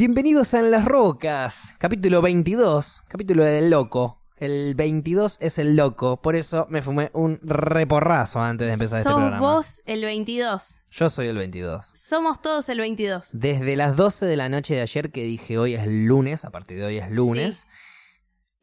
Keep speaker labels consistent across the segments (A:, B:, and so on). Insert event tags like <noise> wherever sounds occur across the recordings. A: Bienvenidos a En las Rocas, capítulo 22, capítulo del loco. El 22 es el loco, por eso me fumé un reporrazo antes de empezar este
B: Sos
A: programa.
B: vos el 22.
A: Yo soy el 22.
B: Somos todos el 22.
A: Desde las 12 de la noche de ayer que dije hoy es lunes, a partir de hoy es lunes,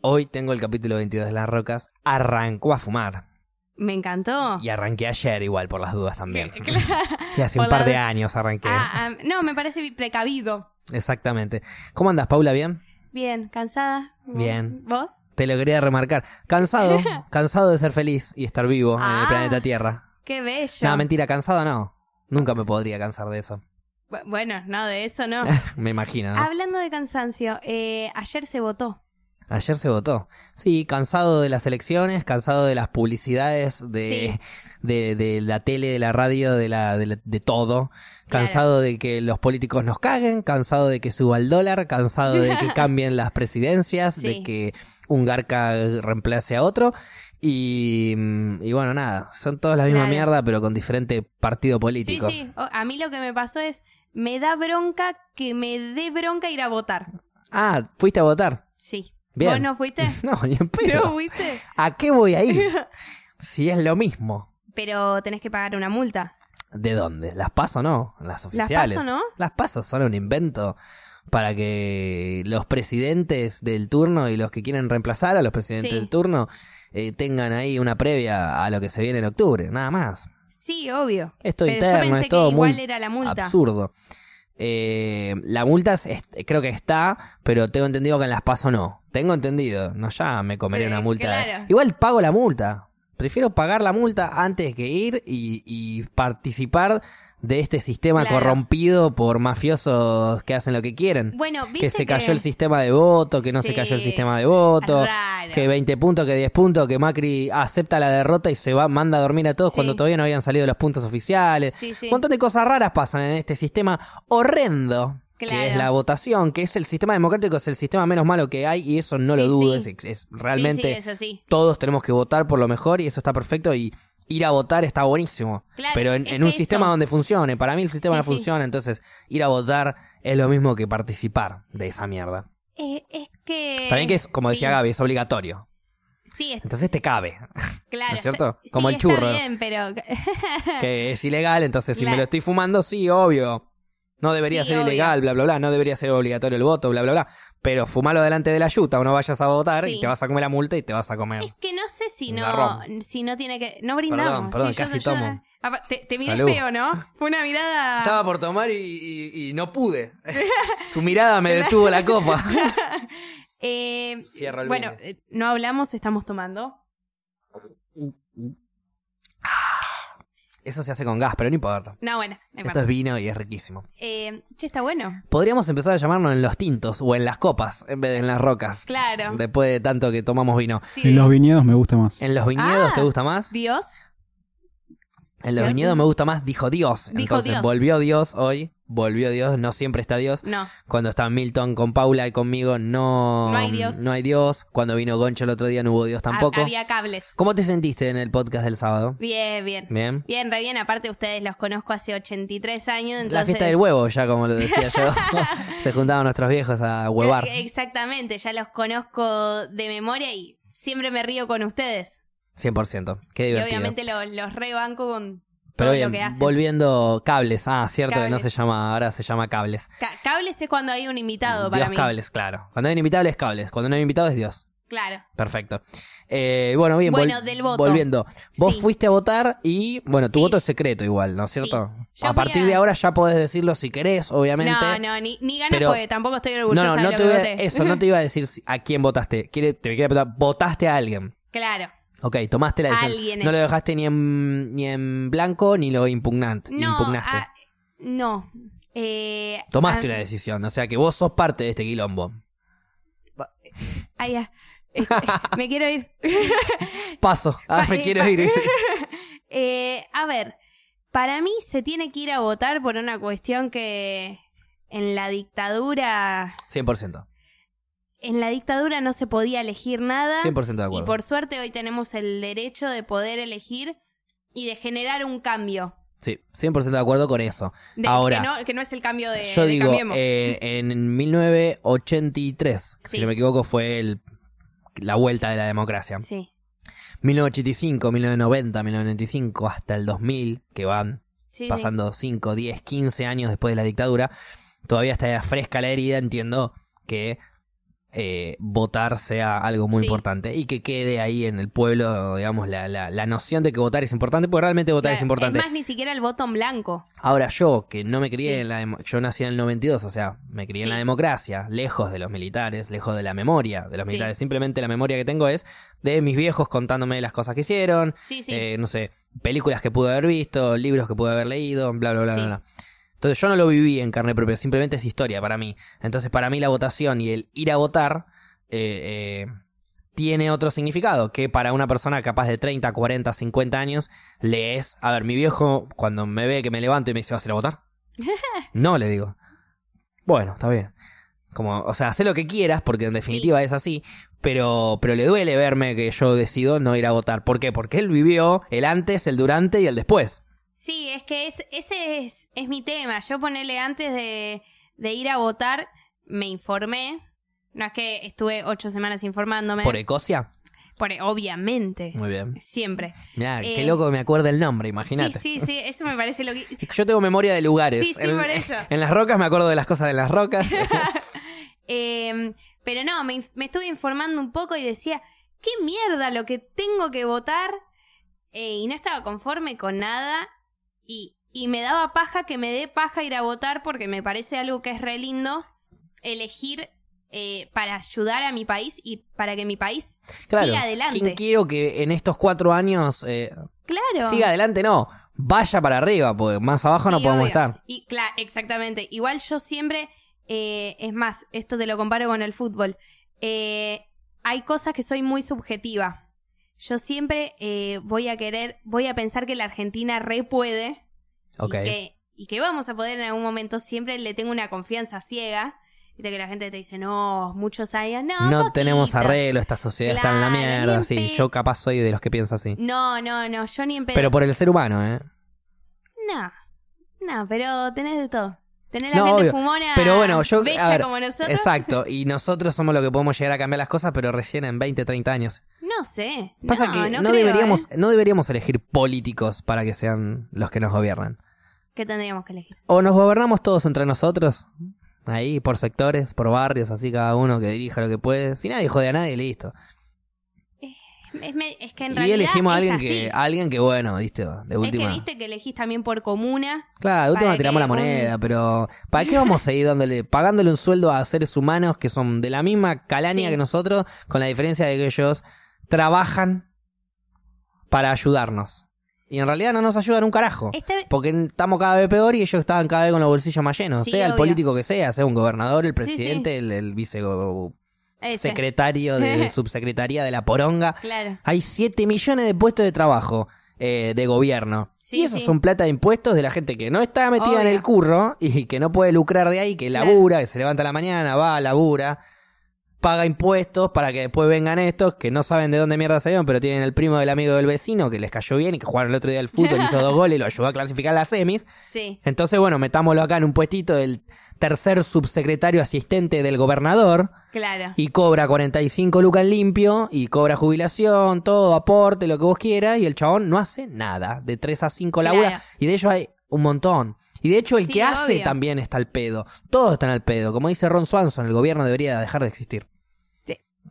A: hoy tengo el capítulo 22 de Las Rocas, arrancó a fumar.
B: Me encantó.
A: Y arranqué ayer igual, por las dudas también.
B: Ah. <laughs> Claro.
A: Y hace un
B: por la
A: par de
B: du-
A: años arranqué.
B: Ah, ah, no, me parece precavido.
A: Exactamente. ¿Cómo andas, Paula? ¿Bien?
B: Bien, cansada.
A: Bien.
B: ¿Vos?
A: Te lo quería remarcar. Cansado, cansado de ser feliz y estar vivo en el
B: Ah.
A: planeta Tierra.
B: Qué bello.
A: No, mentira, cansado no. Nunca me podría cansar de eso. <laughs>
B: Bu- bueno, no, de eso no.
A: Me imagino, ¿no?
B: Hablando de cansancio, eh, ayer se votó.
A: Ayer se votó. Sí, cansado de las elecciones, cansado de las publicidades, de, de, de la tele, de la radio, de, la, de, la- de todo. Cansado de que los políticos nos caguen, cansado de que suba el dólar, cansado de
B: <laughs>
A: que cambien las presidencias, de
B: Sí.
A: que un garca reemplace a otro. Y, mm, y bueno, nada, son todas la misma
B: Claro.
A: mierda, pero con diferente partido
B: Sí,
A: político.
B: sí. O- a mí lo que me pasó es, me da bronca que me dé bronca ir a votar.
A: Ah, fuiste a votar.
B: Sí.
A: Bien.
B: ¿Vos no
A: <laughs>
B: fuiste?
A: No, ni en pedo.
B: ¿No <laughs> fuiste?
A: ¿A qué voy a
B: <laughs>
A: ir? si es lo mismo.
B: Pero tenés que pagar una multa.
A: ¿De dónde? ¿Las paso no? Las oficiales.
B: PASO no?
A: Las PASO son un invento para que los presidentes del turno y los que quieren reemplazar a los presidentes
B: Sí.
A: del turno eh, tengan ahí una previa a lo que se viene en octubre, nada más.
B: Sí, obvio.
A: Esto
B: Pero
A: interno,
B: yo pensé
A: es todo
B: que igual
A: muy
B: era la multa.
A: Absurdo. Eh, la multa es- es- creo que está, pero tengo entendido que en las PASO no. Tengo entendido, no ya me comería
B: Eh,
A: una multa.
B: claro.
A: Igual pago la multa. Prefiero pagar la multa antes que ir y, y participar de este sistema
B: Claro.
A: corrompido por mafiosos que hacen lo que quieren.
B: Bueno, viste
A: Que se cayó el sistema de voto, que no se cayó el
B: Sí.
A: sistema de voto,
B: Raro.
A: que 20 puntos, que 10 puntos, que Macri acepta la derrota y se va, manda a dormir a todos
B: Sí.
A: cuando todavía no habían salido los puntos oficiales.
B: Sí, sí.
A: Un montón de cosas raras pasan en este sistema horrendo.
B: Claro.
A: Que es la votación, que es el sistema democrático, es el sistema menos malo que hay y eso no
B: Sí,
A: lo dudes.
B: sí.
A: es- es- realmente
B: Sí, sí, eso sí.
A: todos tenemos que votar por lo mejor y eso está perfecto y ir a votar está buenísimo.
B: Claro,
A: Pero en,
B: es
A: en un
B: que eso-
A: sistema donde funcione, para mí el sistema
B: Sí,
A: no
B: sí.
A: funciona, entonces ir a votar es lo mismo que participar de esa mierda.
B: Eh, es que.
A: También que es, como
B: sí.
A: decía Gaby, es obligatorio.
B: Sí, es-
A: Entonces te cabe,
B: claro.
A: ¿no es cierto?
B: está- sí,
A: Como el
B: está
A: churro. <laughs>
B: bien, pero.
A: que es ilegal, entonces si me
B: Claro.
A: lo estoy fumando, sí, obvio. No debería
B: Sí,
A: ser
B: obvio.
A: ilegal, bla, bla, bla. No debería ser obligatorio el voto, bla, bla, bla. Pero fumalo delante de la yuta o no vayas a votar y
B: Sí.
A: te vas a comer la multa y te vas a comer.
B: es que no sé si
A: Un
B: no,
A: garrón.
B: si no tiene que. No brindamos.
A: Perdón, perdón,
B: Sí, yo-
A: casi
B: yo-
A: tomo.
B: Apa, Te, te miré
A: Salud.
B: feo, ¿no? Fue una mirada.
A: Estaba por tomar y, y- y no
B: <laughs>
A: pude. tu mirada me detuvo la copa.
B: Eh,
A: Cierro el
B: bueno,
A: brindis.
B: eh, no hablamos, estamos tomando.
A: <laughs> Eso se hace con gas, pero no importa.
B: No, bueno. no
A: Esto
B: importa.
A: es vino y es riquísimo.
B: Eh, che, está bueno.
A: Podríamos empezar a llamarnos en los tintos o en las copas en vez de en las rocas.
B: Claro.
A: Después de tanto que tomamos vino.
B: Sí.
C: En los viñedos me gusta más.
A: Eh, ¿En los viñedos
B: Ah.
A: te gusta más?
B: Dios.
A: En los
B: Dios.
A: viñedos me gusta más, dijo Dios.
B: Dijo
A: Entonces
B: Dios.
A: volvió Dios hoy, volvió Dios, no siempre está Dios.
B: No.
A: Cuando está Milton con Paula y conmigo no,
B: No hay Dios.
A: no hay Dios. Cuando vino Goncho el otro día no hubo Dios tampoco.
B: Ha- había cables.
A: ¿Cómo te sentiste en el podcast del sábado?
B: Bien, bien.
A: Bien.
B: Bien, re bien. Aparte, ustedes los conozco hace 83 años. Entonces...
A: La fiesta del huevo, ya como lo decía yo. <laughs> Se juntaban nuestros viejos a huevar.
B: Eh, Exactamente, ya los conozco de memoria y siempre me río con ustedes.
A: 100%. Qué
B: Y
A: divertido.
B: obviamente los, los rebanco con
A: Pero
B: todo
A: bien,
B: lo que hacen.
A: volviendo cables. Ah, cierto que no
B: Cables.
A: se llama, ahora se llama cables.
B: Ca- cables es cuando hay un invitado
A: Dios
B: para mí.
A: cables, claro. Cuando hay un invitado es cables. Cuando no hay invitado es Dios.
B: Claro.
A: Perfecto. Eh, bueno, bien,
B: Bueno,
A: vol-
B: del voto.
A: volviendo. Vos
B: Sí.
A: fuiste a votar y, bueno, tu
B: Sí.
A: voto es secreto igual, ¿no es cierto?
B: Yo
A: A
B: fui
A: partir
B: a-
A: de ahora ya podés decirlo si querés, obviamente.
B: No, no, ni, ni ganas
A: Pero-
B: porque tampoco estoy
A: No,
B: orgullosa
A: no, no
B: de lo
A: te
B: que
A: iba-
B: voté.
A: eso, no te
B: <laughs>
A: iba a decir si- a quién votaste. Quiere- te quería preguntar, ¿votaste a alguien?
B: Claro.
A: Ok, tomaste la decisión.
B: Alguien
A: no lo
B: es.
A: dejaste ni en, ni en blanco ni lo impugnante,
B: No,
A: impugnaste.
B: ah, no. Eh,
A: Tomaste
B: ah,
A: una decisión, o sea que vos sos parte de este quilombo.
B: ah, ya. Este, <laughs> me quiero ir. <laughs>
A: Paso, ah,
B: Pa-
A: me
B: eh,
A: quiero
B: pa-
A: ir.
B: Eh, a ver, para mí se tiene que ir a votar por una cuestión que en la dictadura,
A: 100%.
B: en la dictadura no se podía elegir nada
A: 100% de acuerdo.
B: y por suerte hoy tenemos el derecho de poder elegir y de generar un cambio.
A: Sí, 100% de acuerdo con eso.
B: De-
A: Ahora,
B: que, no, que no es el cambio de,
A: yo
B: de
A: digo,
B: Cambiemos.
A: eh, en 1983,
B: Sí.
A: si no me equivoco, fue el- la vuelta de la democracia.
B: sí,
A: 1985, 1990, 1995, hasta el 2000, que van
B: sí, sí.
A: pasando 5, 10, 15 años después de la dictadura, todavía está fresca la herida, entiendo que eh, votar sea algo muy
B: Sí.
A: importante y que quede ahí en el pueblo, digamos, la, la- la noción de que votar es importante, porque realmente votar
B: Claro,
A: es importante.
B: Es más, ni siquiera el voto en blanco.
A: Ahora yo, que no me crié
B: Sí.
A: en la... demo- Yo nací en el 92, o sea, me crié en
B: Sí.
A: la democracia, lejos de los militares, lejos de la memoria de los
B: Sí.
A: militares. Simplemente la memoria que tengo es de mis viejos contándome las cosas que hicieron,
B: Sí, sí.
A: eh, no sé, películas que pude haber visto, libros que pude haber leído, bla, bla, bla,
B: Sí.
A: bla, bla. Entonces yo no lo viví en carne propia, simplemente es historia para mí. Entonces para mí la votación y el ir a votar eh, eh, tiene otro significado que para una persona capaz de 30, 40, 50 años le es... A ver, mi viejo cuando me ve que me levanto y me dice, ¿vas a ir a
B: <laughs>
A: votar? no, le digo. Bueno, está bien. Como, o sea, sé lo que quieras, porque en definitiva es así, pero, pero le duele verme que yo decido no ir a votar. ¿Por qué? Porque él vivió el antes, el durante y el después.
B: Sí, es que es, ese es, es mi tema. Yo ponele antes de, de ir a votar, me informé. No es que estuve ocho semanas informándome.
A: ¿Por Ecosia?
B: Por- e- obviamente.
A: Muy bien.
B: Siempre.
A: Mirá,
B: Eh,
A: qué loco que me acuerda el nombre, imagínate.
B: Sí, sí, sí. Eso me parece lo que...
A: Yo tengo memoria de lugares.
B: Sí, sí,
A: en,
B: por eso.
A: en las rocas me acuerdo de las cosas de las
B: <laughs>
A: rocas. <laughs>
B: Eh, pero no, me, inf- me estuve informando un poco y decía, ¿qué mierda lo que tengo que votar? Eh, y no estaba conforme con nada y, y me daba paja que me dé paja ir a votar porque me parece algo que es re lindo elegir eh, para ayudar a mi país y para que mi país
A: Claro.
B: siga
A: ¿Quién
B: adelante.
A: quiero que en estos cuatro años eh,
B: Claro.
A: siga adelante? No, vaya para arriba, porque más abajo no
B: Sí,
A: podemos
B: obvio.
A: estar.
B: Y claro, exactamente. Igual yo siempre, eh, es más, esto te lo comparo con el fútbol. Eh, hay cosas que soy muy subjetiva. Yo siempre eh, voy a querer, voy a pensar que la Argentina re puede
A: Ok.
B: y, que, y que vamos a poder en algún momento. Siempre le tengo una confianza ciega de que la gente te dice, no, muchos años, no.
A: No
B: poquito".
A: tenemos arreglo, esta sociedad está en la
B: Claro, ni
A: mierda,
B: en
A: sí.
B: pe-
A: Yo capaz soy de los que piensa así.
B: No, no, no, yo ni en pedo.
A: Pero por el ser humano, ¿eh?
B: No, no, pero tenés de todo. Tenés la
A: No,
B: gente
A: obvio.
B: fumona
A: Pero bueno, yo- a
B: bella
A: ver,
B: como nosotros. <laughs>
A: Exacto, y nosotros somos los que podemos llegar a cambiar las cosas, pero recién en 20, 30 años.
B: No sé.
A: Pasa
B: no,
A: que no,
B: creo,
A: deberíamos,
B: ¿eh?
A: no deberíamos elegir políticos para que sean los que nos gobiernan.
B: ¿Qué tendríamos que elegir?
A: O nos gobernamos todos entre nosotros, ahí, por sectores, por barrios, así cada uno que dirija lo que puede. Si nadie jode a nadie, listo.
B: Es, me- es que en
A: Y
B: realidad.
A: elegimos a
B: es
A: alguien
B: así.
A: que, a alguien que, bueno, viste, de
B: Es que
A: última.
B: viste que elegís también por comuna.
A: Claro, de última
B: para
A: tiramos
B: que
A: la moneda, pero ¿para qué vamos a ir dándole, pagándole un sueldo a seres humanos que son de la misma calaña
B: Sí.
A: que nosotros, con la diferencia de que ellos trabajan para ayudarnos? Y en realidad no nos ayudan un carajo.
B: Este-
A: Porque estamos cada vez peor y ellos estaban cada vez con los bolsillos más llenos.
B: Sí,
A: sea el
B: obvio.
A: político que sea, sea un gobernador, el
B: Sí, sí.
A: presidente, el, el vice
B: ese.
A: secretario
B: <laughs>
A: de subsecretaría de la poronga.
B: Claro.
A: Hay 7 millones de puestos de trabajo eh, de gobierno.
B: Sí,
A: y esos
B: sí.
A: son plata de impuestos de la gente que no está metida en
B: Obvio.
A: el curro y que no puede lucrar de ahí, que
B: Claro.
A: labura, que se levanta a la mañana, va, labura, paga impuestos para que después vengan estos que no saben de dónde mierda salieron, pero tienen el primo del amigo del vecino que les cayó bien y que jugaron el otro día al fútbol, hizo
B: <laughs>
A: dos goles y lo ayudó a clasificar a las semis.
B: Sí.
A: Entonces, bueno, metámoslo acá en un puestito del tercer subsecretario asistente del gobernador.
B: Claro.
A: Y cobra 45 lucas en limpio, y cobra jubilación, todo, aporte, lo que vos quieras, y el chabón no hace nada. De 3 a 5
B: Claro.
A: labura, y de ellos hay un montón. Y de hecho, el
B: Sí,
A: que hace
B: obvio.
A: también está al pedo. Todos están al pedo. Como dice Ron Swanson, el gobierno debería dejar de existir. <laughs>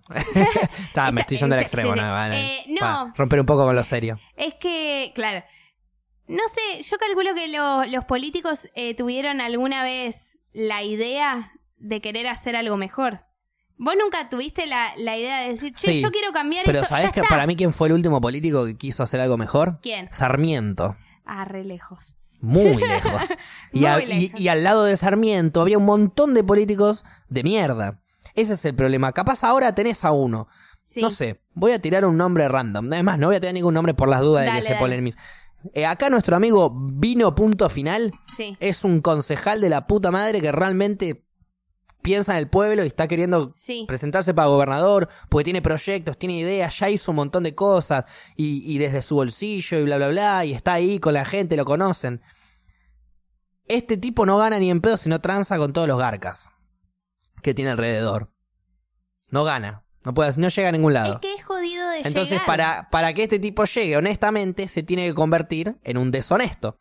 B: Sí.
A: Está, me
B: Está-
A: estoy yendo al
B: sí,
A: extremo,
B: sí,
A: ¿no?
B: sí.
A: Vale.
B: Eh, no.
A: Pa, romper un poco con lo serio.
B: Es que, claro. No sé, yo calculo que lo- los políticos eh, tuvieron alguna vez la idea de querer hacer algo mejor. Vos nunca tuviste la, la idea de decir, che,
A: Sí,
B: yo quiero cambiar
A: Pero
B: esto.
A: ¿sabés
B: ya
A: que
B: está.
A: para mí quién fue el último político que quiso hacer algo mejor?
B: ¿Quién?
A: Sarmiento.
B: Ah, re lejos.
A: Muy
B: <laughs>
A: lejos. Y,
B: Muy
A: a- y-
B: lejos.
A: y al lado de Sarmiento había un montón de políticos de mierda. Ese es el problema. Capaz ahora tenés a uno.
B: Sí.
A: No sé, voy a tirar un nombre random. Además, no voy a tirar ningún nombre por las dudas de
B: Dale,
A: que se
B: dale.
A: ponen mis. Eh, acá nuestro amigo Vino Punto Final
B: Sí.
A: es un concejal de la puta madre que realmente piensa en el pueblo y está queriendo
B: Sí.
A: presentarse para gobernador, porque tiene proyectos, tiene ideas, ya hizo un montón de cosas, y, y desde su bolsillo y bla, bla, bla, y está ahí con la gente, lo conocen. Este tipo no gana ni en pedo si no tranza con todos los garcas que tiene alrededor. No gana, no, puede, no llega a ningún lado.
B: Es que es jodido de
A: Entonces,
B: llegar.
A: para, para que este tipo llegue honestamente, se tiene que convertir en un deshonesto.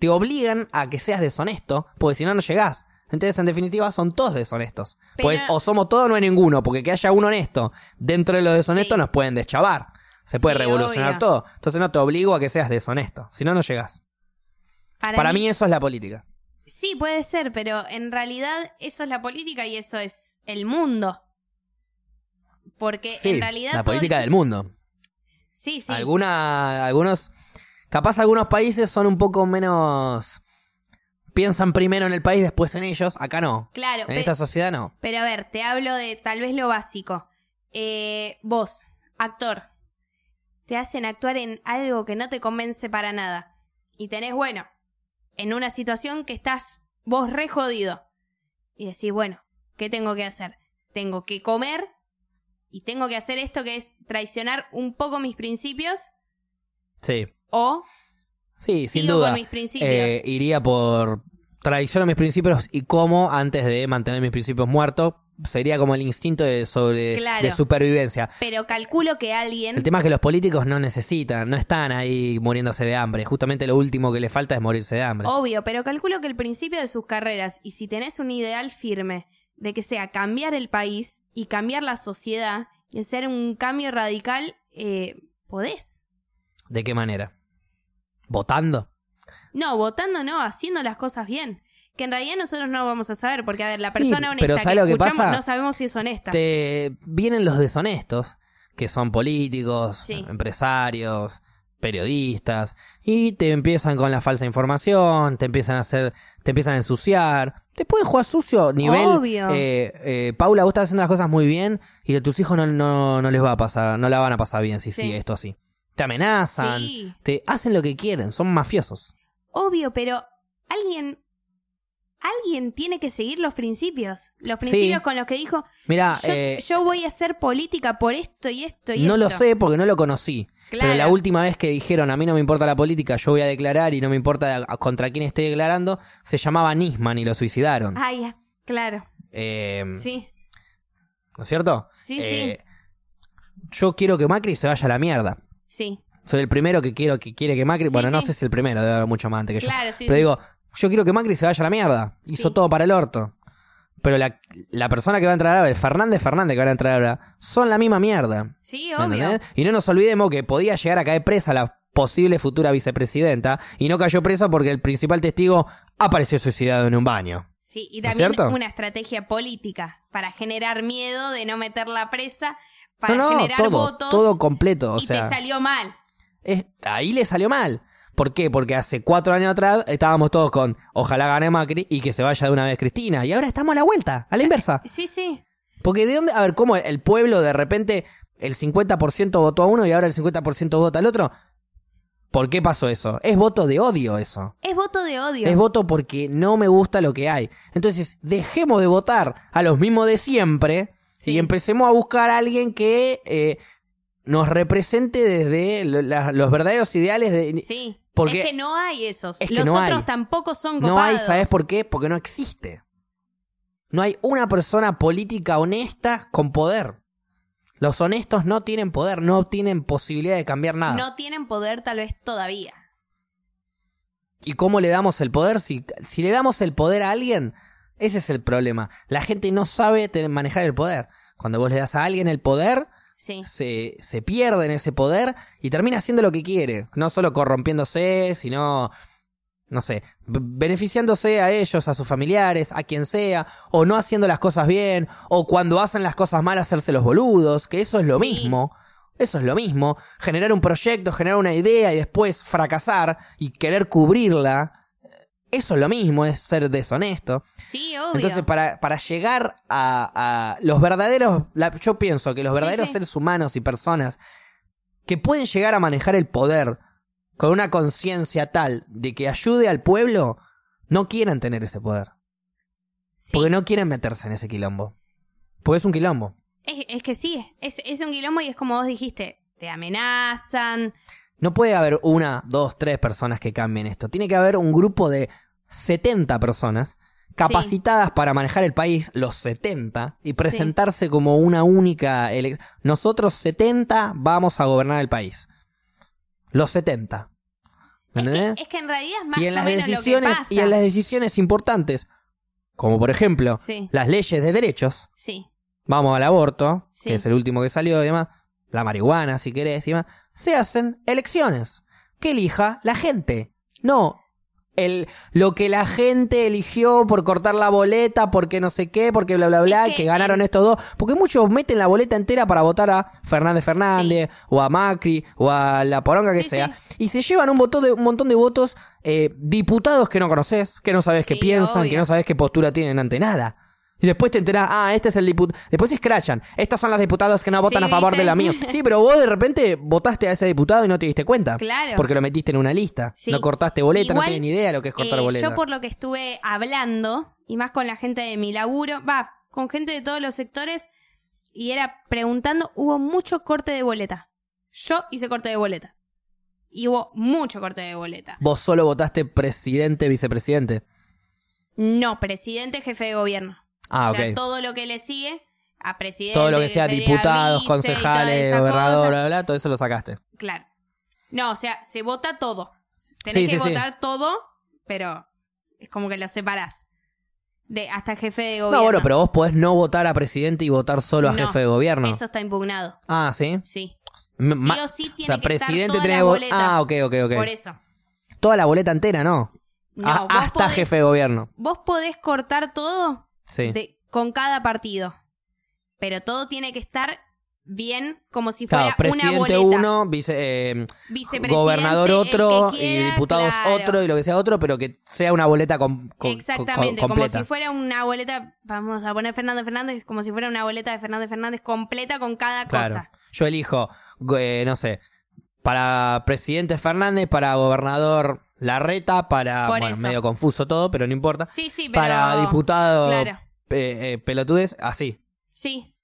A: Te obligan a que seas deshonesto, porque si no, no llegás. Entonces, en definitiva, son todos deshonestos.
B: Pero-
A: Pues o somos todos o no hay ninguno, porque que haya uno honesto dentro de los deshonestos
B: Sí.
A: nos pueden deschavar. Se puede
B: Sí,
A: revolucionar
B: obvio.
A: todo. Entonces, no te obligo a que seas deshonesto. Si no, no llegás. Para, mí... eso es la política.
B: Sí, puede ser, pero en realidad eso es la política y eso es el mundo. Porque
A: Sí,
B: en realidad.
A: la
B: todo el
A: política
B: ti-
A: del mundo.
B: Sí, sí.
A: Alguna, algunos, capaz algunos países son un poco menos, piensan primero en el país, después en ellos. Acá no.
B: Claro.
A: En
B: pe-
A: esta sociedad no.
B: Pero a ver, te hablo de tal vez lo básico. Eh, vos, actor, te hacen actuar en algo que no te convence para nada. Y tenés, bueno, en una situación que estás vos re jodido. Y decís, bueno, ¿qué tengo que hacer? Tengo que comer y tengo que hacer esto que es traicionar un poco mis principios
A: Sí.
B: o
A: Sí, sin
B: sigo
A: duda.
B: con mis principios.
A: Eh, iría por traición a mis principios y cómo antes de mantener mis principios muertos. Sería como el instinto de, sobre,
B: Claro.
A: de supervivencia.
B: pero calculo que alguien...
A: El tema es que los políticos no necesitan, no están ahí muriéndose de hambre. Justamente lo último que les falta es morirse de hambre.
B: Obvio, pero calculo que el principio de sus carreras, y si tenés un ideal firme de que sea cambiar el país y cambiar la sociedad y hacer un cambio radical, eh, podés.
A: ¿De qué manera? ¿Votando?
B: No, votando no, haciendo las cosas bien. Que en realidad nosotros no vamos a saber, porque a ver, la
A: Sí,
B: persona honesta
A: pero
B: que
A: ¿sabes lo que
B: escuchamos
A: pasa?
B: no sabemos si es honesta.
A: Te vienen los deshonestos, que son políticos,
B: Sí.
A: empresarios, periodistas, y te empiezan con la falsa información, te empiezan a hacer, te empiezan a ensuciar, te pueden jugar sucio, nivel
B: Obvio.
A: eh, eh, Paula, vos estás haciendo las cosas muy bien, y de tus hijos no, no, no les va a pasar, no la van a pasar bien si
B: Sí.
A: sigue esto así. Te amenazan,
B: Sí.
A: te hacen lo que quieren, son mafiosos.
B: Obvio, pero alguien... Alguien tiene que seguir los principios. Los principios con los que dijo,
A: Mira,
B: yo, yo voy a hacer política por esto y esto y esto.
A: Ah, eh, No lo sé porque no lo conocí. Pero la
B: Claro.
A: última vez que dijeron a mí no me importa la política, yo voy a declarar y no me importa a- contra quién esté declarando, se llamaba Nisman y lo suicidaron.
B: Ah, ya, claro.
A: Eh,
B: Sí,
A: ¿No es cierto?
B: Sí,
A: Eh, Yo quiero que Macri se vaya a la mierda.
B: sí.
A: Soy el primero que quiero que quiere que Macri.
B: Sí,
A: bueno, no
B: sí.
A: sé si el primero, debe haber mucho más antes que yo.
B: Claro, sí,
A: Pero
B: sí.
A: digo, yo quiero que Macri se vaya a la mierda. Hizo
B: Sí.
A: todo para el orto. Pero la, la persona que va a entrar ahora, el Fernández Fernández que va a entrar ahora, son la misma mierda.
B: Sí,
A: ¿Me
B: obvio.
A: entendés? Y no nos olvidemos que podía llegar a caer presa la posible futura vicepresidenta y no cayó presa porque el principal testigo apareció suicidado en un baño.
B: Sí, y
A: ¿No es
B: también
A: cierto?
B: una estrategia política para generar miedo de no meterla presa, para
A: no, no,
B: generar
A: todo,
B: votos.
A: todo completo. O
B: y
A: sea,
B: te salió mal.
A: es- ahí le salió mal. ¿Por qué? Porque hace cuatro años atrás estábamos todos con ojalá gane Macri y que se vaya de una vez Cristina. Y ahora estamos a la vuelta, a la inversa.
B: Sí, sí.
A: Porque de dónde, a ver, ¿cómo el pueblo de repente el 50% votó a uno y ahora el 50% vota al otro? ¿Por qué pasó eso? Es voto de odio eso.
B: Es voto de odio.
A: Es voto porque no me gusta lo que hay. Entonces, dejemos de votar a los mismos de siempre
B: Sí.
A: y empecemos a buscar a alguien que eh, nos represente desde lo- la- los verdaderos ideales de...
B: sí.
A: porque-
B: es que no hay esos.
A: es que
B: Los
A: no
B: otros
A: hay.
B: tampoco son
A: No hay,
B: copados.
A: ¿sabes por qué? Porque no existe. No hay una persona política honesta con poder. Los honestos no tienen poder, no tienen posibilidad de cambiar nada.
B: No tienen poder tal vez todavía.
A: ¿Y cómo le damos el poder? Si, si le damos el poder a alguien, ese es el problema. La gente no sabe tener- manejar el poder. Cuando vos le das a alguien el poder,
B: Sí.
A: se, se pierde en ese poder y termina haciendo lo que quiere. No solo corrompiéndose, sino, no sé, b- beneficiándose a ellos, a sus familiares, a quien sea, o no haciendo las cosas bien, o cuando hacen las cosas mal hacerse los boludos, que eso es lo
B: Sí.
A: mismo. Eso es lo mismo. Generar un proyecto, generar una idea y después fracasar y querer cubrirla. eh, Eso es lo mismo, es ser deshonesto.
B: Sí, obvio.
A: Entonces, para, para llegar a, a los verdaderos, la- yo pienso que los
B: Sí,
A: verdaderos
B: sí.
A: seres humanos y personas que pueden llegar a manejar el poder con una conciencia tal de que ayude al pueblo, no quieran tener ese poder.
B: Sí.
A: Porque no quieren meterse en ese quilombo. Porque es un quilombo.
B: Es, es que sí, es, es un quilombo y es como vos dijiste, te amenazan.
A: No puede haber una, dos, tres personas que cambien esto. Tiene que haber un grupo de 70 personas capacitadas para manejar el país, los 70, y presentarse como una única elección. Nosotros 70 vamos a gobernar el país. Los 70. ¿Me
B: Es que,
A: entendés?
B: es que en realidad es más
A: y en
B: o
A: las
B: menos
A: decisiones
B: lo que pasa.
A: y en las decisiones importantes, como por ejemplo,
B: Sí,
A: las leyes de derechos,
B: sí,
A: vamos al aborto,
B: Sí.
A: que es el último que salió y demás, la marihuana, si querés, y demás, se hacen elecciones que elija la gente, no el, lo que la gente eligió por cortar la boleta, porque no sé qué, porque bla, bla, bla,
B: Es
A: y
B: que
A: que ganaron
B: en-
A: estos dos, porque muchos meten la boleta entera para votar a Fernández Fernández, o a Macri, o a la poronga que
B: Sí,
A: sea, y se llevan un, botón de, un montón de votos eh, diputados que no conoces, que no sabes qué
B: Sí,
A: piensan,
B: obvio.
A: que no sabes qué postura tienen ante nada. Y después te enterás, ah, este es el diputado. Después se escrachan. Estos son los diputados que no
B: Sí,
A: votan a favor
B: ¿viste?
A: de la mía. Sí, pero vos de repente votaste a ese diputado y no te diste cuenta.
B: Claro.
A: Porque lo metiste en una lista.
B: Sí.
A: No cortaste boleta,
B: Igual,
A: no tenés ni idea lo que es cortar
B: Eh,
A: boleta.
B: yo por lo que estuve hablando, y más con la gente de mi laburo, va, con gente de todos los sectores, y era preguntando, hubo mucho corte de boleta. Yo hice corte de boleta. Y hubo mucho corte de boleta.
A: Vos solo votaste presidente, vicepresidente.
B: No, presidente, jefe de gobierno.
A: Ah,
B: o sea,
A: ok. Todo,
B: todo lo que le sigue a presidente.
A: lo que sea
B: sería
A: diputados,
B: vice y toda
A: concejales,
B: esa
A: gobernador,
B: cosa.
A: bla, bla, bla, todo eso lo sacaste.
B: Claro. No, o sea, se vota todo. Tenés
A: Sí,
B: que
A: sí, sí.
B: votar todo, pero es como que lo separás. De, hasta jefe de gobierno.
A: No, bueno, pero vos podés no votar a presidente y votar solo a
B: No,
A: jefe de gobierno.
B: Eso está impugnado.
A: Ah, sí.
B: Sí.
A: M-
B: sí
A: ma-
B: o sí tiene
A: o sea,
B: que estar
A: presidente
B: todas
A: tiene
B: las
A: que vo-
B: boletas.
A: Ah, ok, ok, ok.
B: Por eso.
A: Toda la boleta entera, ¿no?
B: No,
A: Ah,
B: vos
A: hasta
B: podés-
A: jefe de gobierno.
B: Vos podés cortar todo
A: Sí.
B: de- con cada partido. Pero todo tiene que estar bien como si fuera
A: claro, presidente
B: una boleta.
A: uno, vice, eh,
B: Vicepresidente,
A: gobernador
B: el
A: otro
B: que quiera,
A: y diputados
B: claro.
A: otro y lo que sea otro, pero que sea una boleta com- co- co-
B: Exactamente,
A: co-
B: como
A: completa.
B: si fuera una boleta, vamos a poner Fernando Fernández, como si fuera una boleta de Fernández Fernández completa con cada
A: claro.
B: cosa.
A: Yo elijo, go- eh, no sé, para presidente Fernández, para gobernador Larreta, para...
B: Por
A: bueno,
B: eso.
A: medio confuso todo, pero no importa.
B: Sí, sí, pero...
A: Para diputado
B: Claro,
A: eh, eh, Pelotudes, así.
B: sí,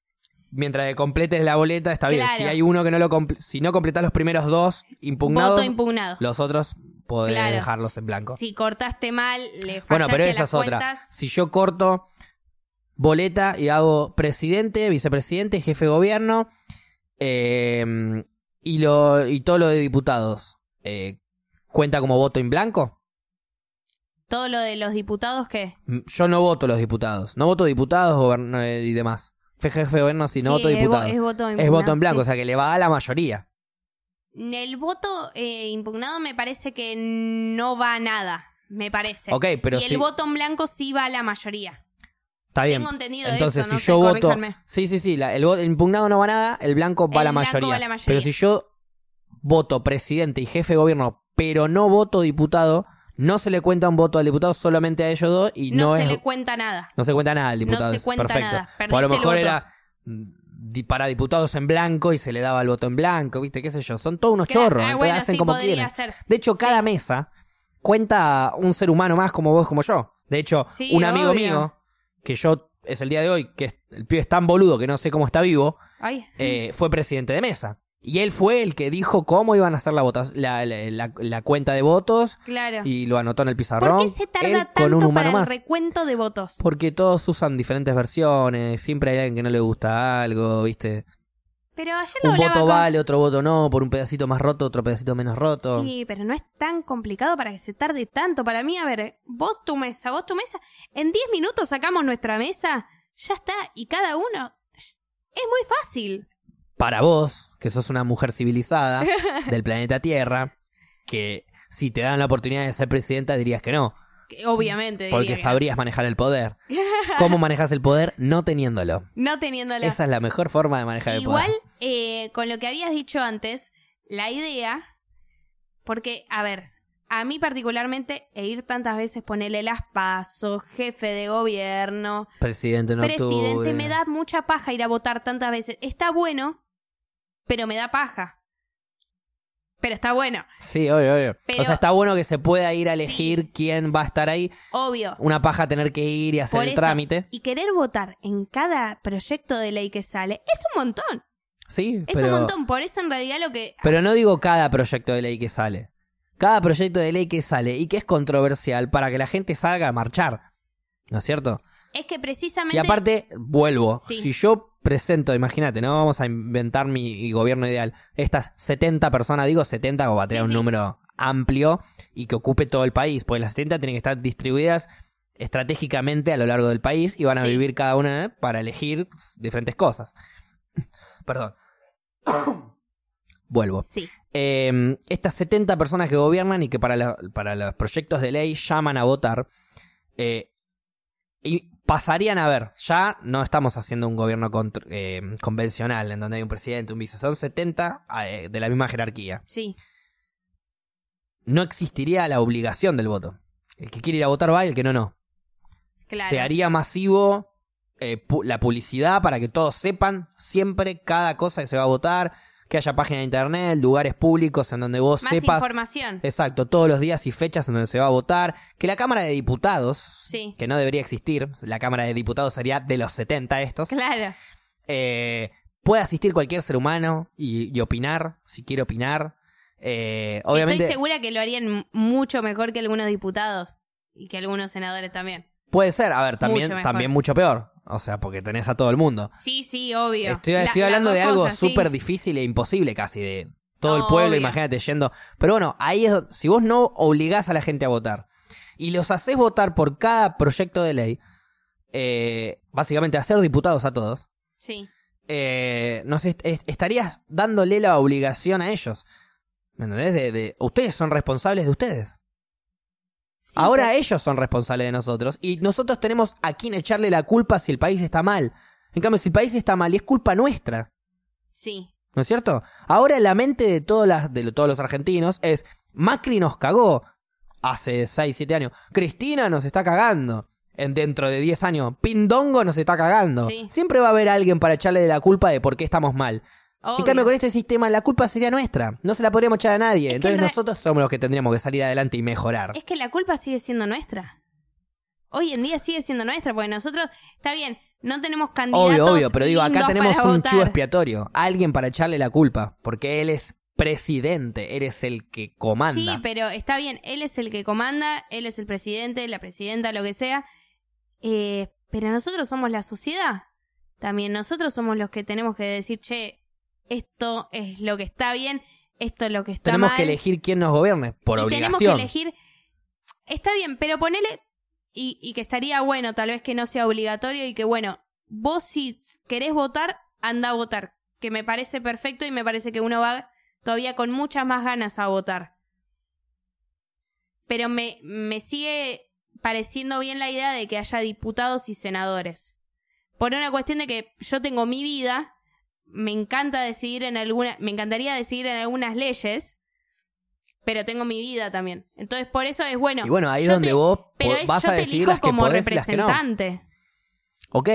A: Mientras que completes la boleta, está bien.
B: Claro.
A: Si hay uno que no lo... comple- Si no completas los primeros dos impugnados,
B: voto impugnado.
A: los otros podés
B: Claro.
A: dejarlos en blanco.
B: Si cortaste mal, le fallaste
A: Bueno, pero
B: a
A: esa
B: las
A: es otra.
B: cuentas.
A: Si yo corto boleta y hago presidente, vicepresidente, jefe de gobierno eh, y, lo, y todo lo de diputados, eh, ¿cuenta como voto en blanco?
B: Todo lo de los diputados que
A: Mm, Yo no voto los diputados. No voto diputados gobern- eh, y demás. Fe- Jefe de gobierno, si no voto
B: es, vo-
A: diputados.
B: es voto
A: Es,
B: impugnado,
A: voto en blanco, o
B: sí.
A: sea que le va a la mayoría.
B: El voto eh, impugnado me parece que no va a nada, me parece.
A: Ok, pero
B: y el
A: si-
B: voto en blanco sí va a la mayoría.
A: Está bien.
B: Tengo entendido
A: Entonces,
B: eso, no
A: si
B: sé,
A: yo voto.
B: corríjanme.
A: Sí, sí, sí. la- el, vo- el impugnado no va a nada, el blanco va, a
B: El
A: la
B: blanco
A: mayoría.
B: va a la mayoría.
A: Pero si yo voto presidente y jefe de gobierno, pero no voto diputado, no se le cuenta un voto al diputado, solamente a ellos dos y
B: No,
A: no,
B: se
A: es.
B: le cuenta nada.
A: No se cuenta nada al
B: No
A: diputado.
B: se
A: es
B: cuenta
A: Perfecto. O
B: nada,
A: a lo
B: perdiste el
A: mejor
B: voto.
A: era mm, di- para diputados en blanco y se le daba el voto en blanco, ¿viste? ¿Qué sé yo? Son ¿eh? todos unos
B: Claro,
A: chorros,
B: ah,
A: entonces
B: bueno,
A: hacen
B: sí,
A: como
B: podría
A: quieren.
B: ser.
A: De hecho, cada mesa cuenta un ser humano más como vos, como yo. De hecho,
B: Sí,
A: un amigo
B: obvio.
A: mío, que yo es el día de hoy, que es- el pibe es tan boludo que no sé cómo está vivo,
B: Ay,
A: eh, fue presidente de mesa. Y él fue el que dijo cómo iban a hacer la, votas- la, la- la- la cuenta de votos
B: claro.
A: y lo anotó en el pizarrón.
B: ¿Por qué se
A: él
B: tarda
A: con un
B: tanto para
A: humano
B: el
A: más.
B: recuento de votos?
A: Porque todos usan diferentes versiones, siempre hay alguien que no le gusta algo, ¿viste?
B: Pero ayer lo
A: un
B: hablaba
A: voto
B: con-
A: vale, otro voto no, por un pedacito más roto, otro pedacito menos roto.
B: Sí, pero no es tan complicado para que se tarde tanto. Para mí, a ver, vos tu mesa, vos tu mesa. En 10 minutos sacamos nuestra mesa, ya está. Y cada uno. Es muy fácil.
A: para vos, que sos una mujer
B: <laughs>
A: civilizada del planeta Tierra, que si te dan la oportunidad de ser presidenta dirías que no,
B: Que Obviamente. diría
A: porque
B: que-
A: sabrías manejar el
B: <laughs>
A: poder. ¿Cómo manejas el poder? No teniéndolo.
B: No teniéndola.
A: Esa es la mejor forma de manejar el poder.
B: Igual, eh, con lo que habías dicho antes, la idea, porque, a ver, a mí particularmente, e ir tantas veces, ponerle las pasos, jefe de gobierno,
A: Presidente, no
B: presidente,
A: octubre.
B: me da mucha paja ir a votar tantas veces. Está bueno, pero me da paja. pero está bueno,
A: Sí, obvio, obvio.
B: Pero-
A: o sea, está bueno que se pueda ir a elegir quién va a estar ahí.
B: obvio.
A: Una paja tener que ir y hacer
B: Por
A: el
B: eso,
A: trámite.
B: Y querer votar en cada proyecto de ley que sale es un montón.
A: Sí,
B: Es
A: pero,
B: un montón. Por eso en realidad lo que...
A: pero no digo cada proyecto de ley que sale. Cada proyecto de ley que sale y que es controversial para que la gente salga a marchar. ¿No es cierto?
B: Es que precisamente...
A: Y aparte, vuelvo,
B: Sí.
A: si yo presento, imagínate, no vamos a inventar mi gobierno ideal, estas 70 personas, digo 70 como para tener
B: Sí,
A: un
B: sí.
A: número amplio y que ocupe todo el país, porque las 70 tienen que estar distribuidas estratégicamente a lo largo del país y van a
B: Sí.
A: vivir cada una ¿eh? para elegir diferentes cosas. <coughs> Perdón. <coughs> Vuelvo.
B: Sí,
A: Eh, estas 70 personas que gobiernan y que para, la- para los proyectos de ley llaman a votar, eh, y pasarían a ver, ya no estamos haciendo un gobierno contr- eh, convencional en donde hay un presidente, un vice, son 70 eh, de la misma jerarquía.
B: sí.
A: No existiría la obligación del voto. El que quiere ir a votar va y el que no, no.
B: Claro.
A: Se haría masivo eh, pu- la publicidad para que todos sepan siempre cada cosa que se va a votar, que haya página de internet, lugares públicos en donde vos
B: Más
A: sepas
B: información.
A: Exacto, todos los días y fechas en donde se va a votar. Que la Cámara de Diputados,
B: Sí.
A: que no debería existir, la Cámara de Diputados sería de los 70 estos,
B: Claro.
A: eh, puede asistir cualquier ser humano y, y opinar, si quiere opinar. Eh, obviamente
B: Estoy segura que lo harían mucho mejor que algunos diputados y que algunos senadores también.
A: puede ser, a ver, también
B: Mucho mejor.
A: también mucho peor. O sea, porque tenés a todo el mundo.
B: Sí, sí, obvio.
A: Estoy,
B: La-
A: estoy
B: las
A: hablando
B: dos
A: de algo
B: cosas, sí.
A: súper difícil e imposible casi, de todo el
B: No,
A: pueblo,
B: obvio.
A: imagínate yendo. Pero bueno, ahí es, do- si vos no obligás a la gente a votar y los haces votar por cada proyecto de ley, eh, básicamente hacer diputados a todos,
B: Sí.
A: eh, no sé, est- estarías dándole la obligación a ellos. ¿Me entendés? De, de- ustedes son responsables de ustedes.
B: Sí,
A: Ahora
B: pero-
A: ellos son responsables de nosotros y nosotros tenemos a quién echarle la culpa si el país está mal. En cambio, si el país está mal y es culpa nuestra.
B: Sí.
A: ¿No es cierto? Ahora la mente de, todas las, de todos los argentinos es, Macri nos cagó hace 6, 7 años, Cristina nos está cagando en dentro de 10 años, Pindongo nos está cagando.
B: Sí.
A: Siempre va a haber alguien para echarle la culpa de por qué estamos mal.
B: Obvio.
A: En cambio, con este sistema la culpa sería nuestra, no se la podríamos echar a nadie.
B: que
A: Entonces
B: en re-
A: nosotros somos los que tendríamos que salir adelante y mejorar.
B: Es que la culpa sigue siendo nuestra. Hoy en día sigue siendo nuestra, porque nosotros, está bien, no tenemos candidatos.
A: Obvio, obvio, pero digo, acá
B: lindos
A: tenemos
B: para
A: un
B: votar.
A: chivo expiatorio, alguien para echarle la culpa, porque él es presidente, eres el que comanda.
B: Sí, pero está bien, él es el que comanda, él es el presidente, la presidenta, lo que sea. Eh, pero nosotros somos la sociedad. También nosotros somos los que tenemos que decir, che, esto es lo que está bien, esto es lo que está
A: Tenemos
B: mal.
A: que elegir quién nos gobierne, por
B: y
A: obligación.
B: tenemos que elegir. Está bien, pero ponele. Y, y que estaría bueno, tal vez que no sea obligatorio y que, bueno, vos si querés votar, anda a votar. Que me parece perfecto y me parece que uno va todavía con muchas más ganas a votar. Pero me, me sigue pareciendo bien la idea de que haya diputados y senadores. Por una cuestión de que yo tengo mi vida, me encanta decidir en alguna, me encantaría decidir en algunas leyes, pero tengo mi vida también. Entonces por eso es bueno.
A: y bueno, ahí es
B: yo
A: donde
B: te-
A: vos po-
B: pero es-
A: vas
B: yo
A: a
B: te
A: decidir
B: elijo
A: las que
B: como
A: podés y las que no.
B: representante.
A: Ok,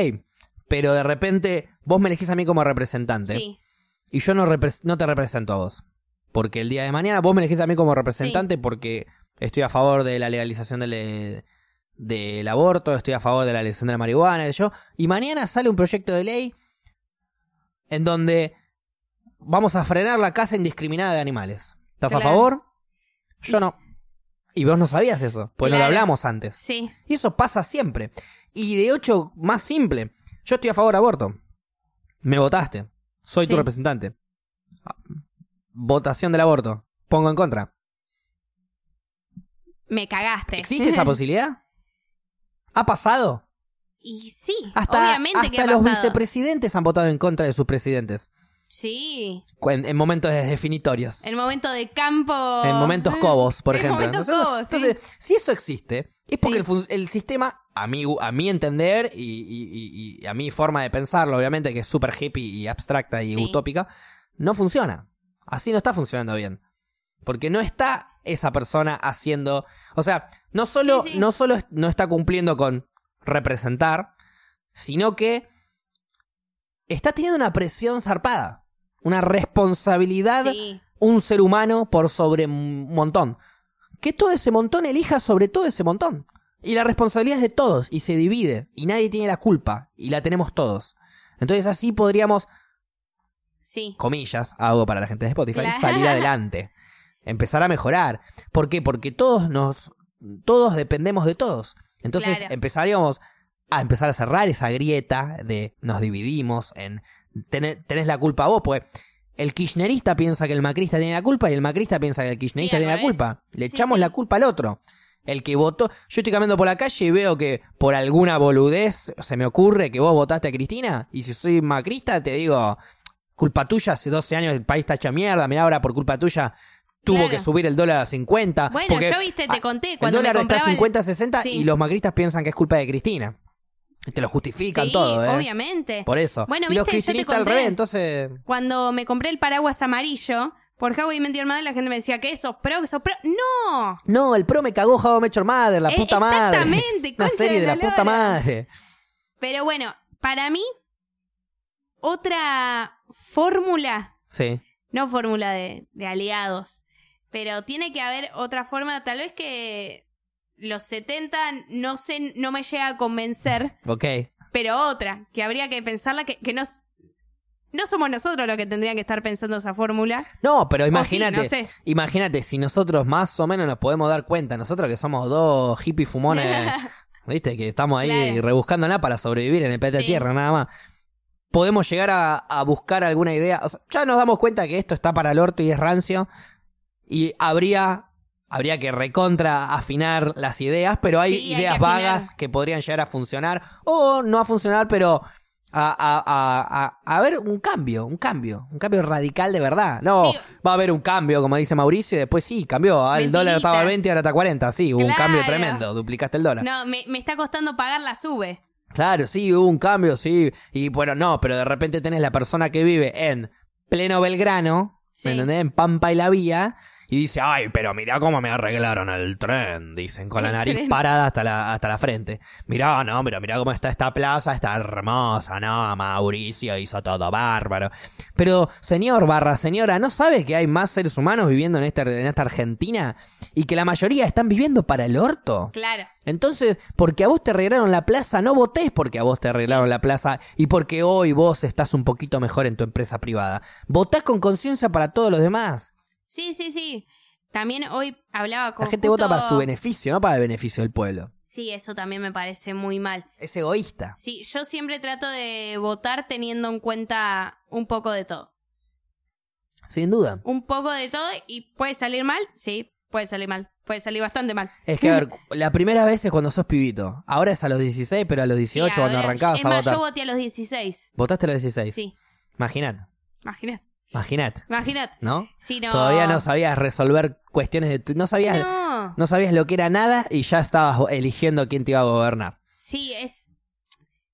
A: pero de repente vos me elegís a mí como representante
B: Sí,
A: y yo no, repres- no te represento a vos. Porque el día de mañana vos me elegís a mí como representante porque estoy a favor de la legalización del, del aborto, estoy a favor de la legalización de la marihuana, qué sé yo. Y mañana sale un proyecto de ley en donde vamos a frenar la caza indiscriminada de animales. ¿Estás a
B: Claro.
A: favor? Yo no. Y vos no sabías eso, pues no lo
B: Claro.
A: hablamos antes.
B: sí,
A: Y eso pasa siempre. Y de hecho, más simple. Yo estoy a favor de aborto. Me votaste. Soy tu
B: Sí.
A: representante. Ah, Votación del aborto. Pongo en contra.
B: me cagaste.
A: ¿Existe
B: <laughs>
A: esa posibilidad? ¿Ha pasado?
B: Y sí,
A: Hasta,
B: obviamente que
A: hasta
B: ha
A: los
B: pasado.
A: vicepresidentes han votado en contra de sus presidentes.
B: Sí,
A: Cu- En, en momentos definitorios.
B: el momento de campo.
A: En momentos cobos, por
B: Mm. En
A: ejemplo.
B: momentos
A: Nosotros-
B: cobos, sí.
A: Entonces, si eso existe, es porque
B: Sí.
A: el, fun- el sistema, a mi, gu- a mi entender y, y- y- y a mi forma de pensarlo, obviamente, que es súper hippie y abstracta y
B: Sí.
A: utópica, no funciona. Así no está funcionando bien. Porque no está esa persona haciendo. O sea, no solo,
B: Sí, sí.
A: No, solo es- no está cumpliendo con representar, sino que está teniendo una presión zarpada. Una responsabilidad
B: Sí.
A: un ser humano por sobre un montón. Que todo ese montón elija sobre todo ese montón. Y la responsabilidad es de todos y se divide y nadie tiene la culpa y la tenemos todos. Entonces así podríamos,
B: Sí.
A: comillas, hago para la gente de Spotify,
B: Claro.
A: salir adelante. Empezar a mejorar. ¿Por qué? Porque todos nos todos dependemos de todos. Entonces
B: Claro.
A: empezaríamos a empezar a cerrar esa grieta de nos dividimos en tener, tenés la culpa vos, pues el kirchnerista piensa que el macrista tiene la culpa y el macrista piensa que el kirchnerista
B: al
A: tiene la
B: revés.
A: culpa. Le
B: Sí,
A: echamos
B: sí.
A: la culpa al otro. El que votó. Yo estoy caminando por la calle y veo que por alguna boludez se me ocurre que vos votaste a Cristina. Y si soy macrista, te digo, culpa tuya, hace 12 años el país está hecha mierda. Mirá, ahora por culpa tuya tuvo
B: Claro.
A: que subir el dólar a 50.
B: Bueno,
A: porque
B: yo viste, te
A: ah,
B: conté
A: el
B: cuando
A: dólar está
B: me compraba el-
A: 50, 60
B: Sí.
A: y los macristas piensan que es culpa de Cristina. Y Te lo justifican
B: Sí,
A: todo, ¿eh?
B: obviamente.
A: Por eso.
B: Bueno,
A: y los
B: viste, yo te
A: cristinistas al
B: conté.
A: revés, entonces.
B: Cuando me compré el paraguas amarillo, por How I Met Your Mother, la gente me decía que eso pro, que sos pro. ¡No!
A: No, el pro me cagó How I Met Your Mother, la
B: Eh,
A: puta madre. <laughs>
B: exactamente,
A: Una
B: concha
A: serie
B: de
A: de la
B: la
A: puta
B: lora.
A: madre.
B: Pero bueno, para mí, otra fórmula
A: Sí.
B: no fórmula de, de aliados, pero tiene que haber otra forma, tal vez que los 70 no sé, no me llega a convencer,
A: Ok.
B: pero otra, que habría que pensarla, que, que no, no somos nosotros los que tendrían que estar pensando esa fórmula.
A: No, pero
B: O sí,
A: imagínate.
B: no sé.
A: Imagínate, si nosotros más o menos nos podemos dar cuenta, nosotros que somos dos hippies
B: <laughs>
A: fumones, viste, que estamos ahí
B: Claro.
A: rebuscándola para sobrevivir en el planeta
B: Sí.
A: Tierra, nada más. Podemos llegar a, a buscar alguna idea. O sea, ya nos damos cuenta que esto está para el orto y es rancio. Y habría, habría que recontra afinar las ideas, pero hay
B: Sí, hay que
A: ideas
B: afinar.
A: vagas que podrían llegar a funcionar o no a funcionar, pero a, a, a, a, a ver un cambio, un cambio, un cambio radical de verdad. No,
B: Sí.
A: va a haber un cambio, como dice Mauricio, y después sí, cambió. Ah, El dólar
B: Mentiritas.
A: estaba a 20, ahora está a 40. Sí, hubo un cambio
B: Claro.
A: tremendo, duplicaste el dólar.
B: No, me, me está costando pagar la eh, sube.
A: Claro, sí, hubo un cambio, sí. Y bueno, no, pero de repente tenés la persona que vive en pleno Belgrano,
B: Sí.
A: ¿me entendés? En Pampa y la Vía, y dice, ay, pero mirá cómo me arreglaron el tren, dicen, con la
B: El
A: nariz
B: tren.
A: parada hasta la, hasta la frente. Mirá, no, pero mirá cómo está esta plaza, está hermosa, no, Mauricio hizo todo bárbaro. Pero, señor barra señora, ¿no sabe que hay más seres humanos viviendo en, esta- en esta Argentina y que la mayoría están viviendo para el orto?
B: Claro.
A: Entonces, porque a vos te arreglaron la plaza, no votés porque a vos te arreglaron la plaza y porque hoy vos estás un poquito mejor en tu empresa privada. Votás con conciencia para todos los demás.
B: Sí, sí, sí. También hoy hablaba con.
A: La gente
B: justo-
A: vota para su beneficio, no para el beneficio del pueblo.
B: Sí, eso también me parece muy mal.
A: Es egoísta.
B: Sí, yo siempre trato de votar teniendo en cuenta un poco de todo.
A: Sin duda.
B: un poco de todo y puede salir mal, sí, puede salir mal, puede salir bastante mal.
A: Es que, a
B: <laughs>
A: ver, la primera vez es cuando sos pibito. Ahora es a los 16, pero a los 18
B: Sí,
A: cuando
B: ahora-
A: arrancabas
B: Es
A: a
B: más,
A: votar.
B: yo voté a los 16.
A: Votaste a los 16.
B: Sí,
A: Imagínate.
B: imagínate,
A: Imagínate.
B: imagínate.
A: ¿No?
B: Sí, no.
A: Todavía no sabías resolver cuestiones de tu... No sabías,
B: No.
A: no sabías lo que era nada y ya estabas eligiendo quién te iba a gobernar.
B: Sí, es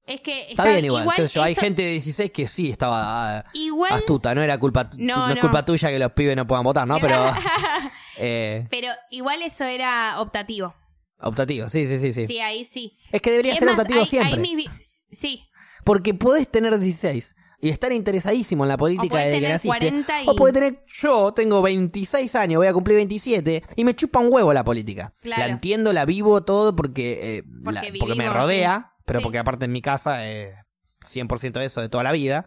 B: es que
A: Está bien igual. qué sé yo, Hay
B: eso-
A: gente de 16 que sí estaba ah,
B: igual
A: astuta, no era culpa tu-
B: No,
A: no es
B: no.
A: culpa tuya que los pibes no puedan votar, ¿no? Pero <laughs> eh,
B: <laughs> pero igual eso era optativo.
A: optativo, sí, sí, sí, sí.
B: Sí, ahí sí.
A: Es que debería
B: Es
A: ser
B: más,
A: optativo
B: ahí-
A: siempre,
B: ahí mis vi- sí,
A: porque podés tener 16 y estar interesadísimo en la política
B: podés
A: de que
B: tener
A: naciste,
B: 40 y-
A: o podés tener yo tengo 26 años, voy a cumplir 27 y me chupa un huevo la política.
B: Claro.
A: La entiendo, la vivo todo porque eh, la-
B: Porque
A: porque me
B: vivimos,
A: rodea, pero
B: Sí.
A: porque aparte en mi casa eh, 100% eso de toda la vida.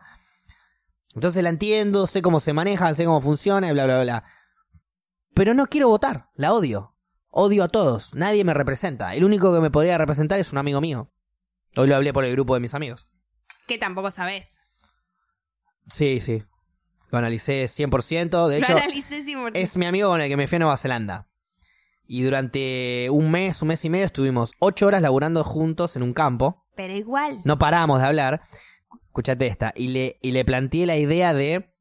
A: Entonces la entiendo, sé cómo se maneja, sé cómo funciona, y bla, bla, bla. Pero no quiero votar, la odio. Odio a todos, nadie me representa. El único que me podría representar es un amigo mío. Hoy lo hablé por el grupo de mis amigos.
B: que tampoco sabes.
A: Sí, sí. Lo analicé 100%. <laughs> De
B: Lo
A: hecho,
B: analicé sin por-
A: es mi amigo con el que me fui a Nueva Zelanda. Y durante un mes, un mes y medio estuvimos ocho horas laburando juntos en un campo.
B: pero igual.
A: no paramos de hablar. Escuchate esta. Y le, y le planteé la idea de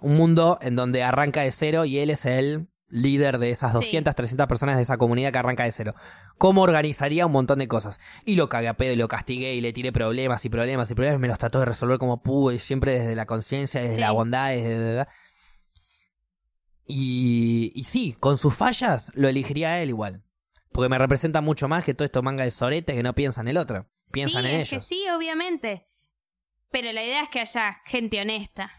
A: un mundo en donde arranca de cero y él es el líder de esas
B: Sí.
A: 200, 300 personas de esa comunidad que arranca de cero. ¿Cómo organizaría un montón de cosas? Y lo cagué a pedo y lo castigué y le tiré problemas y problemas y problemas. Me los trató de resolver como pude, siempre desde la conciencia, desde
B: Sí.
A: la bondad, desde... la- Y, y sí, con sus fallas lo elegiría a él igual. Porque me representa mucho más que todo esto manga de soretes que no piensan en el otro. Piensan
B: sí,
A: en
B: es que
A: ellos.
B: sí, obviamente. Pero la idea es que haya gente honesta.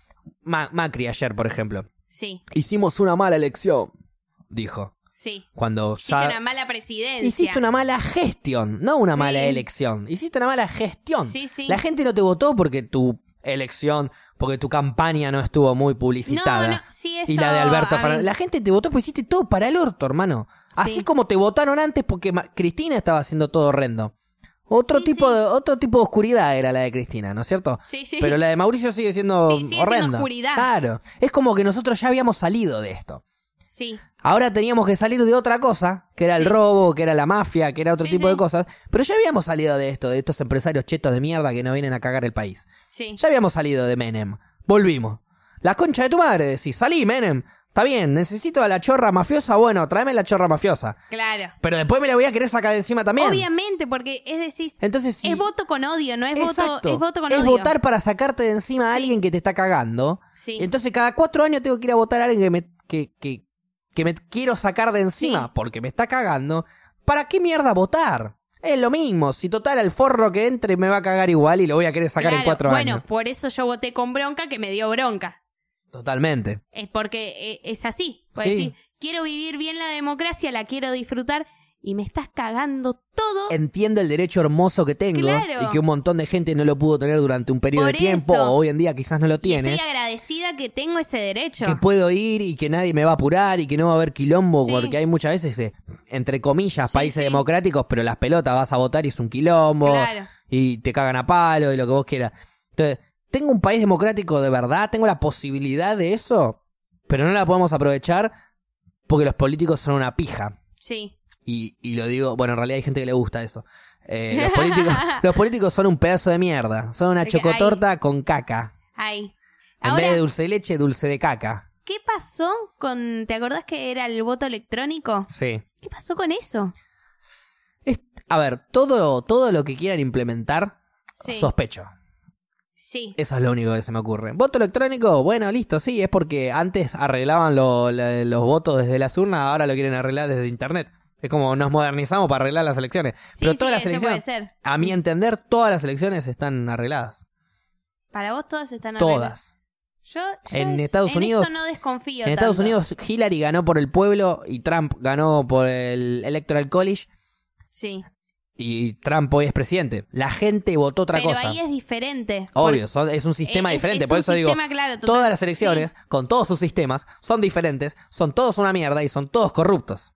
A: Ma- Macri ayer, por ejemplo.
B: Sí,
A: Hicimos una mala elección, dijo.
B: sí.
A: Cuando
B: Hiciste
A: ya.
B: una mala presidencia.
A: Hiciste una mala gestión, no una mala
B: Sí.
A: elección. Hiciste una mala gestión.
B: Sí, sí.
A: La gente no te votó porque tu elección, porque tu campaña no estuvo muy publicitada.
B: No, no, sí, eso.
A: y la de Alberto
B: a mí-
A: Fernández. La gente te votó porque hiciste todo para el orto, hermano. Así
B: Sí.
A: como te votaron antes porque Ma- Cristina estaba haciendo todo horrendo. Otro
B: Sí,
A: tipo
B: sí.
A: de otro tipo de oscuridad era la de Cristina, ¿no es cierto?
B: Sí, sí.
A: Pero la de Mauricio sigue siendo
B: Sí, sigue siendo
A: horrenda.
B: oscuridad.
A: Claro. Es como que nosotros ya habíamos salido de esto.
B: Sí,
A: Ahora teníamos que salir de otra cosa, que era el
B: Sí.
A: robo, que era la mafia, que era otro
B: Sí,
A: tipo de
B: sí.
A: cosas. Pero ya habíamos salido de esto, de estos empresarios chetos de mierda que no vienen a cagar el país.
B: sí.
A: Ya habíamos salido de Menem. Volvimos. La concha de tu madre, decís. Salí, Menem. Está bien, necesito a la chorra mafiosa. Bueno, tráeme la chorra mafiosa.
B: Claro.
A: Pero después me la voy a querer sacar de encima también.
B: Obviamente, porque es decir,
A: Entonces, si-
B: es voto con odio, no es
A: Exacto.
B: voto, es voto con
A: Es
B: odio.
A: votar para sacarte de encima a alguien que te está cagando.
B: Sí.
A: Entonces, cada cuatro años tengo que ir a votar a alguien que me, que, que, que me quiero sacar de encima
B: Sí.
A: porque me está cagando. ¿Para qué mierda votar? Es lo mismo. Si total, al forro que entre me va a cagar igual y lo voy a querer sacar en
B: Claro.
A: cuatro
B: bueno,
A: años.
B: por eso yo voté con bronca que me dio bronca.
A: Totalmente.
B: Es porque eh, es así. Pues
A: Sí.
B: decir, quiero vivir bien la democracia, la quiero disfrutar y me estás cagando todo.
A: entiendo el derecho hermoso que tengo
B: Claro.
A: y que un montón de gente no lo pudo tener durante un periodo
B: Por
A: de tiempo
B: eso.
A: o hoy en día quizás no lo tiene.
B: Estoy agradecida que tengo ese derecho.
A: Que puedo ir y que nadie me va a apurar y que no va a haber quilombo
B: Sí.
A: porque hay muchas veces, eh, entre comillas,
B: Sí,
A: países
B: sí.
A: democráticos, pero las pelotas vas a votar y es un quilombo
B: Claro.
A: y te cagan a palo y lo que vos quieras. Entonces, tengo un país democrático de verdad, tengo la posibilidad de eso, pero no la podemos aprovechar porque los políticos son una pija.
B: Sí.
A: Y, y lo digo, bueno, en realidad hay gente que le gusta eso. Eh, los,
B: <laughs>
A: políticos, los políticos son un pedazo de mierda. Son una
B: Es que hay-
A: chocotorta con caca.
B: Ahí.
A: En
B: Ahora,
A: vez de dulce de leche, dulce de caca.
B: ¿qué pasó con. ¿Te acordás que era el voto electrónico?
A: Sí.
B: ¿Qué pasó con eso?
A: Es- a ver, todo, todo lo que quieran implementar,
B: Sí.
A: sospecho.
B: Sí.
A: Eso es lo único que se me ocurre. ¿Voto electrónico? Bueno, listo, sí. Es porque antes arreglaban lo- la- los votos desde las urnas, ahora lo quieren arreglar desde internet. Es como nos modernizamos para arreglar las elecciones.
B: Sí,
A: Pero
B: sí,
A: todas las
B: eso puede
A: elecciones,
B: ser.
A: a mi entender, todas las elecciones están arregladas.
B: Para vos todas están arregladas.
A: Todas.
B: Yo, yo
A: En
B: es-
A: Estados Unidos-
B: Eso no desconfío.
A: En Estados
B: tanto.
A: Unidos Hillary ganó por el pueblo y Trump ganó por el Electoral College
B: Sí.
A: y Trump hoy es presidente. La gente votó otra
B: Pero
A: cosa.
B: ahí es diferente. eh,
A: Obvio, son- es un sistema
B: es-
A: diferente,
B: es
A: por
B: un
A: eso digo,
B: sistema, claro, total-
A: todas las elecciones, con todos sus sistemas, son diferentes, son todos una mierda y son todos corruptos.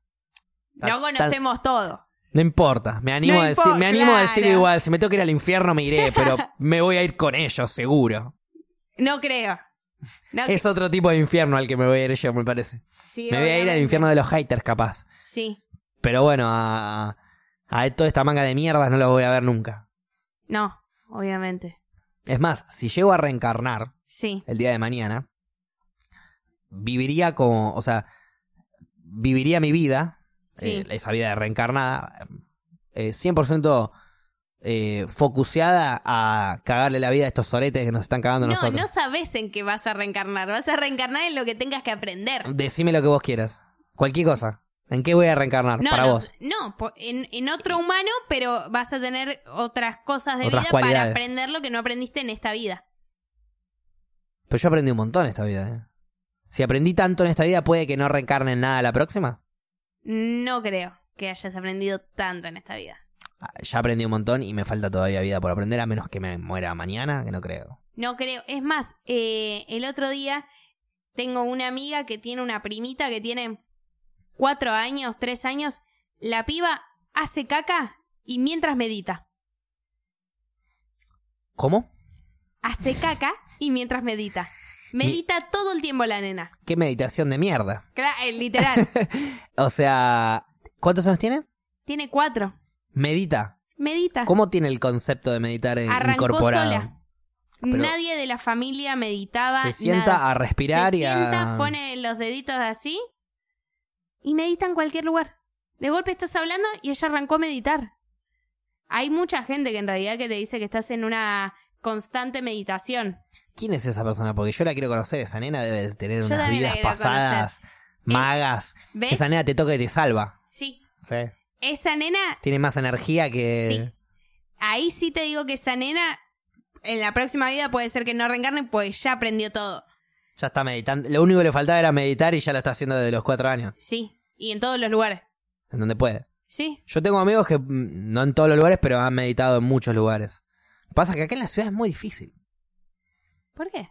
B: Porque No
A: Tan-
B: conocemos todo.
A: No importa, me animo,
B: No
A: a, decir,
B: importa,
A: me animo a decir
B: claro.
A: igual, si me tengo que ir al infierno me iré, pero
B: <laughs>
A: me voy a ir con ellos, seguro.
B: No creo. No
A: Es otro tipo de infierno al que me voy a ir yo, me parece.
B: cre- sí,
A: Me voy a ir al
B: obviamente.
A: infierno de los haters, capaz.
B: Sí.
A: Pero bueno, a, a- a toda esta manga de mierdas no la voy a ver nunca.
B: No, obviamente.
A: Es más, si llego a reencarnar
B: Sí.
A: el día de mañana, viviría como, o sea, viviría mi vida,
B: Sí.
A: eh, esa vida de reencarnada, eh, 100% eh, focuseada a cagarle la vida a estos soretes que nos están cagando
B: No,
A: nosotros.
B: no sabes en qué vas a reencarnar. Vas a reencarnar en lo que tengas que aprender.
A: Decime lo que vos quieras, cualquier cosa. ¿En qué voy a reencarnar?
B: No,
A: Para
B: no,
A: vos.
B: no, po- en, en otro humano, pero vas a tener otras cosas de
A: Otras
B: vida
A: cualidades.
B: para aprender lo que no aprendiste en esta vida.
A: Pero yo aprendí un montón esta vida. ¿eh? Si aprendí tanto en esta vida, ¿puede que no reencarne en nada la próxima?
B: No creo que hayas aprendido tanto en esta vida.
A: Ah, Ya aprendí un montón y me falta todavía vida por aprender, a menos que me muera mañana, que no creo.
B: No creo. Es más, eh, el otro día tengo una amiga que tiene una primita que tiene cuatro años, tres años. La piba hace caca y mientras medita.
A: ¿Cómo?
B: Hace caca y mientras medita. Medita todo el tiempo la nena.
A: ¿Qué meditación de mierda?
B: Cla-
A: <laughs>
B: eh, literal.
A: O sea, ¿cuántos años tiene?
B: tiene cuatro.
A: Medita.
B: Medita.
A: ¿Cómo tiene el concepto de meditar eh,
B: Ah. Arrancó
A: incorporado?
B: sola.
A: Pero-
B: Nadie de la familia meditaba.
A: Se sienta
B: nada.
A: a respirar
B: Se
A: y a...
B: sienta, pone los deditos así y medita en cualquier lugar. De golpe estás hablando y ella arrancó a meditar. Hay mucha gente que en realidad que te dice que estás en una constante meditación.
A: ¿Quién es esa persona? Porque yo la quiero conocer, esa nena debe de tener
B: Yo
A: unas
B: también la
A: vidas
B: quiero Eh,
A: pasadas, magas.
B: ¿Ves?
A: Esa nena te toca y te salva.
B: Sí.
A: Sí.
B: Esa nena,
A: Tiene más energía que...
B: sí. Ahí sí te digo que esa nena en la próxima vida puede ser que no reencarne pues ya aprendió todo.
A: Ya está meditando. Lo único que le faltaba era meditar y ya lo está haciendo desde los cuatro años,
B: Sí, y en todos los lugares.
A: en donde puede.
B: Sí.
A: Yo tengo amigos que, mm, no en todos los lugares, pero han meditado en muchos lugares. Pasa que acá en la ciudad es muy difícil.
B: ¿Por qué?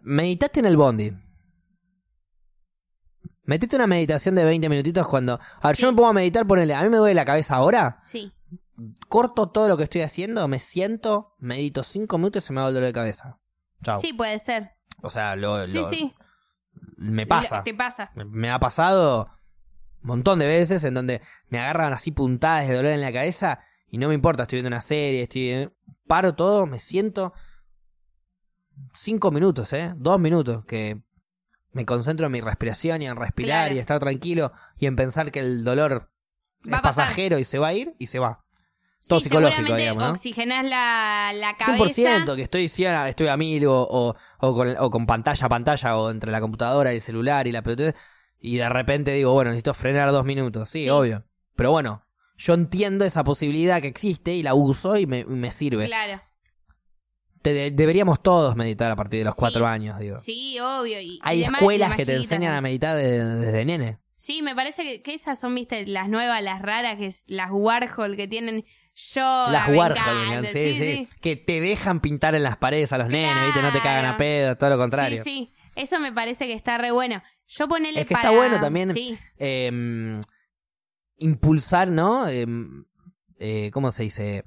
A: Meditaste en el bondi. Metiste una meditación de 20 minutitos cuando... A ver, yo me pongo a meditar, ponele, a mí me duele la cabeza ahora,
B: Sí.
A: corto todo lo que estoy haciendo, me siento, medito 5 minutos y se me va el dolor de cabeza. Chao.
B: Sí, puede ser.
A: O sea, lo,
B: Sí,
A: lo-
B: sí.
A: me pasa.
B: Lo- Te pasa.
A: Me- Me ha pasado un montón de veces en donde me agarran así puntadas de dolor en la cabeza y no me importa, estoy viendo una serie, estoy paro todo, me siento cinco minutos, ¿eh? Dos minutos que me concentro en mi respiración y en respirar
B: Claro.
A: y estar tranquilo y en pensar que el dolor
B: Va
A: es
B: a pasar.
A: pasajero y se va a ir y se va. Todo
B: sí,
A: psicológico,
B: seguramente
A: digamos, ¿no?
B: oxigenás la, la cabeza.
A: 100% que estoy, sí, ahora estoy a mil o, o- o con, o con pantalla a pantalla o entre la computadora y el celular y la pelotudez, y de repente digo, bueno, necesito frenar dos minutos. Sí,
B: Sí.
A: obvio. Pero bueno, yo entiendo esa posibilidad que existe y la uso y me, me sirve.
B: Claro.
A: Te de- deberíamos todos meditar a partir de los
B: Sí.
A: cuatro años, digo.
B: Sí, obvio. Y,
A: Hay
B: y demás-
A: escuelas
B: demás
A: que te
B: chiquitas,
A: enseñan
B: ¿no?
A: a meditar de- desde nene.
B: Sí, me parece que, que esas son, viste, las nuevas, las raras, que es, las Warhol que tienen yo.
A: Las Warhol, ¿no? sí, sí,
B: Oh, sí.
A: Que te dejan pintar en las paredes a los nenes, ¿viste? No te cagan a
B: Claro.
A: pedo, todo lo contrario.
B: Sí, sí. Eso me parece que está re bueno. Yo ponele
A: Es que
B: para...
A: está bueno también-
B: Sí,
A: eh, impulsar, ¿no? Eh, eh, ¿Cómo se dice?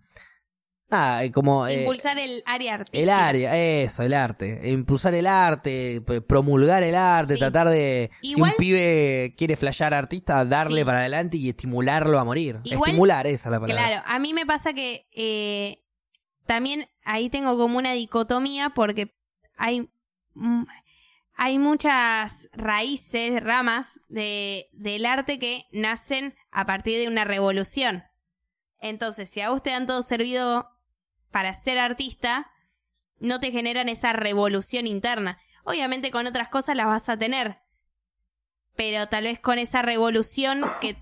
A: Nada, eh, como eh,
B: impulsar el área artística.
A: el área, eso, el arte. Impulsar el arte, p- promulgar el arte,
B: Sí.
A: tratar de... Si
B: Igual-
A: un pibe quiere flashear artista, darle
B: Sí.
A: para adelante y estimularlo a morir.
B: Igual-
A: Estimular, esa es la palabra.
B: Claro, a mí me pasa que eh, también ahí tengo como una dicotomía porque hay, mm, hay muchas raíces, ramas de, del arte que nacen a partir de una revolución. Entonces, si a vos te dan todo servido para ser artista, no te generan esa revolución interna. Obviamente con otras cosas las vas a tener, pero tal vez con esa revolución que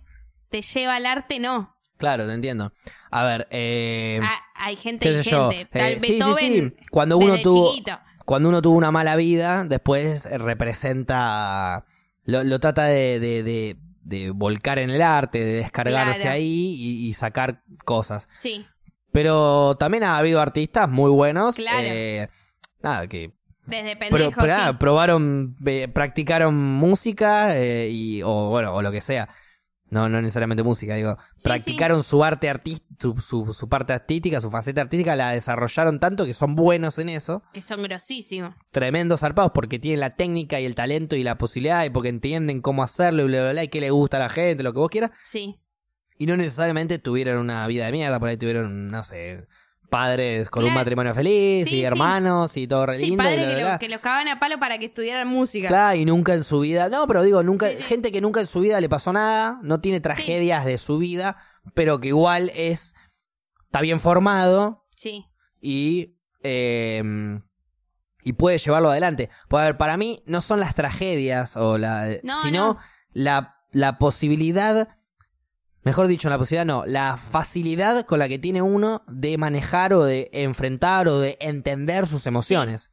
B: te lleva al arte, no.
A: Claro, te entiendo. A ver, eh,
B: Ah, hay gente
A: qué
B: y
A: sé yo.
B: gente. Tal
A: Eh, sí, sí,
B: Beethoven
A: sí. Cuando uno
B: desde
A: tuvo...
B: chiquito.
A: cuando uno tuvo una mala vida, después eh, representa, lo, lo trata de, de- de- de volcar en el arte, de descargarse
B: Claro.
A: ahí y, y sacar cosas.
B: Sí,
A: Pero también ha habido artistas muy buenos.
B: Claro.
A: eh, nada, que
B: desde
A: pro-
B: pendejo,
A: pro-
B: sí.
A: nada, probaron, eh, practicaron música eh, y, o bueno, o lo que sea. No, no necesariamente música, digo.
B: Sí,
A: practicaron su arte artística, su, su- su parte artística, su faceta artística, la desarrollaron tanto que son buenos en eso
B: Que son grosísimos.
A: tremendos zarpados porque tienen la técnica y el talento y la posibilidad y porque entienden cómo hacerlo y bla, bla, bla, y qué le gusta a la gente, lo que vos quieras.
B: Sí,
A: Y no necesariamente tuvieron una vida de mierda, por ahí tuvieron, no sé, padres con un
B: Claro.
A: matrimonio feliz
B: Sí,
A: y
B: sí.
A: hermanos y todo re
B: sí
A: lindo. y
B: padre
A: bla,
B: que,
A: bla,
B: lo-
A: bla.
B: que los cagaban a palo para que estudiaran música.
A: Claro, y nunca en su vida, no, pero digo, nunca,
B: Sí, sí.
A: gente que nunca en su vida le pasó nada, no tiene tragedias de su vida, pero que igual es, está bien formado,
B: Sí,
A: y, eh, y puede llevarlo adelante. Pues, a ver, para mí no son las tragedias o la.
B: No,
A: sino
B: no.
A: La, la posibilidad. Mejor dicho, la posibilidad no, la facilidad con la que tiene uno de manejar o de enfrentar o de entender sus emociones.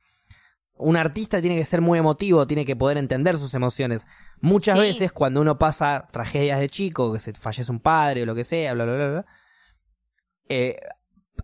A: Un artista tiene que ser muy emotivo, tiene que poder entender sus emociones. Muchas
B: Sí.
A: veces cuando uno pasa tragedias de chico, que se fallece un padre o lo que sea, bla, bla, bla, bla, eh,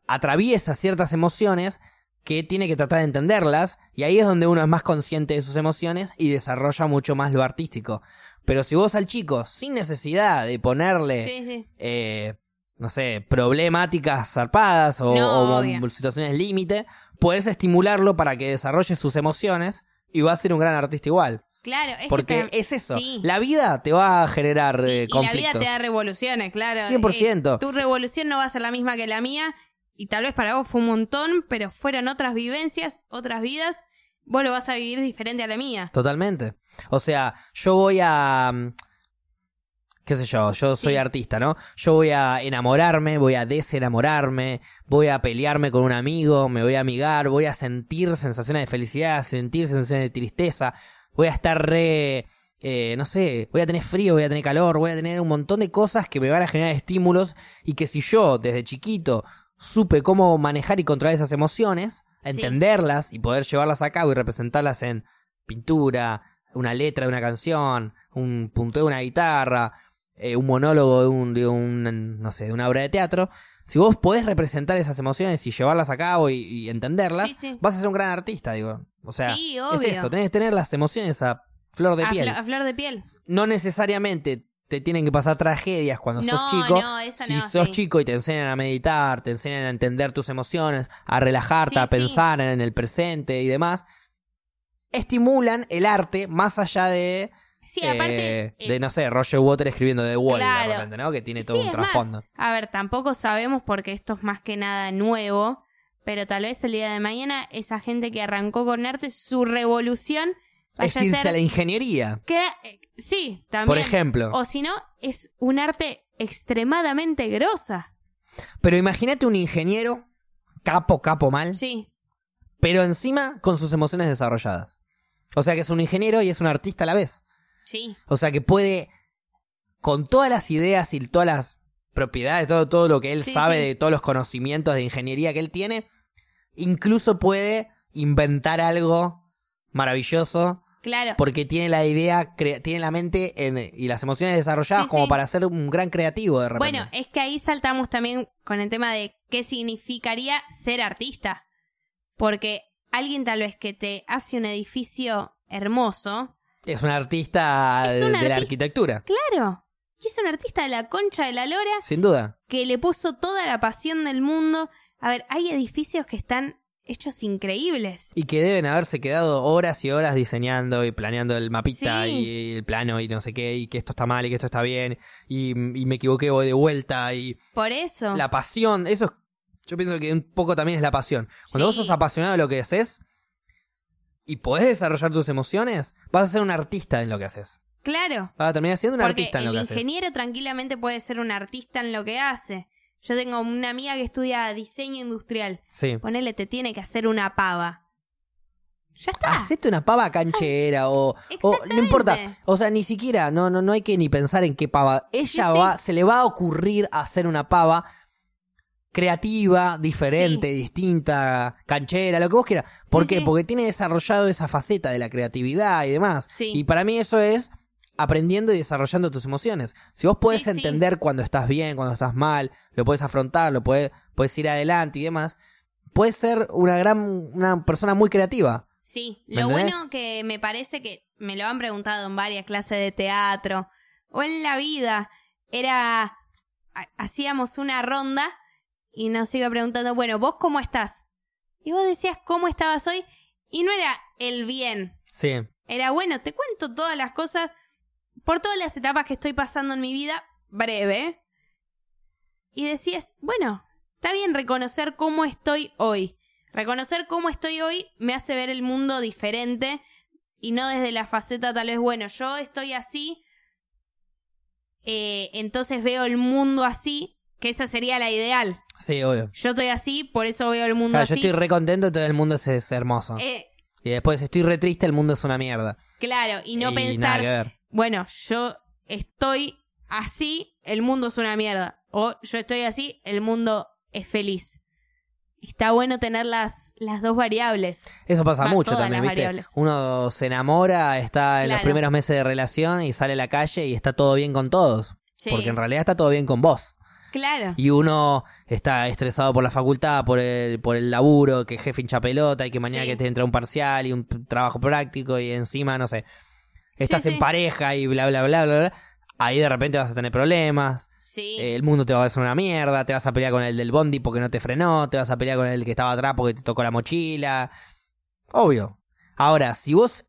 A: atraviesa ciertas emociones que tiene que tratar de entenderlas y ahí es donde uno es más consciente de sus emociones y desarrolla mucho más lo artístico. Pero si vos al chico, sin necesidad de ponerle,
B: sí, sí.
A: eh, no sé, problemáticas zarpadas o,
B: No,
A: o
B: obvio.
A: situaciones límite, podés estimularlo para que desarrolle sus emociones y va a ser un gran artista igual.
B: Claro, es
A: Porque
B: que... te-
A: es eso,
B: sí.
A: la vida te va a generar eh,
B: y- y la vida
A: conflictos.
B: te da revoluciones, claro.
A: 100%.
B: Eh, tu revolución no va a ser la misma que la mía. Y tal vez para vos fue un montón, pero fueron otras vivencias, otras vidas. Vos lo vas a vivir diferente a la mía.
A: Totalmente. O sea, yo voy a. mm, qué sé yo, yo soy
B: Sí.
A: artista, ¿no? Yo voy a enamorarme, voy a desenamorarme, voy a pelearme con un amigo, me voy a amigar, voy a sentir sensaciones de felicidad, sentir sensaciones de tristeza, voy a estar re... eh, no sé, voy a tener frío, voy a tener calor, voy a tener un montón de cosas que me van a generar estímulos y que si yo desde chiquito supe cómo manejar y controlar esas emociones,
B: Sí.
A: entenderlas y poder llevarlas a cabo y representarlas en pintura, una letra de una canción, un punteo de una guitarra, eh, un monólogo de un, de un, no sé, de una obra de teatro. Si vos podés representar esas emociones y llevarlas a cabo y, y entenderlas,
B: Sí, sí.
A: vas a ser un gran artista, digo. O sea,
B: Sí,
A: es
B: obvio.
A: eso, tenés que tener las emociones a flor de
B: a,
A: piel.
B: flo- a flor de piel.
A: No necesariamente te tienen que pasar tragedias cuando
B: No,
A: sos chico.
B: no, eso
A: si
B: no,
A: sos
B: sí.
A: chico y te enseñan a meditar, te enseñan a entender tus emociones, a relajarte,
B: Sí,
A: a
B: sí.
A: pensar en el presente y demás, estimulan el arte más allá de
B: Sí, aparte.
A: eh,
B: eh,
A: de, no sé, Roger Water escribiendo The Wall,
B: claro.
A: de repente, ¿no? Que tiene todo
B: sí,
A: un
B: es más,
A: trasfondo.
B: a ver, tampoco sabemos porque esto es más que nada nuevo. Pero tal vez el día de mañana, esa gente que arrancó con arte, su revolución
A: Es
B: vaya a
A: irse
B: ser.
A: a la ingeniería,
B: que, eh, sí, también.
A: por ejemplo.
B: O si no, es un arte extremadamente grosa.
A: Pero imagínate un ingeniero, capo, capo mal,
B: Sí,
A: pero encima con sus emociones desarrolladas. O sea que es un ingeniero y es un artista a la vez.
B: sí.
A: O sea que puede, con todas las ideas y todas las propiedades, todo, todo lo que él
B: Sí,
A: sabe
B: sí.
A: de todos los conocimientos de ingeniería que él tiene, incluso puede inventar algo maravilloso
B: Claro.
A: porque tiene la idea, crea- tiene la mente en- y las emociones desarrolladas
B: Sí,
A: como
B: sí.
A: para ser un gran creativo de repente.
B: Bueno, es que ahí saltamos también con el tema de qué significaría ser artista. Porque alguien tal vez que te hace un edificio hermoso,
A: es un artista
B: eh, Es
A: de,
B: un
A: de la
B: arti-
A: arquitectura,
B: claro, y es un artista de la concha de la lora
A: sin duda.
B: que le puso toda la pasión del mundo. A ver, hay edificios que están hechos increíbles.
A: Y que deben haberse quedado horas y horas diseñando y planeando el mapita
B: Sí.
A: y el plano y no sé qué, y que esto está mal y que esto está bien, y, y me equivoqué, voy de vuelta, y
B: Por eso.
A: la pasión, eso es, yo pienso que un poco también es la pasión. Cuando vos
B: Sí.
A: sos apasionado de lo que haces y podés desarrollar tus emociones, vas a ser un artista en lo que haces.
B: Claro.
A: Vas a terminar siendo un
B: Porque
A: artista en lo
B: el
A: que haces.
B: ingeniero tranquilamente puede ser un artista en lo que hace. Yo tengo una amiga que estudia diseño industrial.
A: Sí.
B: Ponele, te tiene que hacer una pava. Ya está.
A: Hacete una pava canchera o, o no
B: Exactamente.
A: importa, o sea, ni siquiera, no, no, no hay que ni pensar en qué pava. Ella
B: Sí, sí.
A: va, se le va a ocurrir hacer una pava creativa, diferente, distinta, canchera, lo que vos quieras. ¿Por
B: Sí,
A: qué?
B: sí.
A: Porque tiene desarrollado esa faceta de la creatividad y demás.
B: Sí.
A: Y para mí eso es aprendiendo y desarrollando tus emociones. Si vos podés
B: Sí, sí.
A: entender cuando estás bien, cuando estás mal, lo podés afrontar, lo podés, podés ir adelante y demás, puedes ser una gran, una persona muy creativa.
B: Sí,
A: ¿Me
B: lo
A: entendés?
B: bueno que me parece que me lo han preguntado en varias clases de teatro o en la vida era ha- hacíamos una ronda y nos iba preguntando, bueno, ¿vos cómo estás? Y vos decías cómo estabas hoy y no era el bien,
A: Sí.
B: era bueno, te cuento todas las cosas por todas las etapas que estoy pasando en mi vida, breve. Y decías, bueno, está bien reconocer cómo estoy hoy. Reconocer cómo estoy hoy me hace ver el mundo diferente y no desde la faceta tal vez, bueno, yo estoy así, eh, entonces veo el mundo así, que esa sería la ideal.
A: Sí, obvio.
B: Yo estoy así, por eso veo el mundo
A: Claro, yo
B: así.
A: estoy re contento, todo el mundo es, es hermoso.
B: Eh,
A: Y después estoy re triste, el mundo es una mierda.
B: claro, y no
A: Y nada
B: pensar,
A: que ver.
B: bueno, yo estoy así, el mundo es una mierda. O yo estoy así, el mundo es feliz. Está bueno tener las, las dos variables.
A: Eso pasa
B: Va,
A: mucho
B: todas
A: también,
B: las
A: ¿viste?
B: variables.
A: Uno se enamora, está en los
B: Claro.
A: primeros meses de relación y sale a la calle y está todo bien con todos.
B: Sí.
A: Porque en realidad está todo bien con vos.
B: Claro.
A: Y uno está estresado por la facultad, por el, por el laburo, que jefe hincha pelota y que mañana
B: Sí.
A: que te entra un parcial y un p- trabajo práctico y encima, no sé, estás en
B: sí.
A: pareja y bla, bla, bla, bla, bla. Ahí de repente vas a tener problemas.
B: Sí.
A: Eh, El mundo te va a hacer una mierda, te vas a pelear con el del bondi porque no te frenó, te vas a pelear con el que estaba atrás porque te tocó la mochila. Obvio. Ahora, si vos,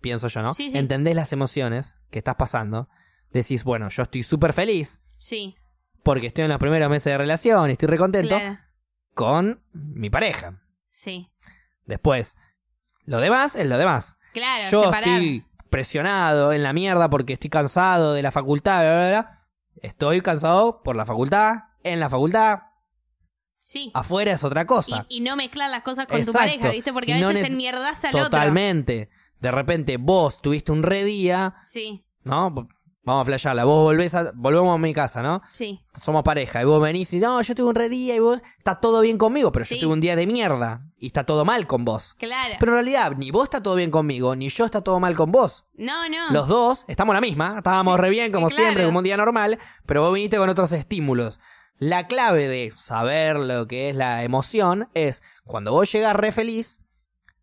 A: pienso yo, ¿no?
B: Sí, sí.
A: Entendés las emociones que estás pasando, decís, bueno, yo estoy súper feliz
B: sí.
A: porque estoy en los primeros meses de relación y estoy recontento
B: Claro.
A: con mi pareja.
B: Sí.
A: Después, lo demás es lo demás.
B: Claro,
A: yo
B: separar.
A: estoy presionado en la mierda porque estoy cansado de la facultad, bla, bla, bla. Estoy cansado por la facultad, en la facultad,
B: Sí.
A: afuera es otra
B: Y,
A: cosa.
B: y no mezclar las cosas con
A: Exacto.
B: tu pareja, ¿viste? Porque a
A: Y no
B: veces
A: nece-
B: enmierdas al otro.
A: Totalmente. De repente vos tuviste un re día,
B: Sí.
A: ¿no? Vamos a flashearla. Vos volvés a, volvemos a mi casa, ¿no?
B: Sí.
A: Somos pareja. Y vos venís y no, yo tuve un re día y vos está todo bien conmigo, pero
B: Sí.
A: yo tuve un día de mierda y está todo mal con vos.
B: Claro.
A: Pero en realidad, ni vos está todo bien conmigo, ni yo está todo mal con vos.
B: no, no.
A: Los dos estamos la misma, estábamos re bien como
B: Ah. claro.
A: siempre, como un día normal, pero vos viniste con otros estímulos. La clave de saber lo que es la emoción es cuando vos llegas re feliz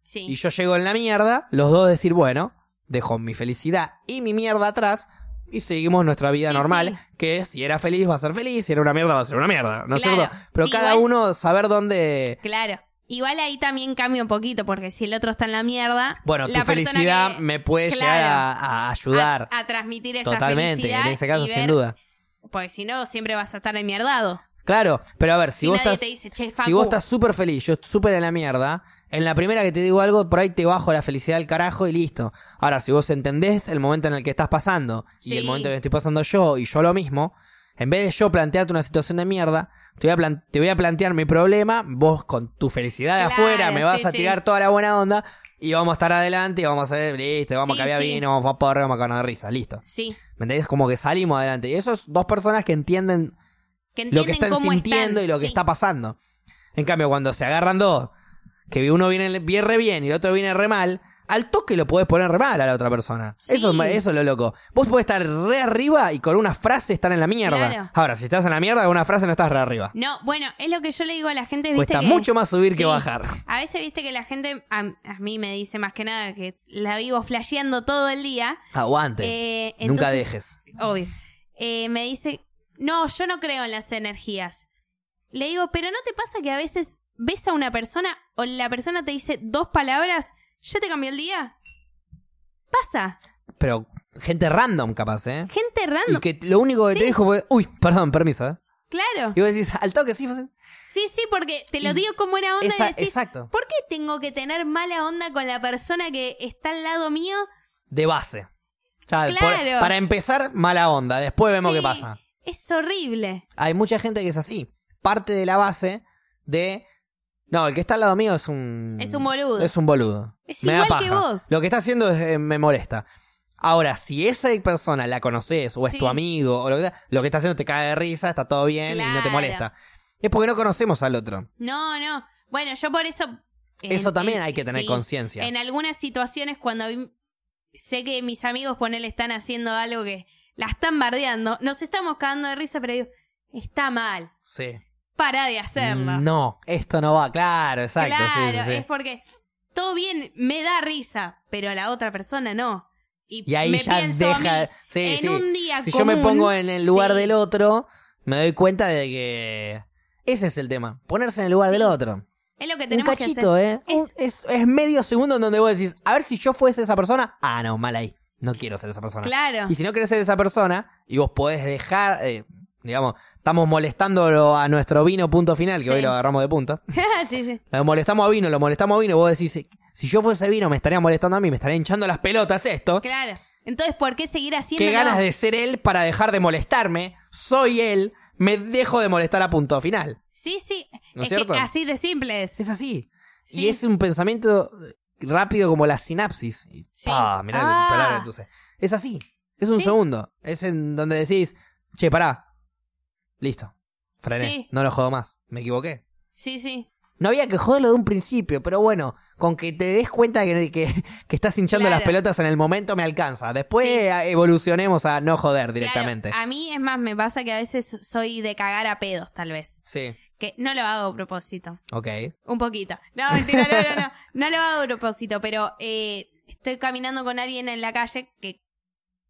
B: sí.
A: y yo llego en la mierda, los dos decir, bueno, dejo mi felicidad y mi mierda atrás y seguimos nuestra vida
B: Sí,
A: normal, que si era feliz va a ser feliz, si era una mierda va a ser una mierda, ¿no es
B: Claro.
A: cierto? Pero
B: Sí,
A: cada
B: igual-
A: uno saber dónde...
B: Claro. Igual ahí también cambia un poquito, porque si el otro está en la mierda.
A: Bueno, tu
B: la persona
A: felicidad
B: que-
A: me puede llegar a, a ayudar.
B: A, a transmitir esa
A: Totalmente,
B: felicidad.
A: en ese caso,
B: y
A: sin
B: ver-
A: duda.
B: Porque si no, siempre vas a estar enmierdado.
A: Claro, pero a ver, si
B: Si
A: vos
B: nadie
A: estás...
B: te dice, che,
A: Si
B: Facu,
A: vos estás súper feliz, yo súper en la mierda, en la primera que te digo algo, por ahí te bajo la felicidad al carajo y listo. Ahora, si vos entendés el momento en el que estás pasando y el
B: Sí.
A: momento en el que estoy pasando yo y yo lo mismo, en vez de yo plantearte una situación de mierda, te voy a, plan- te voy a plantear mi problema, vos con tu felicidad de
B: Claro,
A: afuera me vas
B: sí,
A: a
B: sí.
A: tirar toda la buena onda y vamos a estar adelante y vamos a ver, listo, vamos
B: Sí,
A: a caviar
B: sí.
A: vino, vamos a porra, vamos a cagar de risa, listo.
B: Sí.
A: ¿Me entendés? Como que salimos adelante. Y esos dos personas que entienden
B: Que entienden
A: lo que están
B: cómo
A: sintiendo
B: están.
A: y lo que
B: Sí.
A: está pasando. En cambio, cuando se agarran dos, que uno viene bien re bien y el otro viene re mal, al toque lo podés poner re mal a la otra persona.
B: Sí.
A: Eso, es ma- eso es lo loco. Vos podés estar re arriba y con una frase estar en la mierda.
B: Claro.
A: Ahora, si estás en la mierda, con una frase no estás re arriba.
B: No, bueno, es lo que yo le digo a la gente. ¿viste
A: Cuesta
B: que-
A: mucho más subir
B: Sí.
A: que bajar.
B: A veces viste que la gente, a, a mí me dice más que nada que la vivo flasheando todo el día.
A: Aguante.
B: Eh,
A: Nunca
B: entonces-
A: dejes.
B: Obvio. Eh, me dice, no, yo no creo en las energías. Le digo, pero ¿no te pasa que a veces ves a una persona o la persona te dice dos palabras, ya te cambió el día? Pasa.
A: Pero gente random, capaz, ¿eh?
B: Gente
A: Y
B: random.
A: que lo único que te
B: Sí.
A: dijo fue, uy, perdón, permiso. ¿eh?".
B: Claro.
A: Y vos decís, al toque, sí, fue-
B: Sí, sí, porque te lo
A: Y
B: digo como era onda
A: esa-
B: y decís,
A: exacto.
B: ¿por qué tengo que tener mala onda con la persona que está al lado mío?
A: de base. Ya, por-
B: Claro.
A: para empezar, mala onda. Después vemos
B: Sí,
A: qué pasa.
B: Es horrible.
A: Hay mucha gente que es así. Parte de la base de. No, el que está al lado mío es un.
B: Es un boludo.
A: Es un boludo.
B: Es
A: Me da
B: igual que
A: paja.
B: vos.
A: Lo que está haciendo es, eh, me molesta. Ahora, si esa persona la conoces o es
B: Sí.
A: tu amigo o lo que sea, lo que está haciendo te cae de risa, está todo bien y no te
B: Claro.
A: molesta. Es porque no conocemos al otro.
B: No, no. Bueno, yo por eso...
A: Eso
B: en-
A: también
B: en-
A: hay que tener
B: sí.
A: conciencia.
B: En algunas situaciones cuando vi- sé que mis amigos ponele están haciendo algo que la están bardeando, nos estamos cagando de risa, pero digo, está mal,
A: Sí.
B: para de hacerlo.
A: No, esto no va. Claro, exacto. sí,
B: claro,
A: sí, sí.
B: es porque todo bien me da risa, pero a la otra persona no. Y,
A: Y ahí
B: me
A: ya
B: pienso a mí,
A: deja. sí,
B: en
A: sí.
B: un día
A: si yo me
B: común,
A: pongo en el lugar
B: sí,
A: del otro, me doy cuenta de que ese es el tema, ponerse en el lugar
B: Sí,
A: del otro.
B: Es lo que
A: Un
B: tenemos
A: cachito,
B: que hacer.
A: ¿eh? Un-
B: Es-
A: Es... es medio segundo en donde vos decís, a ver si yo fuese esa persona, ah, no, mal ahí, no quiero ser esa persona.
B: Claro.
A: Y si no querés ser esa persona y vos podés dejar, eh, digamos, estamos molestándolo a nuestro vino punto final, que
B: Sí.
A: hoy lo agarramos de punta.
B: <laughs> sí, sí.
A: Lo molestamos a vino, lo molestamos a vino, vos decís, si yo fuese vino me estaría molestando a mí, me estaría hinchando las pelotas esto.
B: Claro. Entonces, ¿por qué seguir haciendo?
A: Qué ganas de ser él para dejar de molestarme. Soy él, me dejo de molestar a punto final.
B: Sí, sí.
A: ¿No es
B: es que
A: cierto?
B: así de simple es.
A: Es así.
B: Sí.
A: Y es un pensamiento rápido como la sinapsis. Y,
B: Sí.
A: Ah, mirá
B: Ah.
A: la palabra entonces. Es así. Es un
B: Sí.
A: segundo. Es en donde decís, che, pará. Listo. Frené.
B: Sí.
A: No lo jodo más. Me equivoqué.
B: Sí, sí.
A: No había que joderlo de un principio, pero bueno, con que te des cuenta que, que, que estás hinchando
B: Claro.
A: las pelotas en el momento me alcanza. Después
B: Sí.
A: eh, evolucionemos a no joder directamente.
B: Claro, Ah. a mí es más, me pasa que a veces soy de cagar a pedos, tal vez.
A: Sí,
B: Que no lo hago a propósito.
A: ok.
B: Un poquito. No, mentira, no, no, no. No lo hago a propósito, pero eh, estoy caminando con alguien en la calle que,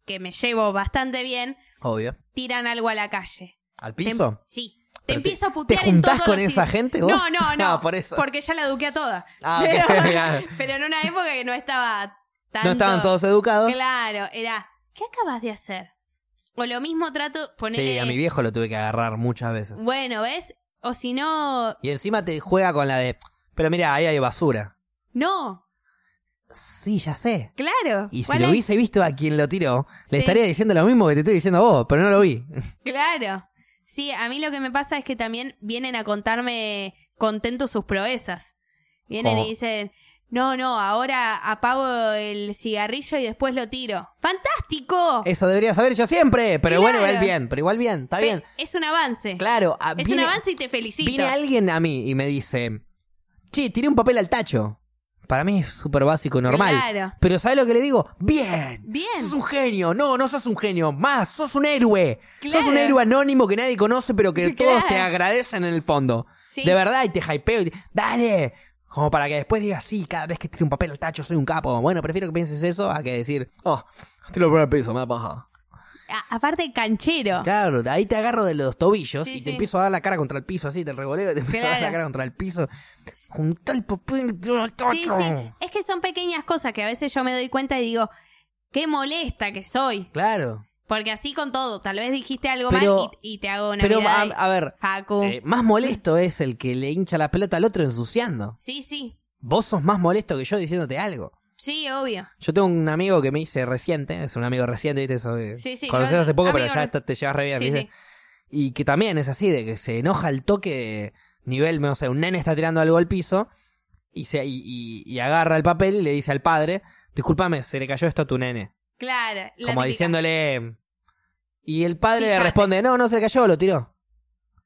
B: que me llevo bastante bien.
A: Obvio.
B: Tiran algo a la calle.
A: ¿Al
B: Te em-
A: piso?
B: sí. Te
A: Pero
B: empiezo a
A: ¿Te
B: putear en
A: juntás
B: todos
A: con
B: los
A: esa
B: sit-
A: gente vos? <laughs> Ah,
B: No, no, no.
A: por eso.
B: Porque ya la eduqué a todas.
A: Ah, ok, <laughs>
B: pero,
A: claro.
B: pero en una época que no estaba tan.
A: No estaban todos educados.
B: Claro, era, ¿qué acabas de hacer? O lo mismo trato, ponerle...
A: Sí, a mi viejo lo tuve que agarrar muchas veces.
B: Bueno, ¿ves? O si no,
A: Y encima te juega con la de, pero mira, ahí hay basura.
B: no,
A: Sí, ya sé.
B: claro.
A: Y si
B: ¿Cuál
A: lo
B: es?
A: hubiese visto a quien lo tiró,
B: Sí. Oh.
A: le estaría diciendo lo mismo que te estoy diciendo a vos, pero no lo vi.
B: Claro. Sí, a mí lo que me pasa es que también vienen a contarme contentos sus proezas. Vienen
A: ¿Cómo?
B: y dicen, no, no, ahora apago el cigarrillo y después lo tiro. ¡Fantástico!
A: Eso deberías haber hecho siempre, pero
B: Claro.
A: bueno, igual bien, pero igual bien, está
B: Pe-
A: bien.
B: Es un avance.
A: Claro, a-
B: es
A: viene-
B: un avance y te felicito.
A: Viene alguien a mí y me dice, che, tiré un papel al tacho. Para mí es súper básico, normal.
B: Claro.
A: Pero ¿sabes lo que le digo? Bien.
B: Bien.
A: Sos un genio. No, no sos un genio. Más, sos un héroe. Sos
B: Claro.
A: un héroe anónimo que nadie conoce, pero que todos
B: <laughs> Claro.
A: te agradecen en el fondo.
B: Sí.
A: De verdad, y te hypeo. Y te- Dale. Como para que después digas, sí, cada vez que tire un papel al tacho soy un capo. Bueno, prefiero que pienses eso a que decir, oh, tiro por el piso, me da paja.
B: A- aparte, canchero.
A: Claro, ahí te agarro de los tobillos
B: Sí,
A: y te
B: sí.
A: empiezo a dar la cara contra el piso, así, te revoleo y te empiezo a dar la
B: Claro.
A: cara contra el piso. Juntá el papel. tira el
B: Sí,
A: tacho.
B: sí. Es que son pequeñas cosas que a veces yo me doy cuenta y digo, qué molesta que soy.
A: Claro.
B: Porque así con todo, tal vez dijiste algo
A: Pero-
B: mal y, y te hago una
A: Pero, a,
B: mirada y-
A: a ver,
B: Facu.
A: eh, más molesto es el que le hincha la pelota al otro ensuciando.
B: Sí, sí.
A: Vos sos más molesto que yo diciéndote algo.
B: Sí, obvio.
A: Yo tengo un amigo que me dice reciente, es un amigo reciente, ¿viste? Eso, eh,
B: Sí, sí,
A: Conocés
B: lo-
A: hace poco, pero
B: amigo,
A: ya
B: no.
A: está- te llevas re bien.
B: Sí,
A: ¿viste?
B: sí.
A: Y que también es así, de que se enoja al toque de nivel, no sé, un nene está tirando algo al piso y, se, y, y- y agarra el papel y le dice al padre, discúlpame, se le cayó esto a tu nene.
B: Claro. la
A: Como
B: típica.
A: diciéndole... Y el padre le
B: Fíjate.
A: responde, no, no se le cayó, lo tiró. Y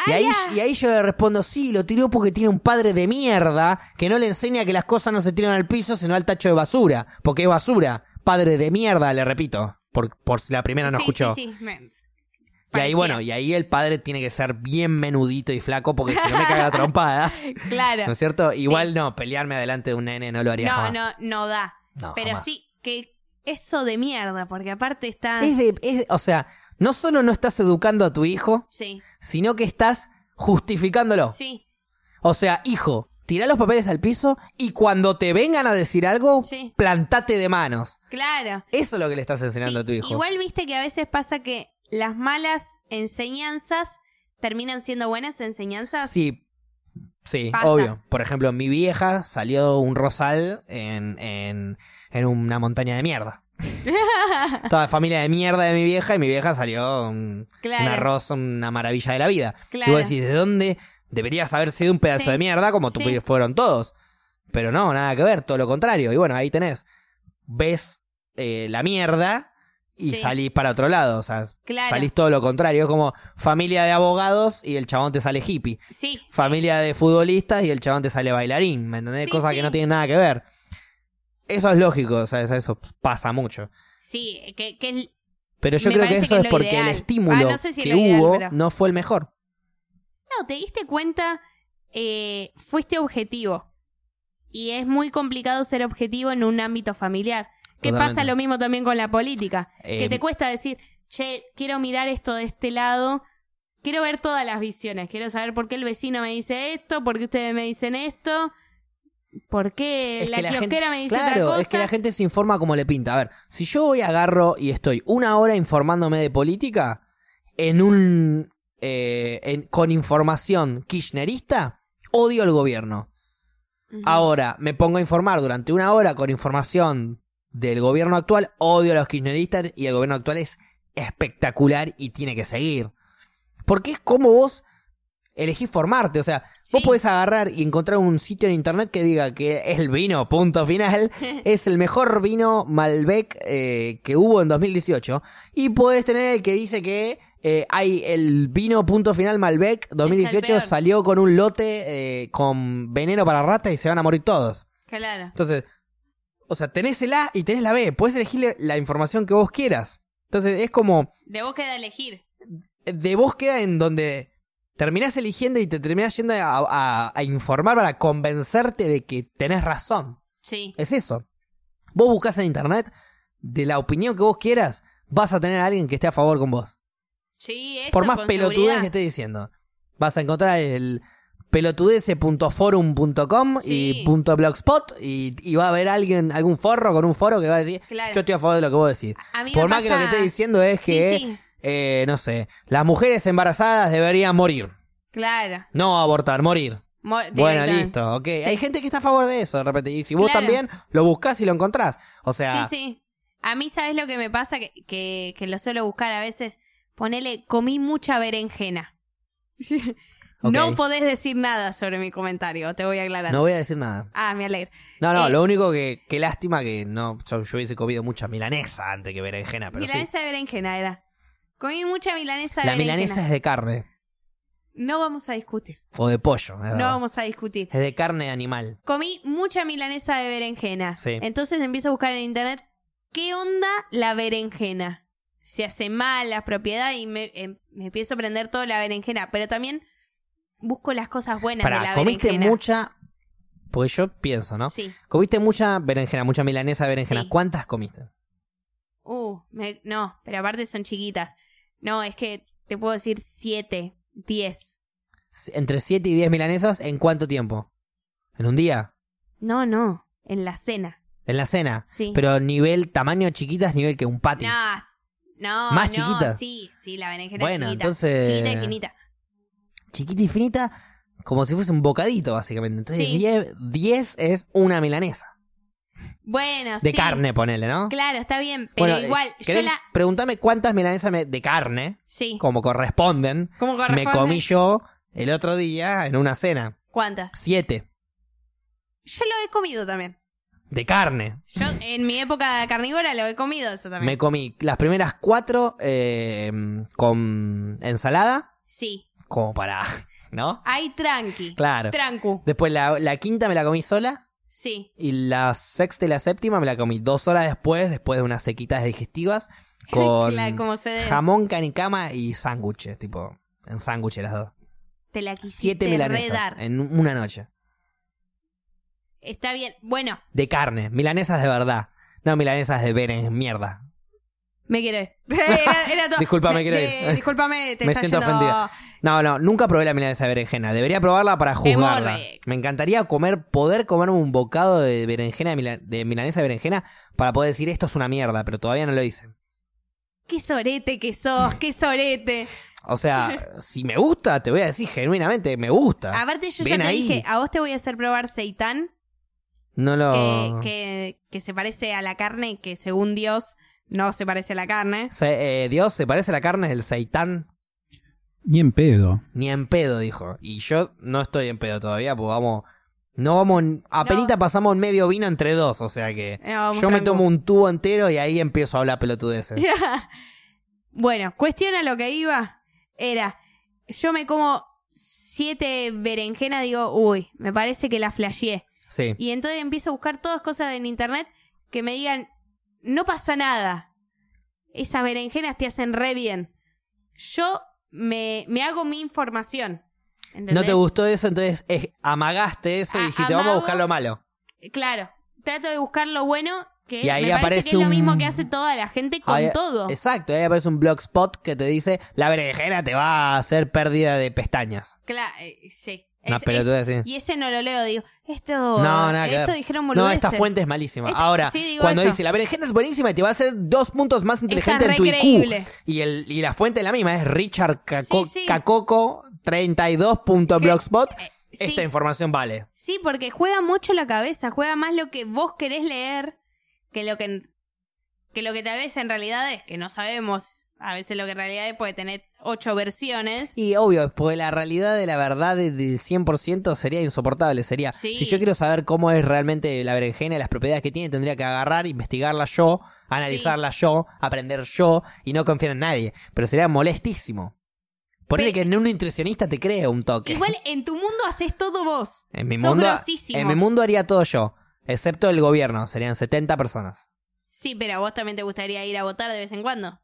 B: Ah,
A: ahí,
B: ya.
A: y ahí yo le respondo, sí, lo tiró porque tiene un padre de mierda que no le enseña que las cosas no se tiran al piso, sino al tacho de basura, porque es basura. Padre de mierda, le repito, por, por si la primera no
B: Sí,
A: escuchó.
B: Sí, sí, me-
A: Y ahí,
B: parecía.
A: bueno, y ahí el padre tiene que ser bien menudito y flaco porque si no me
B: <laughs>
A: caga la trompada.
B: Claro.
A: ¿No es cierto? Igual no, pelearme adelante de un nene no lo haría
B: No,
A: jamás.
B: no, no da.
A: No,
B: Pero
A: jamás.
B: sí, que eso de mierda, porque aparte está.
A: Es de- es- o sea, no solo no estás educando a tu hijo,
B: Sí,
A: sino que estás justificándolo.
B: sí,
A: O sea, hijo, tirá los papeles al piso y cuando te vengan a decir algo,
B: Sí.
A: plantate de manos.
B: claro.
A: Eso es lo que le estás enseñando
B: Sí,
A: a tu hijo.
B: Igual viste que a veces pasa que las malas enseñanzas terminan siendo buenas enseñanzas.
A: Sí. Sí,
B: Pasa.
A: obvio. Por ejemplo, mi vieja salió un rosal en, en, en una montaña de
B: <laughs>
A: mierda. Toda la familia de mierda de mi vieja y mi vieja salió un,
B: Claro.
A: una rosa, una maravilla de la vida. Y
B: Claro.
A: vos decís, ¿de dónde deberías haber sido un pedazo
B: Sí.
A: de mierda como tú
B: Sí.
A: fueron todos? Pero no, nada que ver, todo lo contrario. Y bueno, ahí tenés. Ves eh, la mierda y
B: Sí.
A: salís para otro lado. O sea,
B: Claro.
A: salís todo lo contrario. Es como familia de abogados y el chabón te sale hippie
B: Sí,
A: familia de futbolistas y el chabón te sale bailarín, ¿me entendés?
B: Sí,
A: Cosas
B: sí.
A: que no tienen nada que ver. Eso es lógico, o sea, eso- eso pasa mucho.
B: sí, que, que es-
A: Pero yo
B: Me
A: creo que
B: parece
A: eso
B: que
A: es
B: es lo
A: porque
B: ideal.
A: el estímulo
B: Ah, no sé si es
A: que
B: lo ideal,
A: hubo
B: pero-
A: no fue el mejor.
B: No, te diste cuenta, eh, fuiste objetivo. Y es muy complicado ser objetivo en un ámbito familiar. Que
A: Totalmente.
B: pasa lo mismo también con la política.
A: Eh,
B: que te cuesta decir, che, quiero mirar esto de este lado. Quiero ver todas las visiones. Quiero saber por qué el vecino me dice esto, por qué ustedes me dicen esto. ¿Por qué
A: Es
B: la,
A: que la
B: kiosquera me dice
A: claro,
B: otra cosa?
A: es que la gente se informa como le pinta. A ver, si yo hoy agarro y estoy una hora informándome de política en un eh, en- con información kirchnerista, odio el gobierno.
B: Ujú.
A: Ahora me pongo a informar durante una hora con información del gobierno actual, odio a los kirchneristas y el gobierno actual es espectacular y tiene que seguir. Porque es como vos elegís formarte, o sea, vos
B: Sí.
A: podés agarrar y encontrar un sitio en internet que diga que el vino, punto
B: <laughs>
A: final, es el mejor vino Malbec eh, que hubo en 2018 y podés tener el que dice que... eh, hay el vino punto final Malbec 2018
B: peor.
A: salió con un lote eh, con veneno para ratas y se van a morir todos.
B: Claro.
A: Entonces, o sea, tenés el A y tenés la B. Podés elegir la información que vos quieras. Entonces, es como
B: De vos queda elegir.
A: de búsqueda en donde terminás eligiendo y te terminás yendo a, a- a informar para convencerte de que tenés razón.
B: Sí.
A: Es eso. Vos buscas en internet, de la opinión que vos quieras, vas a tener a alguien que esté a favor con vos.
B: Sí, eso
A: Por más
B: con
A: pelotudez
B: seguridad.
A: que esté diciendo. Vas a encontrar el pelotudece.forum.com
B: Sí.
A: y punto .blogspot y, y va a haber alguien, algún forro con un foro que va a decir,
B: Claro.
A: yo estoy a favor de lo que vos decís.
B: A mí me
A: Por más que lo que
B: pasa-
A: esté diciendo es
B: Sí,
A: que,
B: sí.
A: eh, no sé, las mujeres embarazadas deberían morir.
B: Claro.
A: No abortar, morir.
B: Mo-
A: Bueno,
B: directamente.
A: listo, ok. Hay gente que está a favor de eso, de repente. Y si vos
B: Claro.
A: también, lo buscás y lo encontrás. O sea,
B: Sí, sí. A mí, ¿sabes lo que me pasa? Que, <laughs> que, que lo suelo buscar a veces. Ponele, comí mucha berenjena.
A: Ok.
B: No podés decir nada sobre mi comentario, te voy aclarando.
A: No voy a decir nada.
B: Ah, me alegra.
A: No, no,
B: Eh.
A: lo único que, qué lástima que no, yo, yo hubiese comido mucha milanesa antes que berenjena, pero sí.
B: milanesa de berenjena era. Comí mucha milanesa de
A: La
B: berenjena.
A: milanesa es de carne
B: No vamos a discutir.
A: o de pollo, es,
B: No
A: verdad.
B: vamos a discutir.
A: es de carne animal.
B: Comí mucha milanesa de berenjena.
A: Sí.
B: Entonces empiezo a buscar en internet qué onda la berenjena. Se hace mal la propiedad y me, em- me empiezo a aprender toda la berenjena. Pero también busco las cosas buenas de
A: Para,
B: la
A: comiste
B: berenjena.
A: mucha, pues yo pienso, ¿no?
B: Sí.
A: Comiste mucha berenjena, mucha milanesa de berenjena.
B: Sí.
A: ¿Cuántas comiste?
B: Uh, me- no, pero aparte son chiquitas. No, es que te puedo decir siete, diez.
A: S- Entre 7 y 10 milanesas, ¿en cuánto tiempo? ¿En un día?
B: No, no, en la cena.
A: ¿En la cena?
B: Sí.
A: Pero nivel, tamaño chiquitas, nivel que un patio.
B: No, s- no,
A: ¿Más
B: no,
A: chiquita?
B: Sí, sí, la berenjena
A: Bueno,
B: chiquita.
A: entonces-
B: Chiquita y finita.
A: Chiquita y finita, como si fuese un bocadito, básicamente. Entonces,
B: Sí.
A: 10 10 es una milanesa.
B: Bueno,
A: De
B: sí.
A: carne, ponele, ¿no?
B: Claro, está bien, pero
A: Bueno,
B: igual,
A: eh,
B: yo
A: ¿querés
B: la...
A: Preguntame cuántas milanesas me- de carne,
B: Sí.
A: como corresponden,
B: ¿Cómo
A: me comí yo el otro día en una cena.
B: ¿Cuántas?
A: Siete.
B: Yo lo he comido también.
A: De carne.
B: Yo en mi época carnívora lo he comido eso también.
A: Me comí las primeras cuatro eh, con ensalada,
B: Sí.
A: como para, <laughs> ¿no?
B: Hay tranqui.
A: Claro.
B: Trancu.
A: Después la, la quinta me la comí sola
B: Sí.
A: y la sexta y la séptima me la comí dos horas después, después de unas sequitas
B: <laughs>
A: digestivas, con
B: La- como se debe.
A: jamón canicama y sándwiches, tipo, en sándwiches las dos.
B: Te la quisiste
A: Siete milanesas
B: redar.
A: en una noche.
B: Está bien. Bueno,
A: De carne, milanesas de verdad. No milanesas de en mierda.
B: me quiero ir. <laughs> Era,
A: <laughs>
B: era todo.
A: Disculpa, me
B: De-
A: quiero
B: de-
A: ir. <laughs>
B: Disculpame, te
A: Me
B: está
A: siento
B: yendo-
A: ofendida. No, no, nunca probé la milanesa de berenjena. Debería probarla para juzgarla.
B: morre.
A: Me encantaría comer, poder comerme un bocado de berenjena, de mila- de milanesa de berenjena, para poder decir esto es una mierda, pero todavía no lo hice.
B: Qué sorete que sos, qué sorete.
A: O sea, si me gusta, te voy a decir genuinamente, me gusta.
B: Aparte, yo
A: Ah. Bien
B: ya te
A: ahí.
B: dije, a vos te voy a hacer probar seitán,
A: no lo.
B: que, que, que se parece a la carne, que según Dios no se parece a la carne.
A: Se- eh, Dios, ¿se parece la carne del seitán?
C: Ni en pedo.
A: Ni en pedo, dijo. Y yo no estoy en pedo todavía, pues vamos. No vamos. Apenita pasamos medio vino entre dos, o sea que.
B: Eh, vamos
A: Yo me
B: tranqui.
A: tomo un tubo entero y ahí empiezo a hablar
B: <laughs>
A: pelotudeces.
B: Bueno, cuestión a lo que iba era, yo me como siete berenjenas, digo, uy, me parece que la flasheé.
A: Sí.
B: Y entonces empiezo a buscar todas cosas en internet que me digan, no pasa nada. Esas berenjenas te hacen re bien. Yo me, me hago mi información. ¿entendés?
A: No te gustó eso, entonces eh, amagaste eso y
B: A-
A: dijiste, vamos a
B: amago-
A: buscar lo malo.
B: Eh, Claro, trato de buscar lo bueno que
A: Y ahí
B: me parece
A: aparece
B: que es lo
A: un-
B: mismo que hace toda la gente con
A: Ahí-
B: todo.
A: Exacto, ahí aparece un blogspot que te dice, la berenjena te va a hacer pérdida de pestañas.
B: Cla- eh, sí.
A: Una
B: Es-
A: pelotuda
B: es-
A: así.
B: Y ese no lo leo, digo, esto,
A: No, nada que
B: esto
A: ver.
B: dijeron
A: No,
B: boludeces.
A: esta fuente es malísima.
B: Esta-
A: Ahora,
B: sí, digo
A: cuando
B: eso.
A: dice, la berenjena es buenísima y te va a hacer dos puntos más inteligente
B: Esta
A: en tu
B: es
A: IQ.
B: recreíble.
A: Y, el, y la fuente es la misma, es Richard Caco-
B: Sí, sí.
A: Cacoco, 32.blogspot.
B: Eh, sí.
A: Esta información vale.
B: Sí, porque juega mucho la cabeza, juega más lo que vos querés leer que lo que, que lo que tal vez en realidad es, que no sabemos a veces lo que en realidad es, puede tener ocho versiones.
A: Y obvio, porque la realidad de la verdad de- del 100% sería insoportable. Sería,
B: Sí.
A: si yo quiero saber cómo es realmente la berenjena y las propiedades que tiene, tendría que agarrar, investigarla yo, analizarla yo, aprender yo y no confiar en nadie. Pero sería molestísimo. Ponele
B: Pe-
A: que en un nutricionista te crea un toque.
B: Igual en tu mundo haces todo vos.
A: en, mi
B: Sos
A: mundo,
B: grosísimo.
A: en mi mundo haría todo yo, excepto el gobierno. Serían 70 personas.
B: Sí, pero a vos también te gustaría ir a votar de vez en cuando.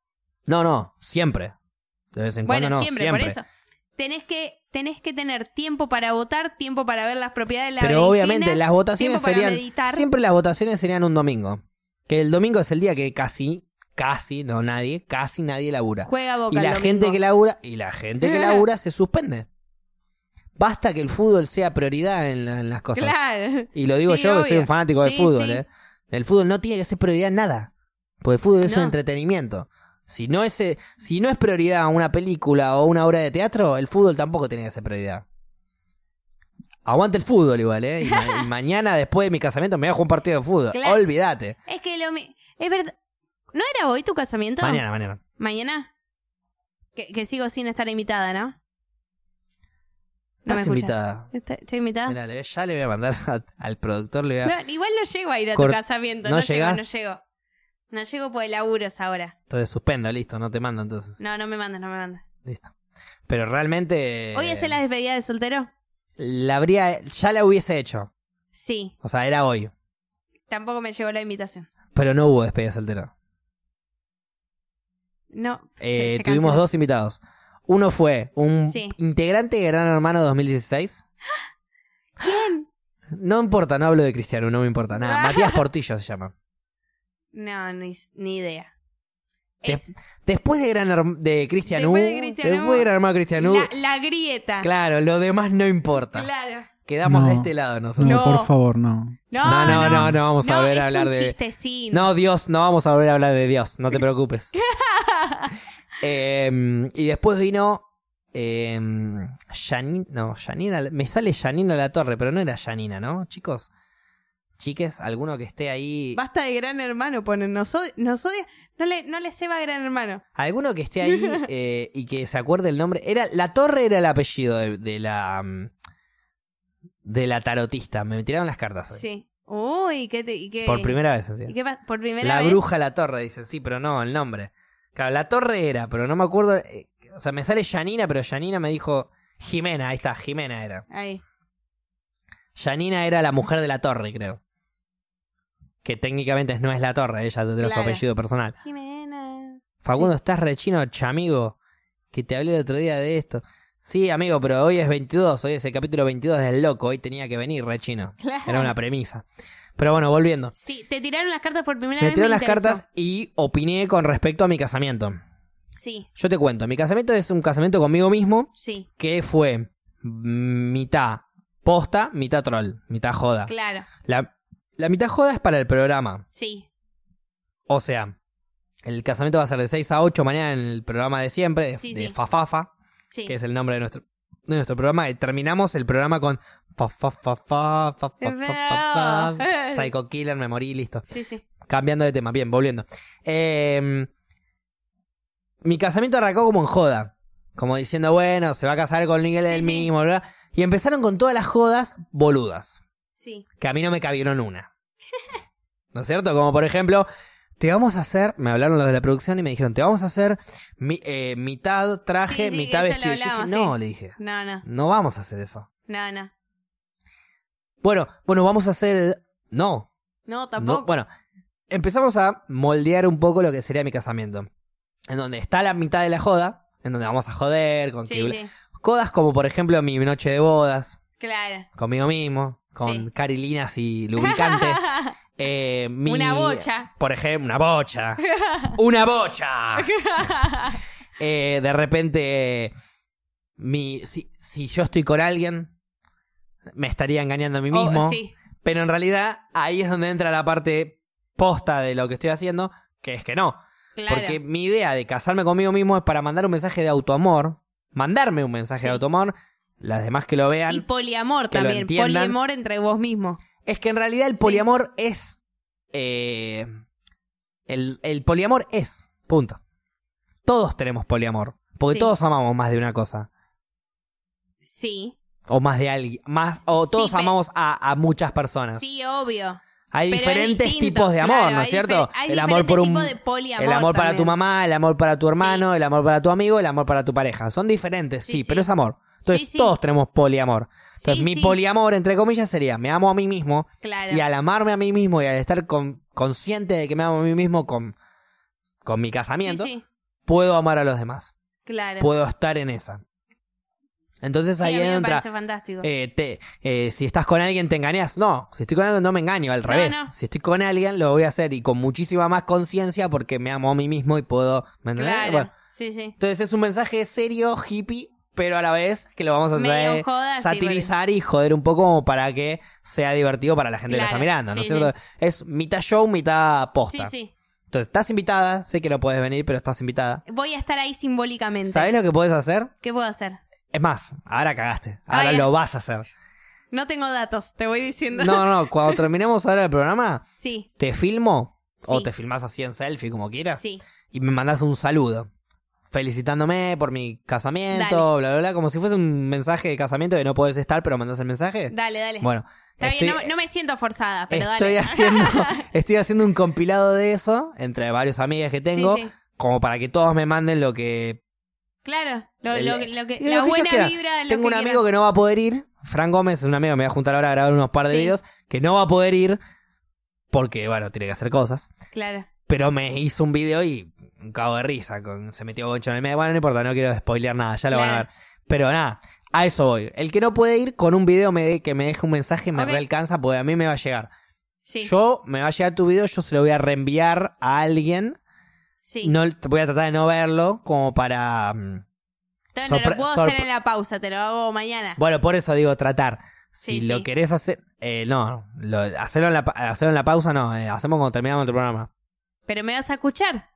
A: No, no, siempre. De vez en
B: Bueno,
A: cuando no,
B: siempre, por eso. Tenés que, tenés que tener tiempo para votar, tiempo para ver las propiedades de la
A: Pero
B: berenjena,
A: obviamente las votaciones
B: tiempo para
A: serían
B: meditar.
A: siempre las votaciones serían un domingo. Que el domingo es el día que casi casi no nadie, casi nadie labura.
B: Juega boca
A: y la
B: el
A: gente
B: domingo.
A: que labura y la gente
B: <laughs>
A: que
B: Eh.
A: labura se suspende. Basta que el fútbol sea prioridad en, la- en las cosas.
B: Claro.
A: Y lo digo
B: Sí,
A: yo que soy
B: obvio.
A: un fanático del
B: Sí,
A: fútbol,
B: sí.
A: ¿eh? El fútbol no tiene que ser prioridad en nada. Porque el fútbol es
B: No.
A: un entretenimiento. Si no, es, eh, si no es prioridad una película o una obra de teatro, el fútbol tampoco tiene que ser prioridad. Aguante el fútbol igual, ¿eh? Y, ma-
B: <laughs>
A: y mañana después de mi casamiento me voy a jugar un partido de fútbol.
B: Claro.
A: Olvídate.
B: Es que lo mi- es verdad. ¿No era hoy tu casamiento?
A: Mañana, mañana.
B: Mañana. Que, que sigo sin estar invitada, ¿no? No
A: Estás
B: me escucha.
A: invitada.
B: Está- ¿Estoy invitada?
A: Mirá, le- ya le voy a mandar <laughs> a- al productor, le voy a...
B: No, igual no llego a ir a
A: Cort-
B: tu casamiento.
A: ¿No
B: No, llego,
A: llegás?
B: no llego. No llego por el laburo esa hora.
A: Entonces suspendo, listo, no te mando entonces.
B: No, no me mandas, no me mandas.
A: Listo. Pero realmente...
B: ¿Hoy haces la despedida de soltero?
A: La habría... Ya la hubiese hecho.
B: Sí.
A: O sea, era hoy.
B: Tampoco me llegó la invitación.
A: Pero no hubo despedida soltera.
B: No.
A: Eh,
B: se- se
A: tuvimos
B: canceló.
A: dos invitados. Uno fue un
B: Sí.
A: integrante de Gran Hermano 2016.
B: ¿Quién?
A: No importa, no hablo de Cristiano, no me importa nada.
B: <laughs>
A: Matías Portillo se llama.
B: No, ni, ni idea.
A: Te-
B: Es
A: Después de Gran Herm- de Cristiano,
B: Después de Cristian U,
A: después de Gran Hermano Cristiano,
B: la, la grieta.
A: claro, lo demás no importa.
B: Claro.
A: Quedamos
C: No.
A: de este lado
C: No,
A: nosotros.
B: No.
C: por favor, no.
B: No,
A: No, no,
B: no,
A: no, no vamos a volver a
B: es
A: hablar
B: un
A: de-
B: Chistecín.
A: No, Dios, no vamos a volver a hablar de Dios, no te preocupes. Em, y después vino em, Janine, no, Janina, me sale Janina la Torre, pero no era Janina, ¿no? Chicos, chiques, alguno que esté ahí,
B: Basta de gran hermano, ponen. Nos, od- nos odia. No le, no le ceba a gran hermano.
A: alguno que esté ahí eh, y que se acuerde el nombre, era la Torre era el apellido de, de la mm, de la tarotista, me tiraron las cartas hoy.
B: Sí. Uy, ¿qué te, y qué-
A: por primera vez. así.
B: ¿y qué pa- por primera
A: La
B: vez.
A: bruja la torre, dicen, sí, pero no, el nombre. Claro, la torre era, pero no me acuerdo. eh, o sea, me sale Yanina, pero Yanina me dijo Jimena, ahí está, Jimena era.
B: Ahí.
A: Yanina era la mujer de la torre, creo. Que técnicamente no es la torre, ella tendrá su
B: Claro.
A: apellido personal.
B: Jimena.
A: Facundo, estás rechino, chamigo, que te hablé el otro día de esto. Sí, amigo, pero hoy es 22, hoy es el capítulo 22 del loco, hoy tenía que venir rechino.
B: Claro.
A: Era una premisa. Pero bueno, volviendo.
B: Sí, te tiraron las cartas por primera
A: Me
B: vez.
A: tiraron las
B: interesó.
A: cartas y opiné con respecto a mi casamiento.
B: Sí,
A: Yo te cuento, mi casamiento es un casamiento conmigo mismo
B: sí,
A: que fue mm, mitad posta, mitad troll, mitad joda.
B: claro.
A: La, la mitad joda es para el programa.
B: Sí,
A: O sea, el casamiento va a ser de 6 a 8 mañana en el programa de siempre, de-
B: Sí,
A: de
B: sí.
A: Fafafa,
B: sí.
A: que es el nombre de nuestro, de nuestro programa. Y terminamos el programa con fa, fa, fa, fa, fa, fa,
B: Qué
A: fa, fa, fa.
B: feo.
A: Psycho Killer, me morí, listo.
B: Sí, sí.
A: Cambiando de tema, bien, volviendo. Eh, mi casamiento arrancó como en joda. Como diciendo, bueno, se va a casar con Miguel
B: Sí,
A: del
B: sí.
A: mismo, bla, bla. Y empezaron con todas las jodas boludas.
B: Sí.
A: Que a mí no me cabieron
B: <laughs>
A: una. ¿No es cierto? Como por ejemplo, te vamos a hacer. Me hablaron los de la producción y me dijeron, te vamos a hacer mi- eh, mitad traje,
B: Sí, sí,
A: mitad
B: que eso lo
A: vestido. Y yo dije,
B: hablamos,
A: no,
B: sí.
A: le dije,
B: No, no,
A: no vamos a hacer eso.
B: no, no.
A: Bueno, bueno, vamos a hacer. No,
B: No,
A: No,
B: tampoco.
A: bueno, empezamos a moldear un poco lo que sería mi casamiento. En donde está la mitad de la joda, en donde vamos a joder, con
B: sí,
A: que-
B: sí,
A: Codas como por ejemplo mi noche de bodas,
B: claro.
A: conmigo mismo, con
B: Sí.
A: carilinas
B: <laughs>
A: y lubricantes. Eh, mi-
B: Una bocha.
A: Por ejemplo, una
B: <laughs>
A: bocha. ¡Una bocha! Eh, de repente, mi, si, si yo estoy con alguien, me estaría engañando a mí <laughs>
B: Oh,
A: mismo.
B: sí,
A: Pero en realidad ahí es donde entra la parte posta de lo que estoy haciendo, que es que no.
B: claro.
A: Porque mi idea de casarme conmigo mismo es para mandar un mensaje de autoamor, mandarme un mensaje
B: Sí.
A: de autoamor, las demás que lo vean.
B: Y poliamor
A: que lo
B: también.
A: entiendan.
B: Poliamor entre vos mismo.
A: Es que en realidad el
B: Sí.
A: poliamor es... eh, el, el poliamor es, punto. Todos tenemos poliamor, porque
B: Sí.
A: todos amamos más de una cosa.
B: Sí.
A: O más de alguien, más, o
B: Sí,
A: todos
B: pe-
A: amamos a, a muchas personas.
B: Sí, obvio.
A: Hay
B: Pero es
A: diferentes
B: distinto,
A: tipos de amor,
B: claro,
A: ¿no
B: hay
A: es cierto?
B: difer- hay
A: el amor por
B: diferentes
A: un
B: tipos de poliamor
A: el amor para tu
B: también.
A: mamá, el amor para tu hermano, el amor para tu amigo, el amor para tu pareja. Son diferentes, sí,
B: Sí, sí.
A: pero es amor. Entonces
B: Sí, sí.
A: todos tenemos poliamor. Entonces
B: Sí,
A: mi
B: sí.
A: poliamor, entre comillas, sería me amo a mí mismo
B: Claro.
A: y al amarme a mí mismo y al estar con- consciente de que me amo a mí mismo con, con mi casamiento,
B: Sí, sí.
A: puedo amar a los demás.
B: Claro.
A: Puedo estar en esa. Entonces
B: Sí,
A: ahí
B: a mí me
A: entra...
B: parece fantástico.
A: Eh, te- eh, si estás con alguien te engañas. No, si estoy con alguien no me engaño, al
B: No,
A: revés.
B: no.
A: Si estoy con alguien lo voy a hacer y con muchísima más conciencia porque me amo a mí mismo y puedo... ¿me entendés?
B: claro.
A: Bueno,
B: Sí, sí.
A: entonces es un mensaje serio, hippie, pero a la vez que lo vamos a
B: Medio
A: tratar de
B: joda, sí,
A: satirizar y joder un poco como para que sea divertido para la gente que lo
B: Claro,
A: está mirando, ¿no es
B: sí,
A: cierto? Es mitad show, mitad
B: Sí,
A: posta.
B: sí.
A: Entonces estás invitada, sé que no puedes venir, pero estás invitada.
B: Voy a estar ahí simbólicamente.
A: ¿Sabés lo que puedes hacer?
B: ¿Qué puedo hacer?
A: Es más, ahora cagaste. Ahora
B: Ay,
A: lo vas a hacer.
B: No tengo datos, te voy diciendo.
A: No, no, cuando terminemos ahora el programa,
B: Sí,
A: te filmo o
B: Sí.
A: te filmás así en selfie como quieras
B: sí.
A: y me mandás un saludo. felicitándome por mi casamiento, bla, bla, bla, como si fuese un mensaje de casamiento de no podés estar, pero mandás el mensaje.
B: Dale, dale.
A: Bueno,
B: Está
A: estoy-
B: bien, no, no me siento forzada, pero
A: Estoy
B: dale. <laughs>
A: haciendo, estoy haciendo un compilado de eso entre varios amigas que tengo,
B: Sí, sí.
A: como para que todos me manden lo que.
B: Claro, lo,
A: el-
B: lo que- lo que-
A: lo que
B: la
A: ellos
B: buena
A: quieran.
B: vibra de lo
A: Tengo
B: que
A: un
B: quieran.
A: amigo que no va a poder ir. Fran Gómez es un amigo que me va a juntar ahora a grabar unos par de
B: Sí.
A: videos. Que no va a poder ir porque, bueno, tiene que hacer cosas.
B: Claro.
A: Pero me hizo un video y un cago de risa. Con, se metió Goncho en el medio. Bueno, no importa, no quiero spoilear nada, ya lo van a
B: Claro.
A: ver. Pero nada, a eso voy. El que no puede ir con un video me de- que me deje un mensaje me
B: Ok.
A: realcanza porque a mí me va a llegar.
B: Sí.
A: Yo me va a llegar tu video, yo se lo voy a reenviar a alguien.
B: sí.
A: No voy a tratar de no verlo como para. mm,
B: Entonces no
A: sorpre-
B: lo puedo
A: sorpre-
B: hacer en la pausa, te lo hago mañana.
A: Bueno, por eso digo tratar. Si
B: Sí,
A: lo
B: sí.
A: querés hacer, eh, no, lo- hacerlo, en la, pa- hacerlo en la pausa no, eh, hacemos cuando terminamos el programa.
B: Pero me vas a escuchar.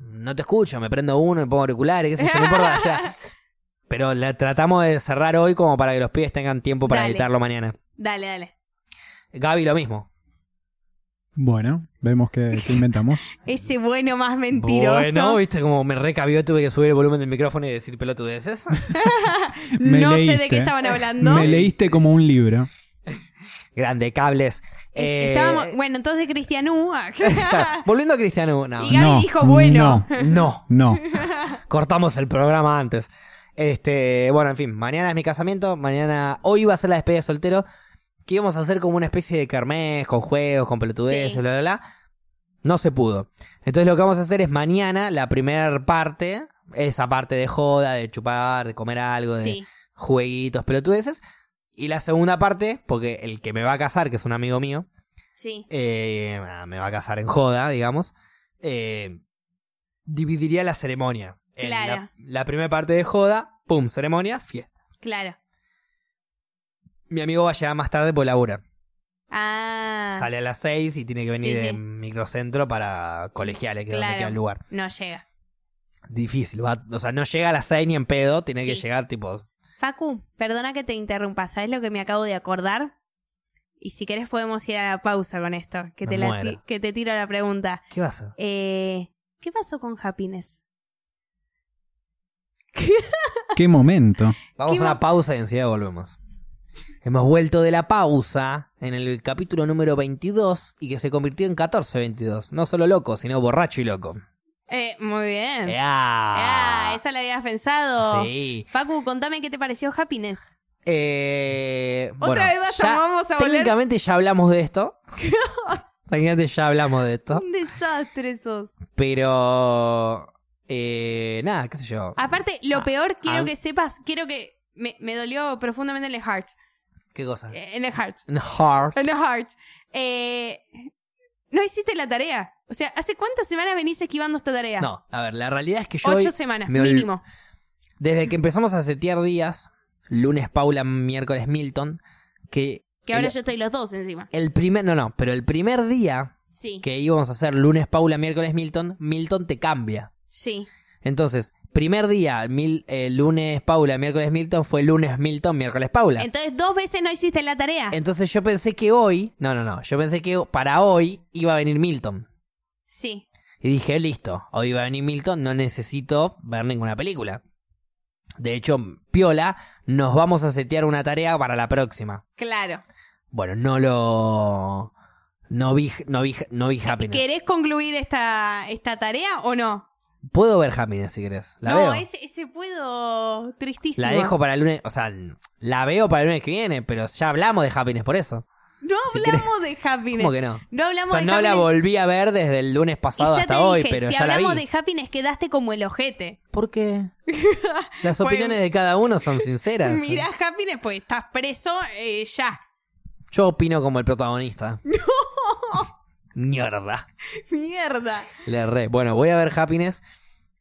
A: No te escucho, me prendo uno, me pongo auriculares, qué sé yo, no importa. o
B: <laughs>
A: sea, pero la tratamos de cerrar hoy como para que los pibes tengan tiempo para
B: Dale.
A: editarlo mañana.
B: Dale, dale.
A: Gaby lo mismo.
C: Bueno, vemos qué,
A: <laughs>
C: qué inventamos.
B: Ese bueno más mentiroso.
A: Bueno, viste como me recabió, tuve que subir el volumen del micrófono y decir
B: <laughs>
A: pelotudeces.
C: Me
B: no sé de
C: leíste.
B: qué estaban hablando.
C: Me leíste como un libro.
A: Grande, cables.
B: Eh,
A: Eh, <laughs>
B: estábamos- bueno, entonces Cristian U. ah. <laughs>
A: Volviendo a Cristiano, no,
B: Y Gaby
C: no,
B: dijo, bueno.
A: no,
C: No,
A: <laughs> cortamos el programa antes. Este, bueno, en fin, mañana es mi casamiento, mañana, hoy va a ser la despedida de soltero, que íbamos a hacer como una especie de carmes con juegos, con pelotudeces,
B: Sí.
A: bla, bla, bla. No se pudo. Entonces lo que vamos a hacer es mañana, la primera parte, esa parte de joda, de chupar, de comer algo, de
B: sí,
A: jueguitos, pelotudeces. Y la segunda parte, porque el que me va a casar, que es un amigo mío,
B: sí.
A: eh, nada, me va a casar en joda, digamos, eh, dividiría la ceremonia. En
B: Claro.
A: La, la primera parte de joda, pum, ceremonia, fiesta.
B: Claro.
A: Mi amigo va a llegar más tarde por labura.
B: Ah.
A: Sale a las 6 y tiene que venir
B: Sí,
A: de
B: sí.
A: microcentro para colegiales, que es donde
B: Claro.
A: queda el lugar.
B: No llega.
A: Difícil, va- o sea, no llega a las 6 ni en pedo, tiene que
B: Sí.
A: llegar tipo...
B: Facu, perdona que te interrumpa. ¿Sabes lo que me acabo de acordar? Y si querés podemos ir a la pausa con esto. Que,
A: Me
B: te, la
A: muero.
B: ti- que te tiro la pregunta.
A: ¿Qué va a hacer?
B: Eh, ¿Qué pasó con Happiness?
C: qué momento.
A: Vamos
B: ¿Qué
A: a una
B: va-
A: pausa y enseguida volvemos. Hemos vuelto de la pausa en el capítulo número 22 y que se convirtió en 1422. No solo loco, sino borracho y loco.
B: Eh, muy bien.
A: ¡Ea!
B: Ah, esa la habías pensado.
A: Sí.
B: Facu, contame qué te pareció Happiness.
A: Eh,
B: Otra
A: bueno,
B: vez vas a-
A: ya-
B: vamos a volver.
A: Técnicamente ya hablamos de esto.
B: <laughs>
A: técnicamente ya hablamos de esto.
B: Un desastre sos.
A: Pero... eh, nada, qué sé yo.
B: Aparte, lo
A: Ah,
B: peor, quiero
A: ah.
B: que sepas, quiero que... Me, me dolió profundamente en el heart.
A: ¿Qué cosa?
B: Eh, En el heart.
A: Un heart.
B: En el heart. Eh, no hiciste la tarea. O sea, ¿hace cuántas semanas venís esquivando esta tarea?
A: No, a ver, la realidad es que yo...
B: Ocho
A: hoy
B: semanas,
A: me ol-
B: mínimo.
A: Desde que empezamos a setear días, lunes Paula, miércoles Milton, que...
B: Que ahora
A: el,
B: yo estoy los dos encima.
A: el primer... No, no, pero el primer día
B: Sí.
A: que íbamos a hacer lunes Paula, miércoles Milton, Milton te cambia.
B: Sí.
A: Entonces, primer día, mil- eh, lunes Paula, miércoles Milton, fue lunes Milton, miércoles Paula.
B: Entonces, dos veces no hiciste la tarea.
A: Entonces yo pensé que hoy, no, no, no, yo pensé que para hoy iba a venir Milton.
B: sí.
A: Y dije, listo, hoy va a venir Milton, no necesito ver ninguna película. De hecho, Piola, nos vamos a setear una tarea para la próxima.
B: Claro.
A: Bueno, no lo... No vi, no vi, no vi Happiness.
B: ¿Querés concluir esta, esta tarea o no?
A: Puedo ver Happiness si querés. La
B: no,
A: veo.
B: Ese, ese puedo tristísimo.
A: La dejo para el lunes, o sea, la veo para el lunes que viene, pero ya hablamos de Happiness por eso.
B: No hablamos de happiness.
A: ¿Cómo que no?
B: No hablamos
A: O sea,
B: de
A: no la
B: happiness.
A: volví a ver desde el lunes pasado
B: y ya
A: hasta
B: te
A: hoy,
B: dije,
A: pero
B: si
A: ya la vi.
B: hablamos de happiness quedaste como el ojete.
A: ¿Por
B: <laughs>
A: qué? Las
B: Bueno.
A: opiniones de cada uno son
B: <laughs>
A: sinceras.
B: Mirá happiness, pues estás preso eh, ya.
A: Yo opino como el
B: <laughs>
A: protagonista. ¡No! Mierda.
B: Mierda.
A: Le re. Bueno, voy a ver Happiness.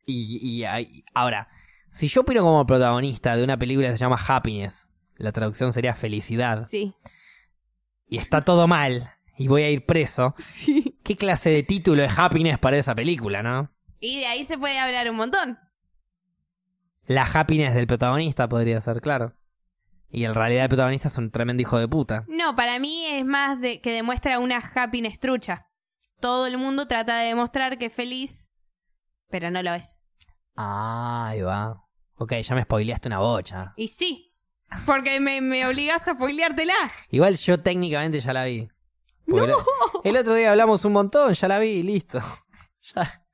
A: Y, y ahí- ahora, si yo opino como protagonista de una película que se llama Happiness, la traducción sería felicidad,
B: Sí.
A: y está todo mal, y voy a ir preso,
B: Sí.
A: ¿qué clase de título es Happiness para esa película, no?
B: Y de ahí se puede hablar un montón.
A: La happiness del protagonista podría ser, claro. Y en realidad el protagonista es un tremendo hijo de puta.
B: No, para mí es más de que demuestra una happiness trucha. Todo el mundo trata de demostrar que es feliz, pero no lo es.
A: Ah, ahí va. Ok, ya me spoileaste una bocha.
B: Y sí, porque me, me obligas a <laughs> spoileártela.
A: Igual yo técnicamente ya la vi. Porque el- El otro día hablamos un montón, ya la vi y listo. <laughs> Ya.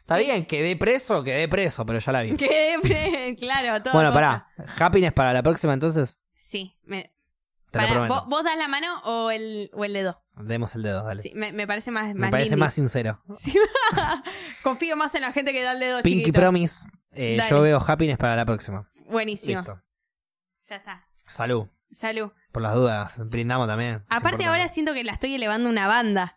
A: Está bien, quedé preso, quedé preso, pero ya la vi.
B: Que, <laughs> pre- claro, todo.
A: Bueno,
B: cosa.
A: pará. Happiness para la próxima entonces.
B: Sí. me-
A: Te lo
B: pará,
A: prometo.
B: ¿vo- ¿Vos das la mano o el, o el dedo?
A: Demos el dedo, dale.
B: Sí, me, me parece más,
A: Me
B: más
A: parece
B: lindis.
A: más sincero.
B: Confío más en la gente que da el dedo
A: Pinky
B: chiquito.
A: Promise. eh,
B: Dale.
A: yo veo happiness para la próxima.
B: Buenísimo.
A: Listo.
B: Ya está.
A: Salud.
B: Salud.
A: Por las dudas. Brindamos también. Es
B: Aparte
A: importante.
B: ahora siento que la estoy elevando una banda.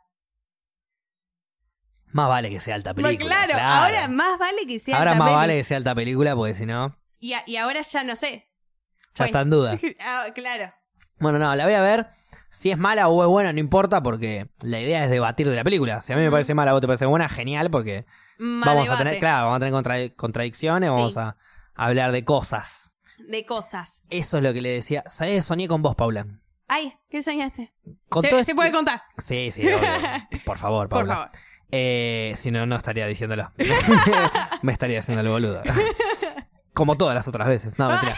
A: Más vale que sea alta película.
B: Bueno, claro, ahora más vale que sea
A: Ahora
B: alta
A: más
B: peli.
A: vale que sea alta película porque si no,
B: Y, a- y ahora ya no sé. <laughs>
A: ya
B: Bueno.
A: está en
B: <laughs>
A: duda.
B: Ah, claro.
A: Bueno, no, la voy a ver. Si es mala o es buena, no importa porque la idea es debatir de la película. Si a mí me
B: Ujú.
A: parece mala o te parece buena, genial porque
B: Más
A: vamos
B: debate
A: a tener, claro, vamos a tener contra- contradicciones,
B: Sí.
A: vamos a hablar de cosas.
B: de cosas.
A: Eso es lo que le decía. ¿Sabes? Soñé con vos, Paula.
B: Ay, ¿qué soñaste?
A: Con
B: se,
A: todo
B: se
A: este-
B: puede contar,
A: Sí, sí,
B: <laughs>
A: obvio. Por favor, Paula.
B: por favor.
A: Eh, si no, no estaría
B: <laughs>
A: diciéndolo. <laughs> Me estaría haciendo el boludo. <laughs> Como todas las otras veces. No,
B: <laughs>
A: mentira.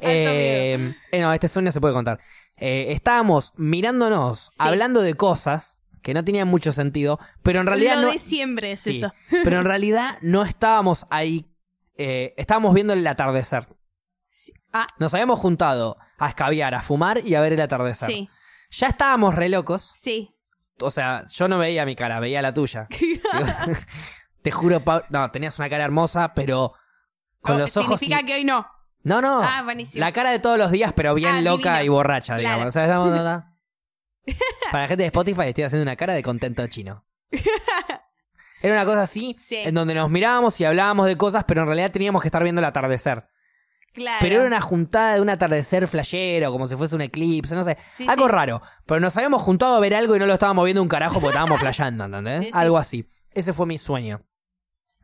A: eh, eh, no, este sueño se puede contar. Eh, estábamos mirándonos,
B: Sí.
A: hablando de cosas que no tenían mucho sentido, pero en realidad
B: Lo
A: no.
B: de siempre es
A: Sí,
B: eso. <laughs>
A: pero en realidad no estábamos ahí. eh, estábamos viendo el atardecer.
B: Sí. Ah,
A: Nos habíamos juntado a escabiar, a fumar y a ver el atardecer.
B: sí,
A: Ya estábamos re locos.
B: sí.
A: O sea, yo no veía mi cara, veía la
B: <laughs>
A: tuya. <laughs> Digo, Te juro, Pau- no, tenías una cara hermosa, pero con
B: Oh,
A: los ojos.
B: Significa que hoy no.
A: No, no.
B: Ah, buenísimo.
A: la cara de todos los días, pero bien
B: Ah,
A: loca
B: divina.
A: y borracha,
B: Claro.
A: digamos. O sea,
B: <laughs>
A: estamos- no, no. Para la gente de Spotify estoy haciendo una cara de contento chino.
B: <laughs>
A: Era una cosa así,
B: Sí.
A: en donde nos mirábamos y hablábamos de cosas, pero en realidad teníamos que estar viendo el atardecer.
B: Claro.
A: Pero era una juntada de un atardecer flashero, como si fuese un eclipse, no sé.
B: Sí,
A: algo
B: sí.
A: raro. Pero nos habíamos juntado a ver algo y no lo estábamos viendo un carajo porque estábamos flasheando, ¿entendés?
B: Sí, sí.
A: Algo así. Ese fue mi sueño.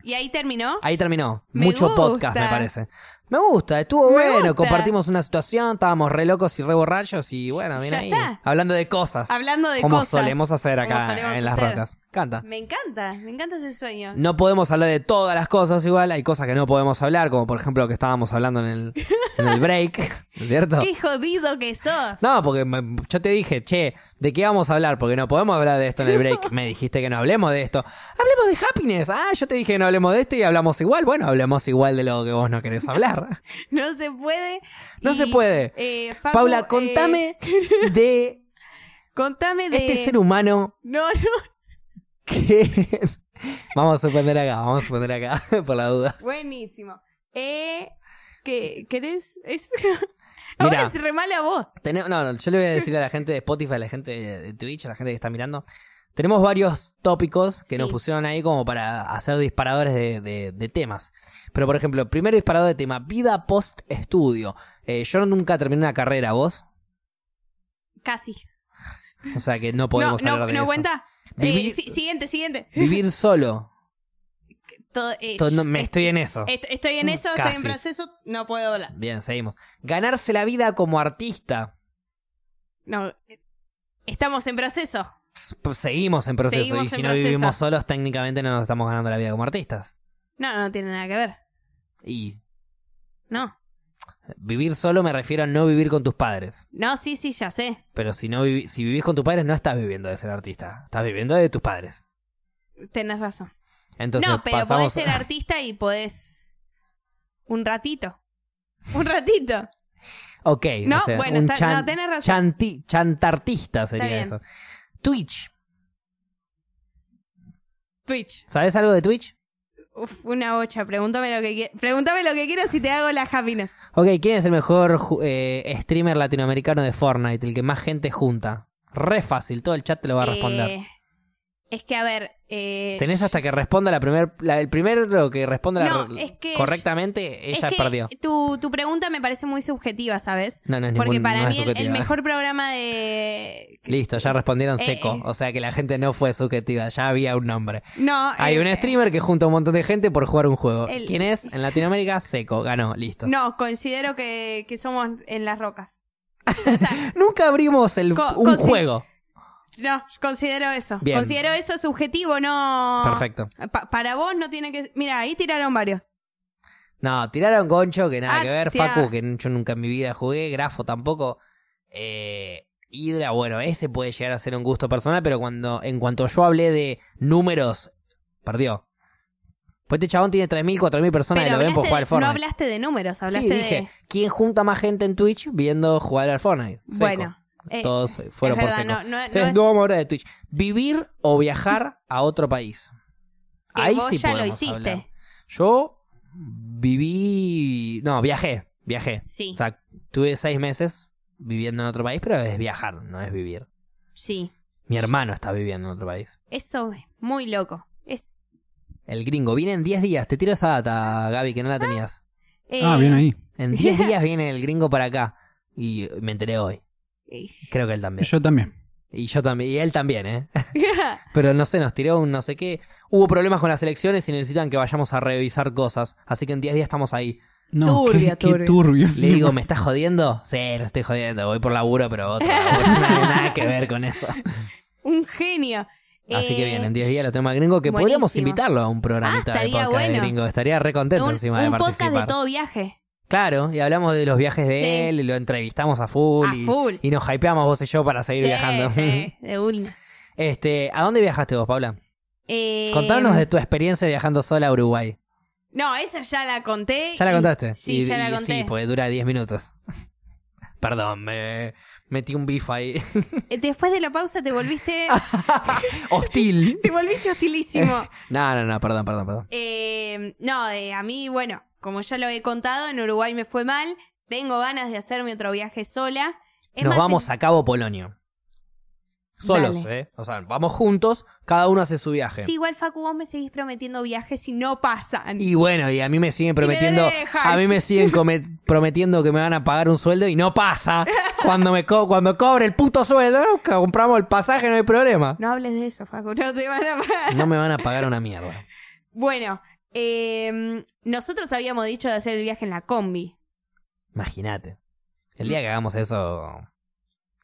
B: Y ahí terminó.
A: Ahí terminó.
B: Me
A: Mucho
B: gusta.
A: podcast, me parece. Me gusta, estuvo
B: Me
A: bueno.
B: gusta.
A: Compartimos una situación, estábamos re locos y re borrachos y bueno, bien
B: Ya
A: ahí.
B: está.
A: Hablando de cosas.
B: Hablando de
A: como
B: cosas.
A: Ah, solemos hacer
B: Como
A: acá
B: solemos
A: en las
B: hacer.
A: rocas. Canta.
B: Me encanta, me encanta ese sueño.
A: No podemos hablar de todas las cosas igual, hay cosas que no podemos hablar, como por ejemplo lo que estábamos hablando en el, en el break, <laughs> ¿no es ¿cierto?
B: Qué jodido que sos.
A: No, porque me- yo te dije, che, ¿de qué vamos a hablar? Porque no podemos hablar de esto en el break.
B: <laughs>
A: Me dijiste que no hablemos de esto. Hablemos de happiness. Ah, yo te dije que no hablemos de esto y hablamos igual. Bueno, hablemos igual de lo que vos no querés hablar.
B: <laughs> No se puede.
A: No
B: Y,
A: se puede.
B: eh, Facu, eh,
A: Paula,
B: <laughs>
A: contame de
B: contame de.
A: este ser humano
B: No, no.
A: que... <laughs> Vamos a suspender acá, vamos a suspender acá, <laughs> por la duda.
B: Buenísimo. Eh, ¿qué, ¿Querés? Es... <laughs> Ahora
A: Mirá.
B: es re mala vos.
A: Tenem- no, no, yo le voy a decir a la gente de Spotify, a la gente de Twitch, a la gente que está mirando. Tenemos varios tópicos que
B: Sí.
A: nos pusieron ahí como para hacer disparadores de, de- de temas. Pero, por ejemplo, primero disparador de tema, vida post-estudio. Eh, yo nunca terminé una carrera, vos.
B: Casi.
A: O sea que no podemos
B: no, no,
A: hablar de
B: no
A: eso.
B: cuenta. Eh,
A: Vivir-
B: si- siguiente, siguiente.
A: Vivir solo.
B: <laughs> Todo, eh,
A: To- no, me
B: est-
A: estoy en eso. Mm,
B: est- estoy en eso, estoy
A: Casi.
B: en proceso, no puedo hablar.
A: Bien, seguimos. Ganarse la vida como artista.
B: No, eh, estamos en proceso.
A: P- Seguimos en proceso.
B: Seguimos
A: y si
B: en
A: no
B: proceso.
A: vivimos solos, técnicamente no nos estamos ganando la vida como artistas.
B: No, no tiene nada que ver.
A: Y
B: No.
A: Vivir solo me refiero a no vivir con tus padres.
B: No, sí, sí, ya sé.
A: Pero si no vivi- si vivís con tus padres no estás viviendo de ser artista, estás viviendo de tus padres.
B: Tenés razón.
A: Entonces
B: no, pero
A: pasamos
B: podés ser artista y podés un ratito. Un ratito.
A: <laughs> Ok,
B: No,
A: o sea,
B: bueno,
A: un
B: está-
A: chan-
B: no, tenés razón.
A: chanti- chantartista sería
B: bien.
A: eso. Twitch,
B: Twitch.
A: ¿sabes algo de Twitch?
B: Uf, una bocha. Pregúntame lo que quieras. Pregúntame lo que quieras si te hago la happiness.
A: Ok, ¿quién es el mejor ju- eh, streamer latinoamericano de Fortnite, el que más gente junta? Re fácil, todo el chat te lo va a responder.
B: Eh, es que, a ver. eh,
A: Tenés hasta que responda la primer, la- el primero que responda la
B: No,
A: re-
B: es que-
A: correctamente,
B: es
A: ella
B: que
A: perdió.
B: Tu, tu pregunta me parece muy subjetiva, ¿sabes?
A: No, no es
B: Porque
A: ningún-
B: para
A: no es
B: mí el- el,
A: subjetiva.
B: mejor programa de...
A: Listo, ya respondieron
B: Eh,
A: seco.
B: eh.
A: O sea que la gente no fue subjetiva, ya había un nombre.
B: No,
A: Hay
B: eh,
A: un streamer que junta un montón de gente por jugar un juego.
B: el-
A: ¿Quién es? En Latinoamérica, seco, ganó, listo.
B: No, considero que, que somos en las rocas.
A: Nunca abrimos el,
B: Co-
A: un
B: consi-
A: juego.
B: No, considero eso.
A: Bien.
B: Considero eso subjetivo, no.
A: Perfecto.
B: Pa- para vos no tiene que. Mira, ahí tiraron varios.
A: No, tiraron Goncho, que nada
B: Ah,
A: que ver.
B: tira-
A: Facu, que n- yo nunca en mi vida jugué. Grafo tampoco. Eh, Hydra, bueno, ese puede llegar a ser un gusto personal, pero cuando en cuanto yo hablé de números, perdió. Pues este chabón tiene 3.000, 4.000 personas
B: Pero
A: y lo ven por
B: hablaste
A: jugar
B: de-
A: al Fortnite.
B: no hablaste de números, hablaste
A: sí, dije,
B: de.
A: ¿quién junta más gente en Twitch viendo jugar al Fortnite? Seco.
B: Bueno, eh,
A: Todos fueron
B: es
A: por
B: verdad,
A: seco.
B: no- no- no
A: Entonces,
B: es-
A: no vamos a hablar de Twitch. Vivir o viajar a otro país.
B: Que
A: Ahí
B: vos
A: sí
B: ya lo
A: podemos
B: hiciste.
A: hablar. Yo viví. No, viajé. Viajé.
B: Sí,
A: O sea, tuve seis meses viviendo en otro país, pero es viajar, no es vivir.
B: sí.
A: Mi hermano está viviendo en otro país.
B: Eso es muy loco. Es,
A: El gringo viene en 10 días. Te tiro esa data, Gaby,
B: Ah.
A: que no la tenías.
B: eh,
C: Ah, bien ahí.
A: En 10 días viene el gringo para acá. Y me enteré hoy.
B: eh,
A: Creo que él también.
C: Yo también.
A: Y yo también. Y él también, ¿eh? <laughs> Pero no sé, nos tiró un no sé qué. Hubo problemas con las elecciones y necesitan que vayamos a revisar cosas. Así que en 10 días estamos ahí.
C: No,
B: Turbio,
C: qué, qué
B: turbio.
C: turbio,
A: Le
C: sí.
A: digo, ¿me estás jodiendo? Sí, lo estoy jodiendo. Voy por laburo, pero
B: <laughs>
A: otro laburo. Nada, nada que ver con eso.
B: <laughs> un genio.
A: Así que
B: Eh,
A: bien, en 10 días lo tenemos al gringo. Que podríamos
B: buenísimo.
A: invitarlo a un programita
B: Ah,
A: de
B: estaría
A: podcast de
B: bueno.
A: gringo. Estaría re contento
B: un,
A: encima
B: un
A: de
B: podcast de
A: participar.
B: todo viaje.
A: claro, y hablamos de los viajes de
B: Sí.
A: él, y lo entrevistamos a full.
B: A
A: y,
B: full.
A: y nos hypeamos vos y yo para seguir
B: Sí,
A: viajando.
B: sí, de una.
A: <laughs> Este, ¿A dónde viajaste vos, Paula?
B: Eh,
A: Contanos de tu experiencia viajando sola a Uruguay.
B: No, esa ya la conté.
A: ¿Ya la
B: y-
A: contaste?
B: Sí,
A: Y-
B: ya
A: y
B: la
A: Sí,
B: conté.
A: pues. porque dura 10 minutos. <laughs> Perdón, me metí un bif ahí. <laughs>
B: Eh, Después de la pausa te volviste,
A: Hostil.
B: te volviste hostilísimo.
A: No, no, no, perdón, perdón, perdón.
B: Eh, no, de- a mí, bueno, como ya lo he contado, en Uruguay me fue mal. Tengo ganas de hacerme otro viaje sola. Es
A: Nos
B: más,
A: vamos
B: te-
A: a Cabo Polonio. Solos, ¿eh? O sea, vamos juntos, cada uno hace su viaje.
B: Sí, igual, Facu, vos me seguís prometiendo viajes y no pasan.
A: Y bueno, y a mí me siguen prometiendo,
B: dejan.
A: a mí me
B: <laughs>
A: siguen come- prometiendo que me van a pagar un sueldo y no pasa. Cuando me co- cuando cobre el puto sueldo, <laughs> ¿no? compramos el pasaje, no hay problema.
B: No hables de eso, Facu, no te van a
A: <laughs>
B: pagar.
A: No me van a pagar una mierda.
B: Bueno, eh, nosotros habíamos dicho de hacer el viaje en la combi.
A: Imagínate.
B: Mm.
A: El día que hagamos eso,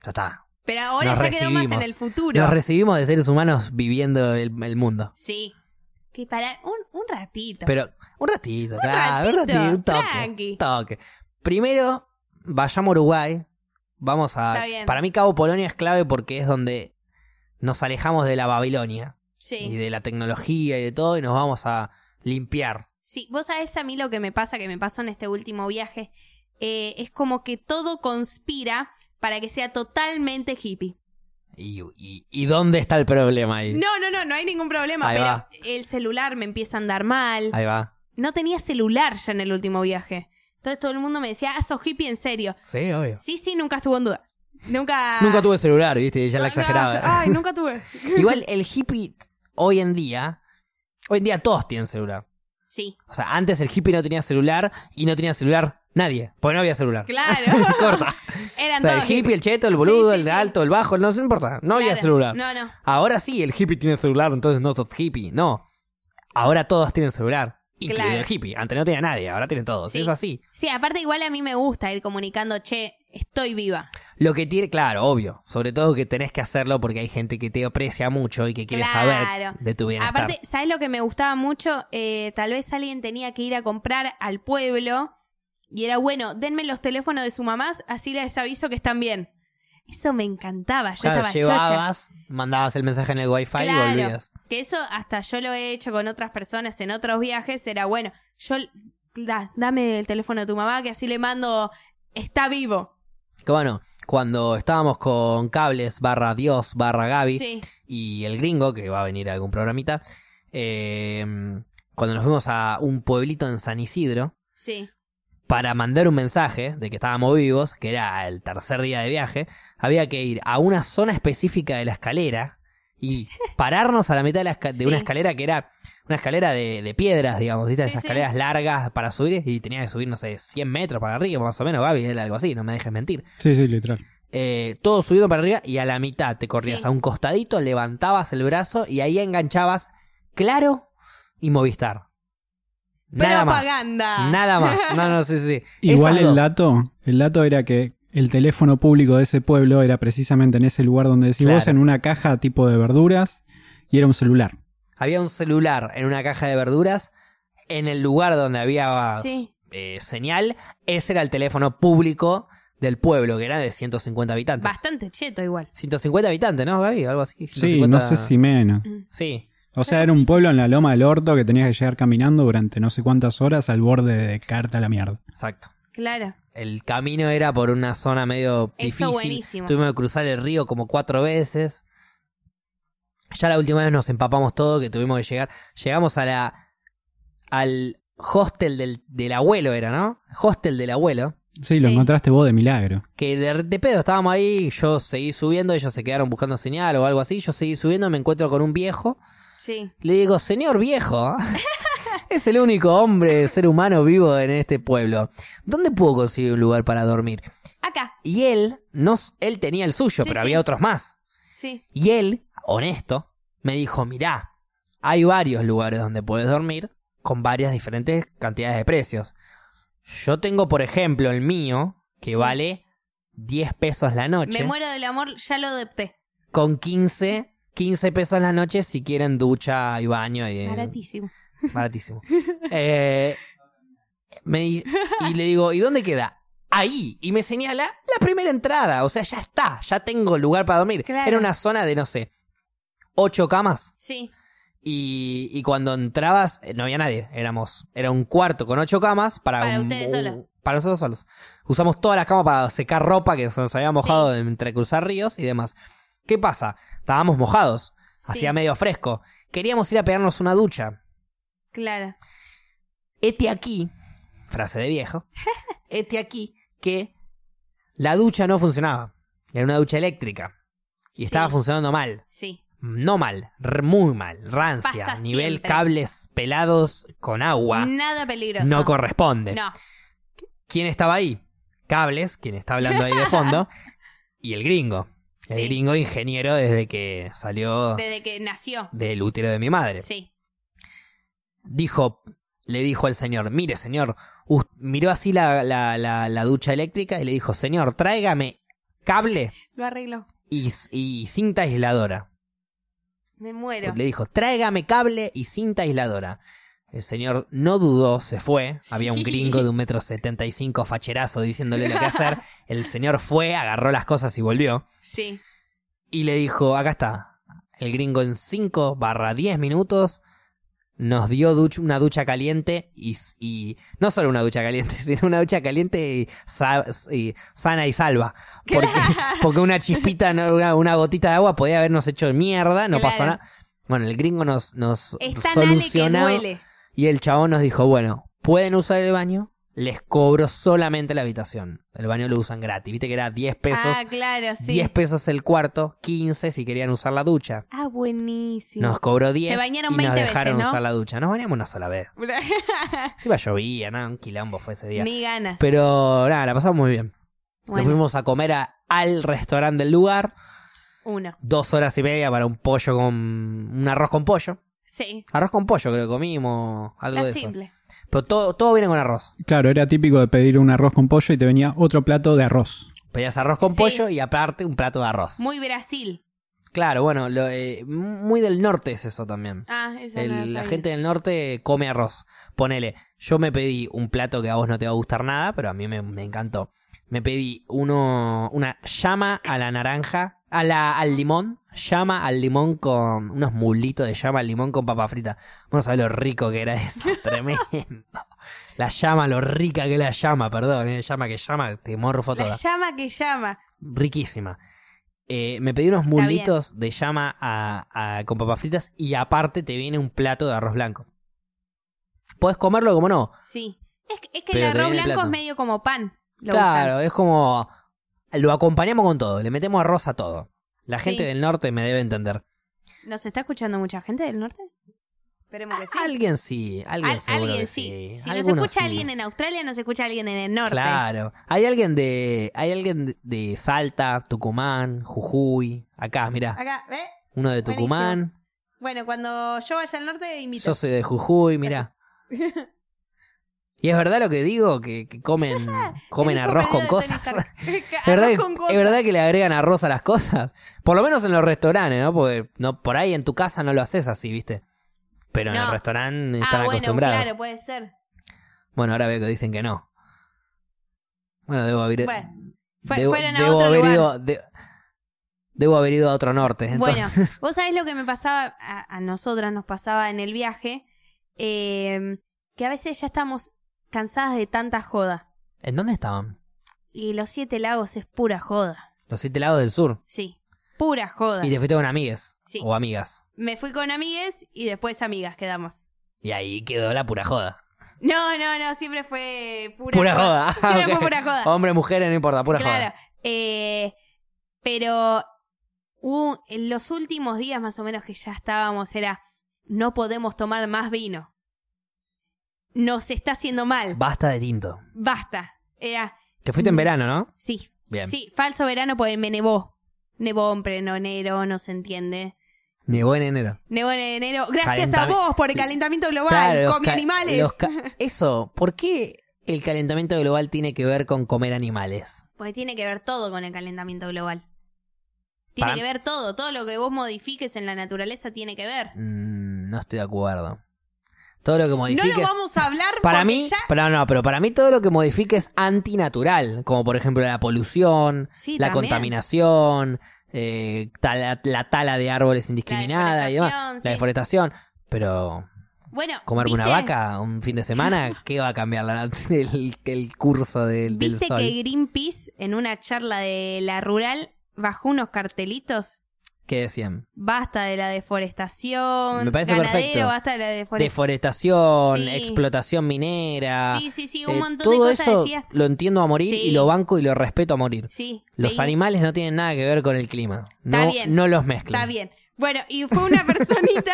A: ya está.
B: Pero ahora
A: Nos
B: ya quedó más en
A: recibimos.
B: el futuro.
A: Nos recibimos de seres humanos viviendo el, el mundo.
B: sí. Que para un, un ratito.
A: Pero un ratito, claro, un
B: ratito,
A: ratito, un toque,
B: tranqui.
A: un toque. Primero, vayamos a Uruguay. Vamos a.
B: Está bien.
A: Para mí, Cabo Polonia es clave porque es donde nos alejamos de la Babilonia y
B: sí.
A: de la tecnología y de todo y nos vamos a limpiar.
B: sí. Vos sabés a mí lo que me pasa, que me pasó en este último viaje. Eh, es como que todo conspira para que sea totalmente hippie.
A: ¿Y, y, y dónde está el problema ahí?
B: No, no, no, no hay ningún problema,
A: Ahí
B: pero
A: va.
B: el celular me empieza a andar mal.
A: Ahí va.
B: No tenía celular ya en el último viaje. Entonces todo el mundo me decía, ah, sos hippie en serio.
A: Sí, obvio.
B: Sí, sí, nunca estuvo en duda. Nunca.
A: Nunca tuve celular, viste, ya
B: No,
A: la
B: Ah. no,
A: exageraba.
B: Ay, nunca tuve.
A: Igual el hippie hoy en día, hoy en día todos tienen celular.
B: Sí,
A: O sea, antes el hippie no tenía celular y no tenía celular nadie, porque no había celular. <laughs>
B: claro. <laughs>
A: Corta. O sea,
B: Eran
A: el
B: todos
A: hippie,
B: hippies.
A: el cheto, el boludo,
B: Sí, sí,
A: el
B: sí.
A: alto, el bajo, no, no importa, no había
B: Claro.
A: celular.
B: No, no.
A: Ahora sí, el hippie tiene celular, entonces no sos hippie, no. Ahora todos tienen celular, incluido
B: Claro.
A: el hippie. Antes no tenía nadie, ahora tienen todos,
B: Sí.
A: es así.
B: Sí, aparte igual a mí me gusta ir comunicando, che, estoy viva.
A: Lo que tiene, claro, obvio, sobre todo que tenés que hacerlo porque hay gente que te aprecia mucho y que quiere
B: Claro.
A: saber de tu bienestar.
B: Aparte, ¿sabes lo que me gustaba mucho? Eh, tal vez alguien tenía que ir a comprar al pueblo y era bueno, denme los teléfonos de su mamá, así les aviso que están bien. Eso me encantaba, yo
A: Claro,
B: estaba chocha.
A: llevabas, mandabas el mensaje en el wifi y
B: Claro.
A: volvías.
B: Que eso hasta yo lo he hecho con otras personas en otros viajes, era bueno, yo da- dame el teléfono de tu mamá que así le mando está vivo.
A: Que bueno, cuando estábamos con cables barra Dios barra Gaby
B: Sí.
A: y el gringo, que va a venir a algún programita, eh, cuando nos fuimos a un pueblito en San Isidro
B: Sí.
A: para mandar un mensaje de que estábamos vivos, que era el tercer día de viaje, había que ir a una zona específica de la escalera
B: <laughs>
A: y pararnos a la mitad de, la esca- de
B: Sí.
A: una escalera que era una escalera de, de piedras, digamos, ¿viste?
B: Sí,
A: esas
B: sí.
A: escaleras largas para subir y tenía que subir, no sé, 100 metros para arriba, más o menos, Gaby, era algo así, no me dejes mentir
C: Sí, sí, literal.
A: eh, todo subido para arriba y a la mitad te corrías
B: Sí.
A: a un costadito, levantabas el brazo y ahí enganchabas Claro y Movistar.
B: Pero
A: Nada más.
B: propaganda.
A: Nada más. No, no, sí, sí.
C: Igual
A: Esas
C: el
A: dos.
C: dato, el dato era que el teléfono público de ese pueblo era precisamente en ese lugar donde decís vos,
A: Claro.
C: en una caja tipo de verduras, y era un celular.
A: Había un celular en una caja de verduras. En el lugar donde había
B: Sí.
A: eh, señal, ese era el teléfono público del pueblo, que era de 150 habitantes.
B: Bastante cheto igual.
A: 150 habitantes, ¿no, Gaby? Algo así.
C: Sí, no
A: 150.
C: sé si menos.
A: Sí.
C: O sea, era un pueblo en la loma del orto que tenías que llegar caminando durante no sé cuántas horas al borde de caerte a la mierda.
A: Exacto.
B: Claro.
A: El camino era por una zona medio
B: Eso
A: difícil.
B: buenísimo.
A: Tuvimos que cruzar el río como cuatro veces. Ya la última vez nos empapamos todo, que tuvimos que llegar. Llegamos a la al hostel del, del abuelo, era, ¿no? Hostel del abuelo.
C: Sí, lo
B: Sí.
C: encontraste vos de milagro.
A: Que de, de pedo estábamos ahí, yo seguí subiendo, ellos se quedaron buscando señal o algo así. Yo seguí subiendo, me encuentro con un viejo.
B: Sí.
A: Le digo, señor viejo, <laughs> es el único hombre, ser humano vivo en este pueblo. ¿Dónde puedo conseguir un lugar para dormir?
B: Acá.
A: Y él, no, s- él tenía el suyo,
B: Sí,
A: pero
B: sí.
A: había otros más.
B: Sí.
A: Y él, honesto, me dijo, mirá, hay varios lugares donde puedes dormir con varias diferentes cantidades de precios. Yo tengo, por ejemplo, el mío, que
B: Sí.
A: vale 10 pesos la noche,
B: Me muero del amor, ya lo adopté.
A: con 15, 15 pesos la noche si quieren ducha y baño. Y,
B: Baratísimo.
A: Baratísimo. Eh, me di- y le digo, ¿y dónde queda? Ahí. Y me señala la primera entrada. O sea, ya está. Ya tengo lugar para dormir.
B: Claro.
A: Era una zona de, no sé, ocho camas.
B: Sí.
A: Y, y cuando entrabas, eh, no había nadie. Éramos, era un cuarto con ocho camas para,
B: Para
A: un-
B: ustedes
A: un-
B: solos.
A: Para nosotros solos. Usamos todas las camas para secar ropa que se nos había mojado entre cruzar ríos y demás. ¿Qué pasa? Estábamos mojados.
B: Sí.
A: Hacía medio fresco. Queríamos ir a pegarnos una ducha.
B: Claro.
A: Este aquí, frase de viejo, este aquí que la ducha no funcionaba. Era una ducha eléctrica. Y
B: Sí.
A: estaba funcionando mal.
B: Sí.
A: No mal, r- muy mal. Rancia.
B: Pasa
A: nivel
B: siempre.
A: cables pelados con agua.
B: Nada peligroso.
A: No corresponde.
B: No.
A: ¿Quién estaba ahí? Cables, quien está hablando ahí de
B: <laughs>
A: fondo. y el gringo. El
B: Sí.
A: gringo ingeniero desde que salió
B: Desde que nació.
A: del útero de mi madre.
B: Sí.
A: dijo, le dijo al señor, mire señor, us- miró así la, la- la- la ducha eléctrica y le dijo, señor, tráigame cable
B: Lo arregló.
A: y, y cinta aisladora.
B: Me muero.
A: Pues Le dijo, tráigame cable y cinta aisladora. El señor no dudó, se fue. Había un
B: Sí.
A: gringo de un metro setenta y cinco facherazo diciéndole lo que hacer. El señor fue, agarró las cosas y volvió.
B: Sí.
A: Y le dijo, acá está. El gringo en 5 barra 10 minutos nos dio duch- una ducha caliente y, s- y no solo una ducha caliente, <laughs> sino una ducha caliente y, sa- y sana y salva. Porque, porque una chispita, no- una, una gotita de agua podía habernos hecho mierda, no pasó
B: Claro.
A: nada. Bueno, el gringo nos, nos
B: Es tan ale que
A: solucionó
B: duele.
A: y el chabón nos dijo, bueno, pueden usar el baño, les cobro solamente la habitación. El baño lo usan gratis, viste que era 10 pesos
B: Ah, claro, sí.
A: 10 pesos el cuarto, 15 si querían usar la ducha.
B: Ah, buenísimo.
A: Nos cobró 10
B: Se bañaron
A: y
B: 20
A: nos dejaron
B: veces, ¿no?
A: usar la ducha. Nos bañamos una sola vez. Encima llovía, nada, un quilombo fue ese día.
B: <laughs> Ni ganas.
A: Pero nada, la pasamos muy bien.
B: Bueno,
A: Nos fuimos a comer a- al restaurante del lugar,
B: uno.
A: dos horas y media para un pollo con... un arroz con pollo.
B: Sí.
A: Arroz con pollo creo que comimos, algo
B: La
A: de eso.
B: simple.
A: Pero todo, todo viene con arroz.
C: Claro, era típico de pedir un arroz con pollo y te venía otro plato de arroz.
A: Pedías arroz con
B: Sí.
A: pollo y aparte un plato de arroz.
B: Muy Brasil.
A: Claro, bueno, lo, eh, muy del norte es eso también.
B: Ah, eso
A: El-
B: no lo
A: la
B: sabía.
A: gente del norte come arroz. Ponele, yo me pedí un plato que a vos no te va a gustar nada, pero a mí me, me encantó. Me pedí uno, una llama a la naranja, a la, al limón, llama al limón con unos mulitos de llama al limón con papa frita. Vos no sabés lo rico que era eso, <laughs> tremendo. La llama, lo rica que es la llama, perdón, eh, llama que llama, te morfo
B: La
A: toda.
B: llama que llama.
A: Riquísima. Eh, me pedí unos
B: bien.
A: mulitos de llama a- a- con papas fritas y aparte te viene un plato de arroz blanco. Puedes comerlo como no.
B: Sí. Es que, es que el
A: Pero te
B: arroz
A: viene el
B: blanco
A: plato.
B: es medio como pan. Lo
A: claro,
B: usan.
A: es como. Lo acompañamos con todo, le metemos arroz a todo. La gente
B: Sí.
A: del norte me debe entender.
B: ¿Nos está escuchando mucha gente del norte? Esperemos que sí.
A: Alguien sí, alguien
B: Al-
A: seguro que
B: alguien
A: sí.
B: sí. Si nos
A: Algunos
B: escucha
A: sí.
B: alguien en Australia, nos escucha alguien en el norte.
A: Claro. Hay alguien de. Hay alguien de- de Salta, Tucumán, Jujuy. Acá, mirá.
B: Acá, ¿ves?
A: Uno de
B: Buenísimo.
A: Tucumán. eh,
B: Bueno, cuando yo vaya al norte, invito. <laughs>
A: Yo soy de Jujuy, mirá. Y es verdad lo que digo, que, que comen, comen
B: <laughs> El
A: arroz con
B: comedor de Tony
A: cosas.
B: Stark.
A: <laughs>
B: <laughs>
A: Es verdad,
B: Arroz
A: que,
B: con cosas.
A: es verdad que le agregan arroz a las cosas. Por lo menos en los restaurantes, ¿no? Porque no, por ahí en tu casa no lo haces así, ¿viste? Pero en
B: No.
A: el restaurante
B: Ah,
A: están
B: bueno,
A: acostumbrados.
B: claro, puede ser.
A: Bueno, ahora veo que dicen que no. Bueno, debo haber,
B: Bueno, fue-
A: debo,
B: fueron a
A: debo
B: otro
A: haber
B: lugar.
A: ido. de- debo haber ido a otro norte. Entonces,
B: Bueno, vos sabés lo que me pasaba, a, a nosotras nos pasaba en el viaje, eh, que a veces ya estamos cansadas de tanta joda.
A: ¿En dónde estaban?
B: Y los siete lagos es pura joda.
A: Los siete lagos del sur.
B: Sí, pura joda.
A: Y te fuiste con amigues.
B: Sí.
A: O amigas.
B: Me fui con amigues y después amigas quedamos.
A: Y ahí quedó la pura joda.
B: No, no, no, siempre fue pura,
A: Pura joda. <laughs> Ah,
B: Siempre
A: Ok.
B: fue pura joda.
A: Hombre, mujer, no importa, pura
B: claro.
A: joda.
B: Eh, pero hubo- en los últimos días más o menos que ya estábamos era, no podemos tomar más vino. Nos está haciendo mal.
A: Basta de tinto.
B: Basta. Era,
A: Te fuiste en
B: Mm.
A: verano, ¿no?
B: sí.
A: Bien.
B: Sí, falso verano porque me nevó. Nevó en pleno enero, no se entiende.
A: Nevó en enero.
B: Nevó en enero. Gracias
A: Calentami-
B: a vos por el calentamiento global.
A: Claro, los
B: Comí
A: ca-
B: animales.
A: los
B: <laughs>
A: ca- Eso, ¿por qué el calentamiento global tiene que ver con comer animales?
B: Porque tiene que ver todo con el calentamiento global. Tiene
A: Para-
B: que ver todo. Todo lo que vos modifiques en la naturaleza tiene que ver.
A: Mm, no estoy de acuerdo. Todo lo que modifiques.
B: No lo vamos a hablar
A: para
B: porque
A: mí,
B: ya...
A: para, no, pero para mí todo lo que modifique es antinatural, como por ejemplo la polución,
B: Sí,
A: la
B: también.
A: contaminación, eh, tala- la tala de árboles indiscriminada y demás,
B: deforestación, Ah, sí.
A: la deforestación. Pero
B: Bueno,
A: comerme una
B: ¿viste?
A: vaca un fin de
B: <laughs>
A: semana, ¿qué va a cambiar la- el, el curso del, del
B: ¿Viste
A: sol?
B: que Greenpeace en una charla de la rural bajó unos cartelitos?
A: ¿Qué decían?
B: Basta de la deforestación.
A: Me parece
B: ganadero,
A: perfecto.
B: Basta de la deforestación.
A: Deforestación,
B: Sí.
A: explotación minera.
B: sí, sí, sí, un
A: eh,
B: montón
A: todo
B: de cosas
A: eso
B: decía.
A: lo entiendo a morir
B: Sí.
A: y lo banco y lo respeto a morir.
B: Sí.
A: Los
B: leí.
A: animales no tienen nada que ver con el clima.
B: Está
A: No,
B: bien.
A: no los mezclan.
B: Está bien. Bueno, y fue
A: <laughs>
B: una personita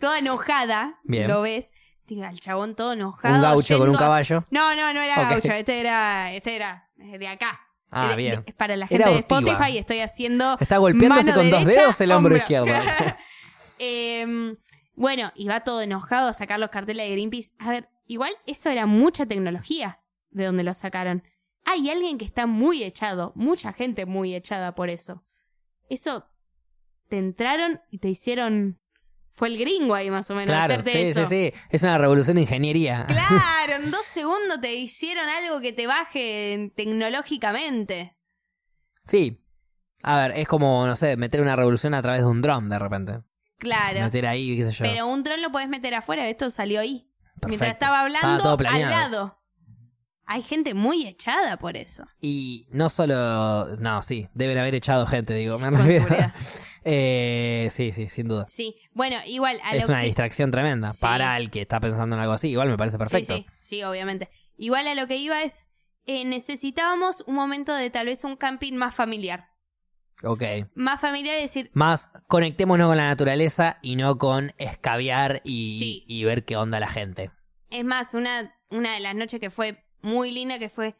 B: toda enojada.
A: Bien.
B: Lo ves. Digo, al chabón todo enojado.
A: Un gaucho con un
B: yendo a-
A: caballo.
B: No, no, no era
A: Ok.
B: gaucho. Este era, este era de acá.
A: Ah,
B: Eh, De-
A: bien.
B: de- para la
A: Era
B: gente de
A: hortiva.
B: Spotify estoy haciendo.
A: Está golpeándose
B: mano
A: con dos
B: derecha,
A: dedos el hombro,
B: <laughs>
A: izquierdo.
B: Em, bueno, y va todo enojado a sacar los carteles de Greenpeace. A ver, igual eso era mucha tecnología de donde lo sacaron. Hay alguien que está muy echado, mucha gente muy echada por eso. Eso te entraron y te hicieron. Fue el gringo ahí más o menos
A: claro,
B: hacerte
A: sí,
B: eso.
A: sí, sí. Es una revolución de ingeniería.
B: Claro, en dos segundos te hicieron algo que te baje en- tecnológicamente.
A: Sí. A ver, es como, no sé, meter una revolución a través de un dron de repente.
B: Claro.
A: Meter ahí, qué sé yo.
B: Pero un dron lo podés meter afuera, esto salió ahí. Mientras
A: Perfecto.
B: estaba hablando,
A: todo
B: al
A: planeado.
B: lado. Hay gente muy echada por eso.
A: Y no solo. No, sí, deben haber echado gente, digo. Me
B: Con
A: refiero.
B: seguridad.
A: <laughs> Eh, sí, sí, sin duda.
B: Sí, bueno, igual a
A: Es
B: lo
A: una
B: que...
A: distracción tremenda
B: Sí.
A: para el que está pensando en algo así. Igual me parece perfecto.
B: Sí, sí, sí, obviamente. Igual a lo que iba es, eh, necesitábamos un momento de tal vez un camping más familiar.
A: Ok.
B: Más familiar es decir,
A: Más, conectémonos con la naturaleza y no con escabiar y,
B: Sí.
A: y ver qué onda la gente.
B: Es más, una, una de las noches que fue muy linda, que fue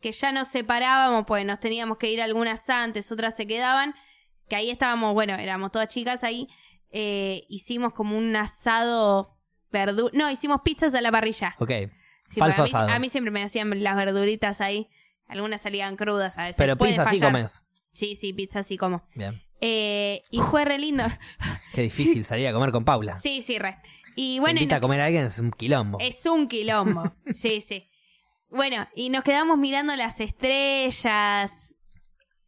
B: que ya nos separábamos, pues nos teníamos que ir algunas antes, otras se quedaban, que ahí estábamos, bueno, éramos todas chicas ahí, eh, hicimos como un asado verdu no, hicimos pizzas a la parrilla.
A: Ok.
B: Sí,
A: Falso
B: porque a mí-
A: asado.
B: A mí siempre me hacían las verduritas ahí, algunas salían crudas a veces.
A: Pero
B: puede
A: pizza sí
B: fallar.
A: comes.
B: Sí, sí, pizza sí como.
A: Bien.
B: Eh, y fue re lindo. <laughs>
A: Qué difícil salir a comer con Paula.
B: Sí, sí, re. Y
A: Te
B: bueno, y
A: invita
B: nos
A: a comer a alguien es un quilombo.
B: Es
A: <laughs>
B: un quilombo. sí, sí. Bueno, y nos quedamos mirando las estrellas,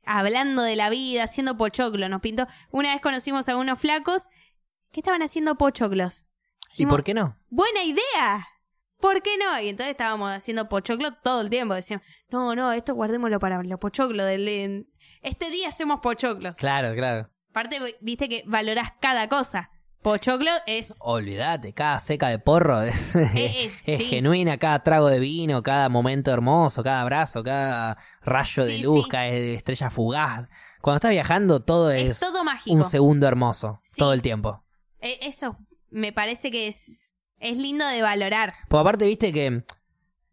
B: hablando de la vida, haciendo pochoclo. Nos pintó. Una vez conocimos a unos flacos que estaban haciendo pochoclos.
A: ¿Y por qué no?
B: ¡Buena idea! ¿Por qué no? Y entonces estábamos haciendo pochoclo todo el tiempo. Decíamos, no, no, esto guardémoslo para los pochoclos. Del, en- Este día hacemos pochoclos.
A: Claro, claro.
B: Aparte, viste que valorás cada cosa. Pochoclo es.
A: Olvídate, cada seca de porro <laughs> es,
B: eh,
A: <laughs> es
B: sí.
A: genuina, cada trago de vino, cada momento hermoso, cada abrazo, cada rayo
B: Sí,
A: de luz,
B: sí.
A: cada estrella fugaz. Cuando estás viajando todo es,
B: Es, todo mágico.
A: un segundo hermoso,
B: Sí.
A: todo el tiempo.
B: E- Eso me parece que es, es lindo de valorar.
A: Por aparte, viste que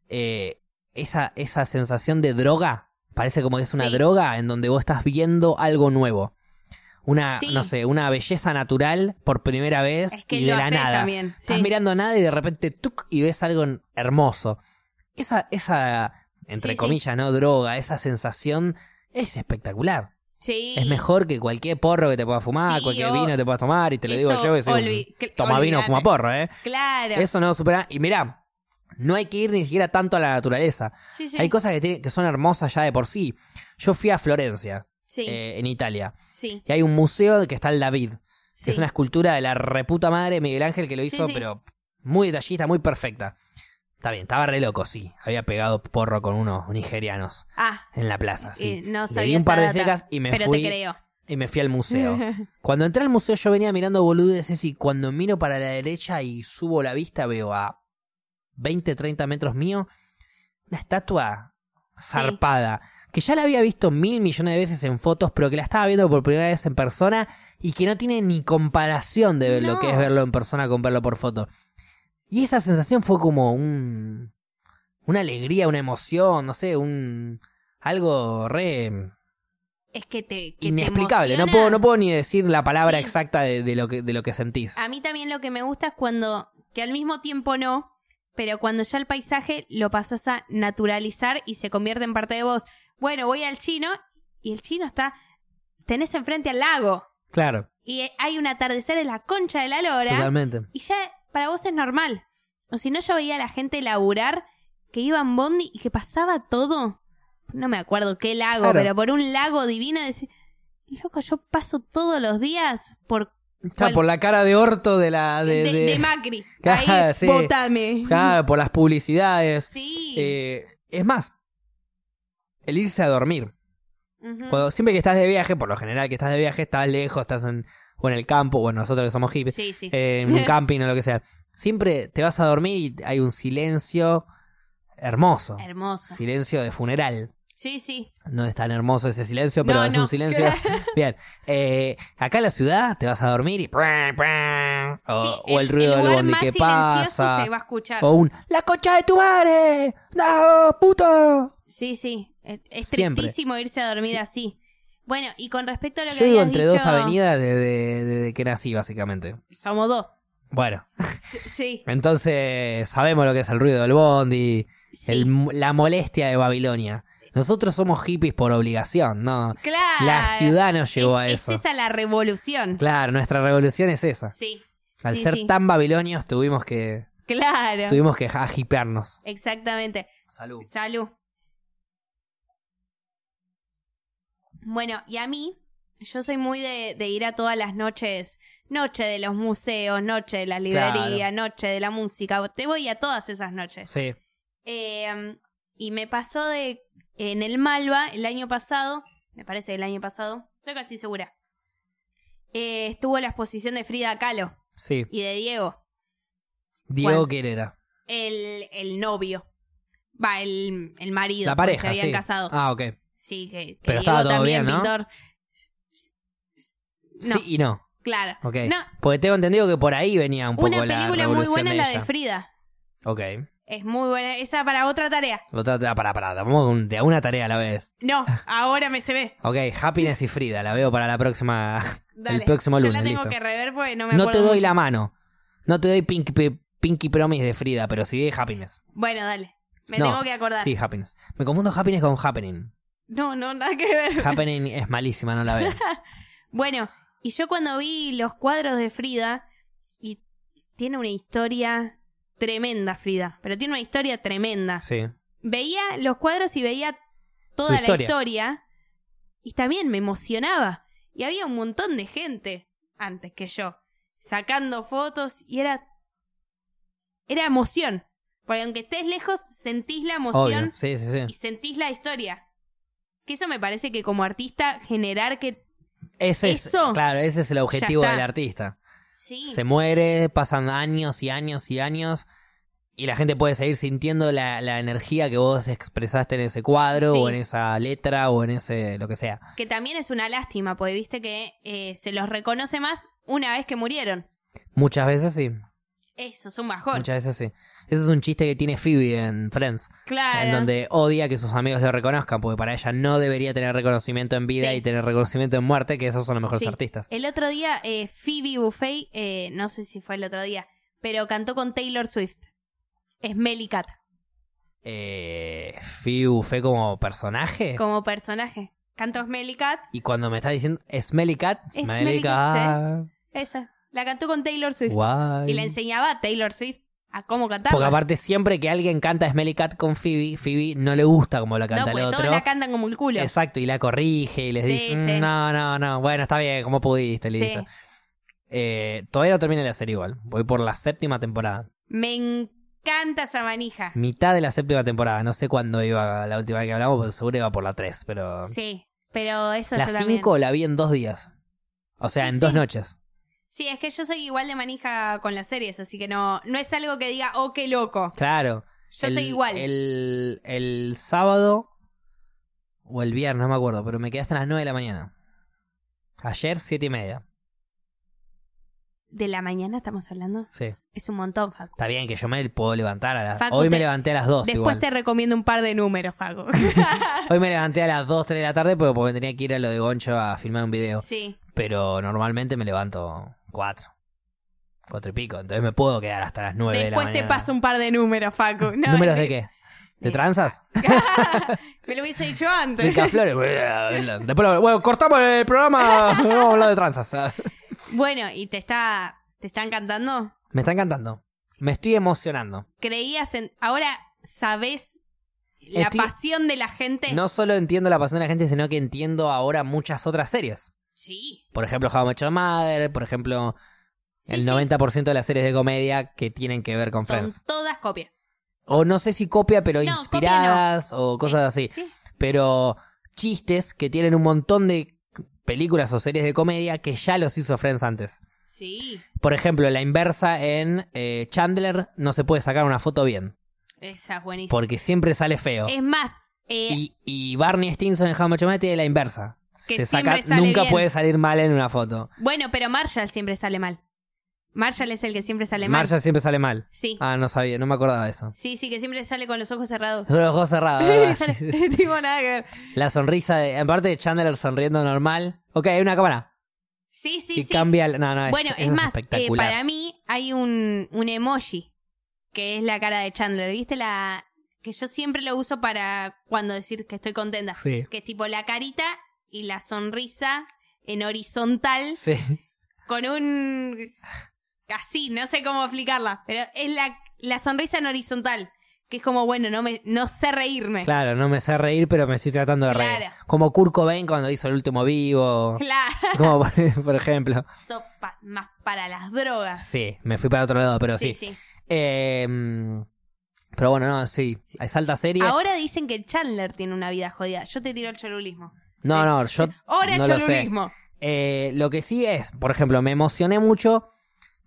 A: eh, esa, esa sensación de droga parece como que es una
B: Sí.
A: droga en donde vos estás viendo algo nuevo. Una,
B: Sí.
A: no sé, una belleza natural por primera vez
B: Es que
A: Pues, y
B: lo
A: de la
B: haces
A: nada. Ah,
B: también.
A: Estás
B: sí.
A: mirando nada y de repente tuc y ves algo hermoso. esa, esa entre
B: Sí, sí.
A: comillas, ¿no? Droga, esa sensación es espectacular.
B: Sí.
A: Es mejor que cualquier porro que te puedas fumar,
B: Sí,
A: cualquier
B: o-
A: vino que te puedas tomar, y te lo digo
B: eso
A: yo, que soy un
B: olvi- que-
A: toma vino,
B: olvidate.
A: fuma porro, ¿eh?
B: Claro.
A: Eso no supera. Y mirá, no hay que ir ni siquiera tanto a la naturaleza.
B: Sí, sí.
A: Hay cosas que, tiene- que son hermosas ya de por sí. Yo fui a Florencia,
B: Sí,
A: eh, en Italia,
B: sí,
A: y hay un museo que está el David,
B: sí.
A: que es una escultura de la reputa madre de Miguel Ángel que lo
B: Sí,
A: hizo,
B: sí.
A: pero muy detallista, muy perfecta. Está bien, estaba re loco, sí. Había pegado porro con unos nigerianos
B: Ah,
A: en la plaza, sí.
B: eh, no
A: Le
B: sabía
A: di un
B: esa
A: par de
B: data,
A: secas y me
B: pero
A: fui
B: te creo.
A: y me fui al museo. Cuando entré al museo yo venía mirando boludeces y cuando miro para la derecha y subo la vista veo a 20, 30 metros mío una estatua zarpada que ya la había visto mil millones de veces en fotos pero que la estaba viendo por primera vez en persona y que no tiene ni comparación de ver lo que
B: No.
A: es verlo en persona con verlo por foto. Y esa sensación fue como un... una alegría, una emoción, no sé, un... algo re
B: <laughs> es que te. que te
A: inexplicable. No
B: emociona.
A: puedo, no puedo ni decir la palabra
B: Sí. Ah,
A: exacta de, de lo que, de lo que sentís.
B: A mí también lo que me gusta es cuando. Que al mismo tiempo no, pero cuando ya el paisaje lo pasas a naturalizar y se convierte en parte de vos. Bueno, voy al chino y el chino está. Tenés enfrente al lago
A: Claro,
B: y hay un atardecer en la concha de la lora.
A: totalmente.
B: Y ya para vos es normal. O si no, yo veía a la gente laburar que iba en bondi y que pasaba todo. No me acuerdo qué lago,
A: Claro.
B: pero por un lago divino. Decía, Loco, yo paso todos los días por.
A: Claro, por la cara de orto de la.
B: De,
A: Ah, De, de-
B: de Macri.
A: <laughs> Claro,
B: Ahí,
A: sí.
B: votame.
A: Claro, por las publicidades.
B: Sí.
A: Eh, es más, el irse a dormir.
B: Ujú.
A: Cuando, siempre que estás de viaje, por lo general que estás de viaje, estás lejos, estás en, o en el campo, bueno, nosotros que somos hippies,
B: Sí, sí.
A: eh, en
B: <laughs>
A: un camping o lo que sea. Siempre te vas a dormir y hay un silencio hermoso.
B: Hermoso.
A: Silencio de funeral.
B: Sí, sí.
A: No es tan hermoso ese silencio, pero
B: No,
A: es
B: no.
A: un
B: <laughs>
A: silencio. Bien. Eh, acá en la ciudad te vas a dormir y. O,
B: Sí,
A: o el ruido del
B: lugar
A: bondi
B: más
A: que
B: silencioso
A: pasa.
B: se va a escuchar.
A: O un. ¡La concha de tu madre! ¡No, puto!
B: Sí, sí. Es, es
A: Siempre.
B: tristísimo irse a dormir así. Bueno, y con respecto a lo que
A: Yo vivo
B: habías
A: entre dos
B: dicho-
A: avenidas desde, desde que nací, básicamente.
B: Somos dos.
A: Bueno,
B: Sí.
A: entonces sabemos lo que es el ruido del bondi,
B: sí.
A: el mo- la molestia de Babilonia. Nosotros somos hippies por obligación, ¿no?
B: Claro.
A: La ciudad nos llevó
B: es,
A: a
B: es
A: eso.
B: esa la revolución.
A: Claro, nuestra revolución es esa.
B: Sí.
A: Al
B: Sí,
A: ser
B: sí.
A: tan babilonios tuvimos que
B: Claro.
A: tuvimos que ajipearnos.
B: Exactamente.
A: Salud.
B: Salud. Bueno, y a mí, yo soy muy de, de ir a todas las noches, noche de los museos, noche de la librería, noche de la música, te voy a todas esas noches.
A: Sí.
B: Eh, y me pasó de en el Malva el año pasado, me parece el año pasado, estoy casi segura. eh, estuvo la exposición de Frida Kahlo
A: Sí.
B: y de Diego,
A: Diego
B: Bueno.
A: quién era.
B: el, el novio. Va, el, el marido.
A: La
B: porque
A: pareja.
B: Se habían
A: sí.
B: casado.
A: Ah, ok.
B: Sí, que, que
A: Pero
B: Diego
A: estaba todo bien,
B: también,
A: ¿no?
B: pintor. No,
A: Sí y no.
B: claro.
A: Ok.
B: No,
A: Porque tengo entendido que por ahí venía un poco
B: una
A: la
B: película
A: revolución
B: muy buena
A: de
B: es la de
A: ella.
B: Frida.
A: Ok.
B: Es muy buena. Esa para otra tarea.
A: Lo tra- tra- Pará, pará. Vamos con- de a una tarea a la vez. <laughs>
B: No, ahora me se ve.
A: Ok, Happiness y Frida. La veo para la
B: <laughs>
A: próxima.
B: Dale.
A: El próximo
B: Yo
A: lunes,
B: la tengo
A: listo.
B: que rever porque no
A: <laughs>
B: me
A: No
B: acuerdo
A: te doy
B: mucho.
A: la mano. No te doy Pinky, Pe- Pinky Promise de Frida, pero sí de Happiness.
B: Bueno, dale. Me
A: No,
B: tengo que acordar.
A: Sí, Happiness. Me confundo Happiness con
B: <laughs>
A: Happening.
B: No, no, nada que ver.
A: Happening es malísima, no la veo.
B: Bueno, y yo cuando vi los cuadros de Frida, y tiene una historia tremenda, Frida, pero tiene una historia tremenda.
A: Sí.
B: Veía los cuadros y veía
A: Su
B: toda
A: historia.
B: la historia, y también me emocionaba. Y había un montón de gente antes que yo, sacando fotos, y era. Era emoción. Porque aunque estés lejos, sentís la emoción
A: Obvio. Sí, sí, sí.
B: y sentís la historia. Que eso me parece que como artista generar que...
A: Ese es,
B: Eso.
A: claro, ese es el objetivo
B: Ya está.
A: del artista.
B: Sí,
A: Se muere, pasan años y años y años, y la gente puede seguir sintiendo la, la energía que vos expresaste en ese cuadro,
B: Sí.
A: o en esa letra, o en ese lo que sea.
B: que también es una lástima, porque viste que eh, se los reconoce más una vez que murieron.
A: Muchas veces sí,
B: Eso es un bajón.
A: muchas veces sí. Ese es un chiste que tiene Phoebe en Friends,
B: claro.
A: en donde odia que sus amigos lo reconozcan, porque para ella no debería tener reconocimiento en vida
B: Sí.
A: y tener reconocimiento en muerte, que esos son los mejores
B: Sí.
A: artistas.
B: El otro día, eh, Phoebe Buffet, eh, no sé si fue el otro día, pero cantó con Taylor Swift. Es Cat.
A: eh, Fiu Fe como personaje.
B: como personaje. Cantó Smelly Cat,
A: Y cuando me está diciendo Smelly Cat, Smelly,
B: Smelly Cat,
A: Cat,
B: esa. La cantó con Taylor Swift.
A: guay.
B: Y le enseñaba a Taylor Swift a cómo cantar.
A: Porque aparte siempre que alguien canta Smelly Cat con Phoebe, Phoebe no le gusta como la
B: no,
A: canta
B: pues
A: el
B: todos
A: otro.
B: la cantan como el culo.
A: Exacto, y la corrige y les
B: Sí,
A: dice, "Mm,
B: sí.
A: no, no, no, bueno, está bien, como pudiste,
B: Sí.
A: listo. Eh, todavía no termina la serie igual, voy por la séptima temporada.
B: Me encanta esa manija.
A: Mitad de la séptima temporada, no sé cuándo iba la última vez que hablamos, pero seguro iba por la 3, pero...
B: Sí, pero eso
A: la
B: yo también.
A: 5 la vi en dos días. O sea,
B: Sí,
A: en
B: sí.
A: dos noches.
B: Sí, es que yo soy igual de manija con las series, así que no, no es algo que diga, oh, qué loco.
A: Claro.
B: Yo
A: El-
B: soy igual.
A: El, el sábado o el viernes, no me acuerdo, pero me quedé hasta las 9 de la mañana. Ayer, siete y media.
B: De la mañana estamos hablando.
A: Sí.
B: Es- Es un montón, Facu.
A: Está bien que yo me puedo levantar a las...
B: Facu,
A: Hoy me
B: te-
A: levanté a las 2
B: Después
A: igual.
B: te recomiendo un par de números,
A: <laughs>
B: Facu.
A: Hoy me levanté a las 2, 3 de la tarde porque porque tenía que ir a lo de Goncho a filmar un video.
B: sí.
A: Pero normalmente me levanto 4. 4 y pico. Entonces me puedo quedar hasta las 9 de la
B: Después
A: mañana.
B: te paso un par de números, Facu. No,
A: ¿Números de
B: es-
A: qué? ¿De
B: <laughs>
A: tranzas?
B: Me lo hubiese dicho antes.
A: Rica Flores. Después lo- bueno, cortamos el programa. <laughs> Vamos a hablar de tranzas.
B: <laughs> Bueno, ¿y te está te están cantando?
A: Me está encantando. Me estoy emocionando.
B: ¿Creías en ahora sabes la
A: Estoy-
B: pasión de la gente?
A: No solo entiendo la pasión de la gente, sino que entiendo ahora muchas otras series.
B: Sí.
A: Por ejemplo, How I Met Your Mother, por ejemplo,
B: Sí,
A: el
B: sí.
A: 90% de las series de comedia que tienen que ver con
B: Son
A: Friends.
B: todas copias.
A: O no sé si copia, pero
B: No, copia no.
A: inspiradas o cosas así.
B: Eh, sí.
A: Pero chistes que tienen un montón de películas o series de comedia que ya los hizo Friends antes.
B: Sí,
A: Por ejemplo, la inversa en eh, Chandler no se puede sacar una foto bien.
B: esa es buenísima.
A: Porque siempre sale feo.
B: Es más, eh,
A: Y, y Barney Stinson en How I Met Your Mother tiene la inversa.
B: Que
A: Se
B: siempre
A: saca-
B: sale
A: nunca
B: bien.
A: puede salir mal en una foto.
B: bueno, pero Marshall siempre sale mal. Marshall es el que siempre sale mal.
A: Marshall siempre sale mal.
B: Sí.
A: Ah, no sabía, no me acordaba de eso.
B: Sí, sí, que siempre sale con los
A: <laughs>
B: ojos cerrados.
A: Los ojos
B: <laughs>
A: cerrados. ¿verdad?
B: Sale- tipo, nada que ver.
A: la sonrisa de. Aparte de Chandler sonriendo normal. Ok, hay una cámara.
B: Sí, sí,
A: y
B: sí.
A: cambia. el- No, no,
B: bueno,
A: eso-
B: es
A: eso
B: más, eh,
A: espectacular.
B: para mí hay un, un emoji que es la cara de Chandler. ¿Viste la que yo siempre lo uso para cuando decir que estoy contenta?
A: Sí.
B: Que es tipo la carita y la sonrisa en horizontal
A: Sí.
B: con un así, no sé cómo explicarla, pero es la, la sonrisa en horizontal, que es como bueno, no me no sé reírme.
A: Claro, no me sé reír, pero me estoy tratando de reír.
B: Claro.
A: Como Kurt Cobain cuando hizo el último vivo.
B: La <laughs>
A: Como <laughs> por, por ejemplo.
B: sopa más para las drogas.
A: Sí, me fui para otro lado, pero sí.
B: sí.
A: Eh, mm, pero bueno, no, sí. Es alta serie.
B: Ahora dicen que Chandler tiene una vida jodida. Yo te tiro el chorulismo.
A: no, no, yo.
B: Ahora
A: no
B: el
A: lo sé.
B: chorulismo.
A: Eh, lo que sí es, por ejemplo, me emocioné mucho.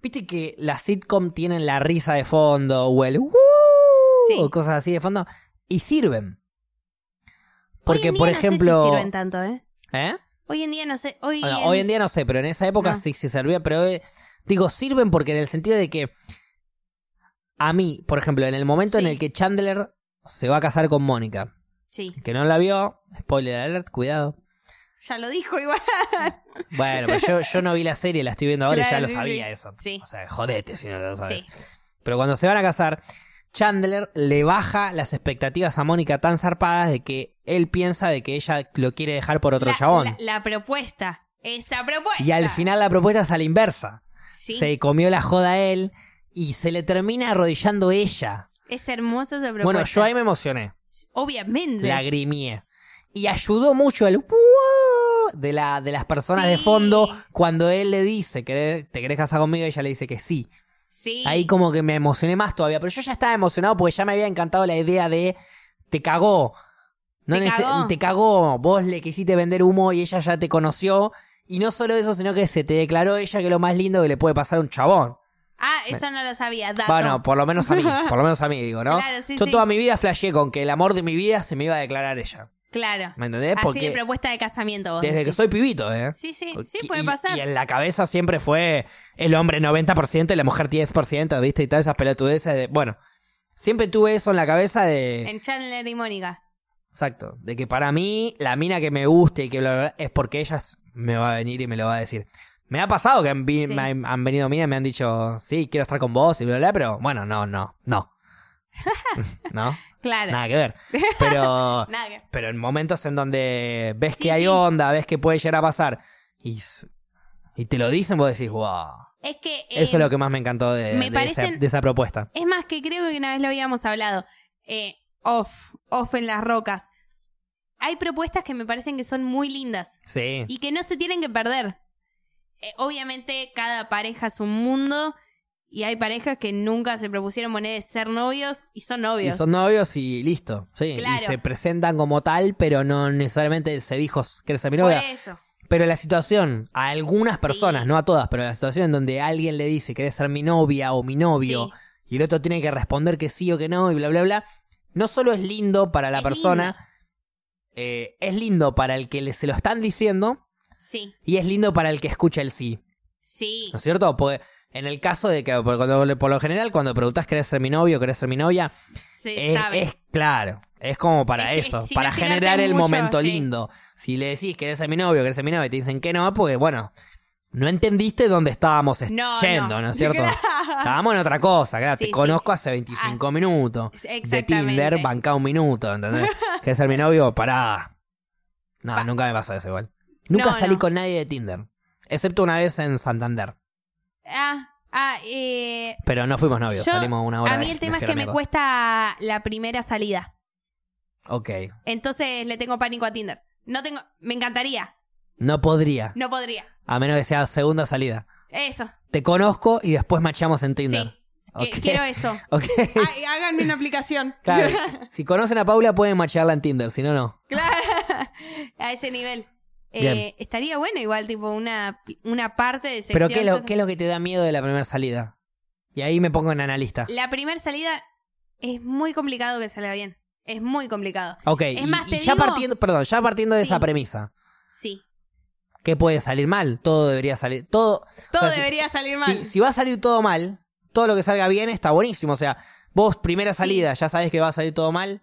A: Viste que las sitcom tienen la risa de fondo o el "Woo",
B: Sí.
A: o cosas así de fondo y sirven.
B: Hoy
A: Porque,
B: en día
A: por
B: no sé si
A: ejemplo.
B: sirven tanto, ¿eh?
A: ¿eh?
B: Hoy en día no sé. Hoy,
A: Bueno,
B: en...
A: hoy en día no sé, pero en esa época
B: No.
A: sí, sí servía. Pero eh, digo, sirven porque en el sentido de que a mí, por ejemplo, en el momento en
B: Sí.
A: el que Chandler se va a casar con Mónica,
B: Sí.
A: que no la vio, spoiler alert, cuidado.
B: Ya lo dijo igual.
A: Bueno, pero yo, yo no vi la serie, la estoy viendo ahora y
B: Claro,
A: ya lo
B: sí,
A: sabía
B: sí.
A: eso.
B: Sí.
A: O sea, jodete si no lo sabes.
B: Sí.
A: Pero cuando se van a casar, Chandler le baja las expectativas a Mónica tan zarpadas de que él piensa de que ella lo quiere dejar por otro
B: la,
A: chabón.
B: La, la propuesta. Esa propuesta.
A: y al final la propuesta es a la inversa.
B: Sí.
A: Se comió la joda a él y se le termina arrodillando ella.
B: Es hermosa esa propuesta.
A: Bueno, yo ahí me emocioné,
B: Obviamente.
A: lagrimié. Y ayudó mucho el "Wow" de, la, de las personas de
B: Sí.
A: fondo cuando él le dice, "¿Querés- ¿te querés casar conmigo? Y ella le dice que sí.
B: Sí.
A: Ahí como que me emocioné más todavía, pero yo ya estaba emocionado porque ya me había encantado la idea de te cagó. No
B: Te
A: nece-
B: cagó.
A: te cagó, vos le quisiste vender humo y ella ya te conoció. Y no solo eso, sino que se te declaró ella que lo más lindo que le puede pasar a un chabón.
B: Ah, eso no lo sabía. Dato.
A: Bueno, por lo menos a mí, por lo menos a mí digo, ¿no?
B: Claro, sí,
A: Yo
B: sí.
A: toda mi vida flasheé con que el amor de mi vida se me iba a declarar ella.
B: claro.
A: ¿Me entendés?
B: Así de
A: ¿Eh? Porque
B: propuesta de casamiento vos.
A: desde que
B: decís.
A: soy pibito, ¿eh?
B: Sí, sí,
A: Y-
B: sí, puede
A: y-
B: pasar.
A: Y en la cabeza siempre fue el hombre 90% y la mujer 10%, ¿viste? Y todas esas pelotudeces de. Bueno, siempre tuve eso en la cabeza de.
B: En Chandler y Mónica.
A: Exacto. De que para mí, la mina que me guste y que bla, bla, bla, es porque ella s- me va a venir y me lo va a decir. Me ha pasado que han, vi-
B: Sí.
A: me han- han venido minas y me han <laughs> dicho, sí, quiero estar con vos y bla, bla, bla, pero bueno, no, no, no. ¿No?
B: Claro.
A: Nada que ver. Pero,
B: Nada que-
A: pero en momentos en donde ves
B: Sí,
A: que hay
B: sí.
A: onda, ves que puede llegar a pasar y, s- y te lo dicen, vos decís, wow.
B: Es que. eh,
A: Eso es lo que más me encantó de,
B: me
A: de
B: parecen-
A: esa, de esa propuesta.
B: Es más, que creo que una vez lo habíamos hablado. eh, off, off en las rocas. Hay propuestas que me parecen que son muy lindas
A: Sí.
B: y que no se tienen que perder. Eh, obviamente, cada pareja es un mundo y hay parejas que nunca se propusieron poner de ser novios y son
A: Y
B: novios.
A: son novios y listo. Sí.
B: Claro.
A: Y se presentan como tal, pero no necesariamente se dijo que eres mi
B: Por
A: novia.
B: eso.
A: Pero la situación, a algunas personas,
B: Sí.
A: no a todas, pero la situación en donde alguien le dice querés ser mi novia o mi novio,
B: Sí.
A: y el otro tiene que responder que sí o que no, y bla, bla, bla, no solo es lindo para la
B: Es
A: persona, eh, es lindo para el que le- se lo están diciendo
B: Sí,
A: y es lindo para el que escucha el sí.
B: sí.
A: ¿No es cierto? Pues, en el caso de que, por, cuando- por lo general, cuando preguntas querés ser mi novio, querés ser mi novia,
B: Se
A: es,
B: sabe.
A: es claro. Es como para
B: Es que
A: eso,
B: si no
A: para
B: tirarte
A: generar el
B: mucho,
A: momento
B: sí.
A: lindo. Si le decís querés ser mi novio, querés ser mi novia, y te dicen que no, porque bueno, no entendiste dónde estábamos est-
B: No,
A: yendo,
B: no.
A: ¿no es
B: <laughs>
A: cierto?
B: Claro.
A: Estábamos en otra cosa, claro,
B: Sí,
A: te
B: sí.
A: conozco hace 25 minutos. De
B: Exactamente.
A: Tinder, banca un minuto,
B: <laughs>
A: ¿entendés? ¿Querés ser mi novio? Pará. No,
B: Pa-
A: nunca me pasó eso igual. Nunca
B: No,
A: salí
B: no.
A: con nadie de Tinder, excepto una vez en Santander.
B: Ah, ah, eh,
A: Pero no fuimos novios,
B: Yo-
A: salimos una hora
B: a mí
A: de-
B: el tema es
A: fui a
B: que
A: la
B: me
A: mierda.
B: cuesta la primera salida.
A: Ok.
B: Entonces le tengo pánico a Tinder. No tengo, me encantaría,
A: No podría,
B: no podría.
A: a menos que sea segunda salida.
B: Eso.
A: Te conozco y después machamos en Tinder.
B: Sí. Que-
A: Ok.
B: Quiero eso.
A: <laughs> Ok.
B: Ay, háganme una aplicación.
A: Claro. si conocen a Paula pueden machearla en Tinder, si no, no.
B: <laughs> a ese nivel. Eh,
A: Bien.
B: estaría bueno igual, tipo, una, una parte de sección.
A: Pero ¿qué es, lo, ¿qué es lo que te da miedo de la primera salida? Y ahí me pongo en analista.
B: La primera salida es muy complicado que salga bien. Es muy complicado.
A: Ok,
B: Es
A: y,
B: más,
A: y
B: te
A: ya
B: digo-
A: partiendo, perdón, ya partiendo de
B: Sí.
A: esa premisa,
B: Sí.
A: ¿qué puede salir mal? Todo debería salir, todo,
B: Todo
A: O sea, si-
B: debería salir mal.
A: si, si va a salir todo mal, todo lo que salga bien está buenísimo. O sea, vos primera salida, ya sabes que va a salir todo mal,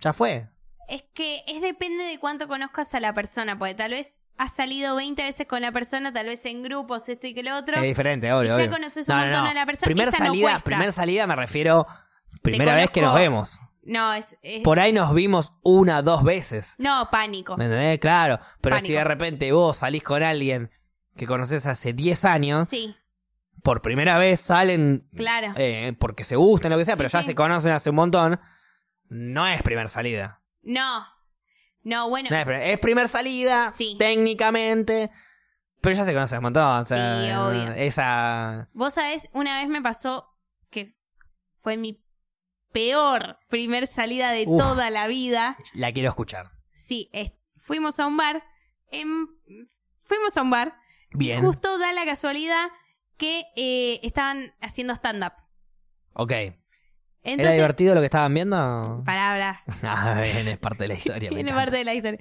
A: ya fue.
B: Es que es depende de cuánto conozcas a la persona, porque tal vez has salido 20 veces con la persona, tal vez en grupos, esto y que lo otro.
A: Es diferente,
B: Y
A: obvio.
B: ya
A: obvio.
B: conoces un montón a la persona,
A: Primer
B: esa no
A: salida,
B: cuesta.
A: primer salida me refiero primera vez que nos
B: conozco.
A: vemos.
B: No, es, es-
A: Por ahí nos vimos una, dos veces.
B: no pánico.
A: ¿Me entendés? Claro. Pero
B: Pánico.
A: si de repente vos salís con alguien que conoces hace 10 años,
B: Sí,
A: por primera vez salen
B: claro.
A: eh, porque se gustan, lo que sea,
B: Ah. Sí,
A: pero ya
B: sí.
A: se conocen hace un montón, no es primer salida.
B: No. No, bueno.
A: No es, primer, es primer salida,
B: Sí.
A: técnicamente, pero ya se conocen un montón. o sea,
B: Sí, obvio.
A: Esa...
B: Vos sabés, una vez me pasó que fue mi peor primer salida de
A: Uf.
B: toda la vida.
A: La quiero escuchar.
B: Sí, es- fuimos a un bar. em, fuimos a un bar.
A: Bien.
B: Justo da la casualidad que eh, estaban haciendo stand-up.
A: Ok. ¿Era
B: Entonces,
A: divertido lo que estaban viendo? <laughs>
B: palabra,
A: Ah, bien, es parte de la historia. me
B: tiene
A: encanta.
B: parte de la historia.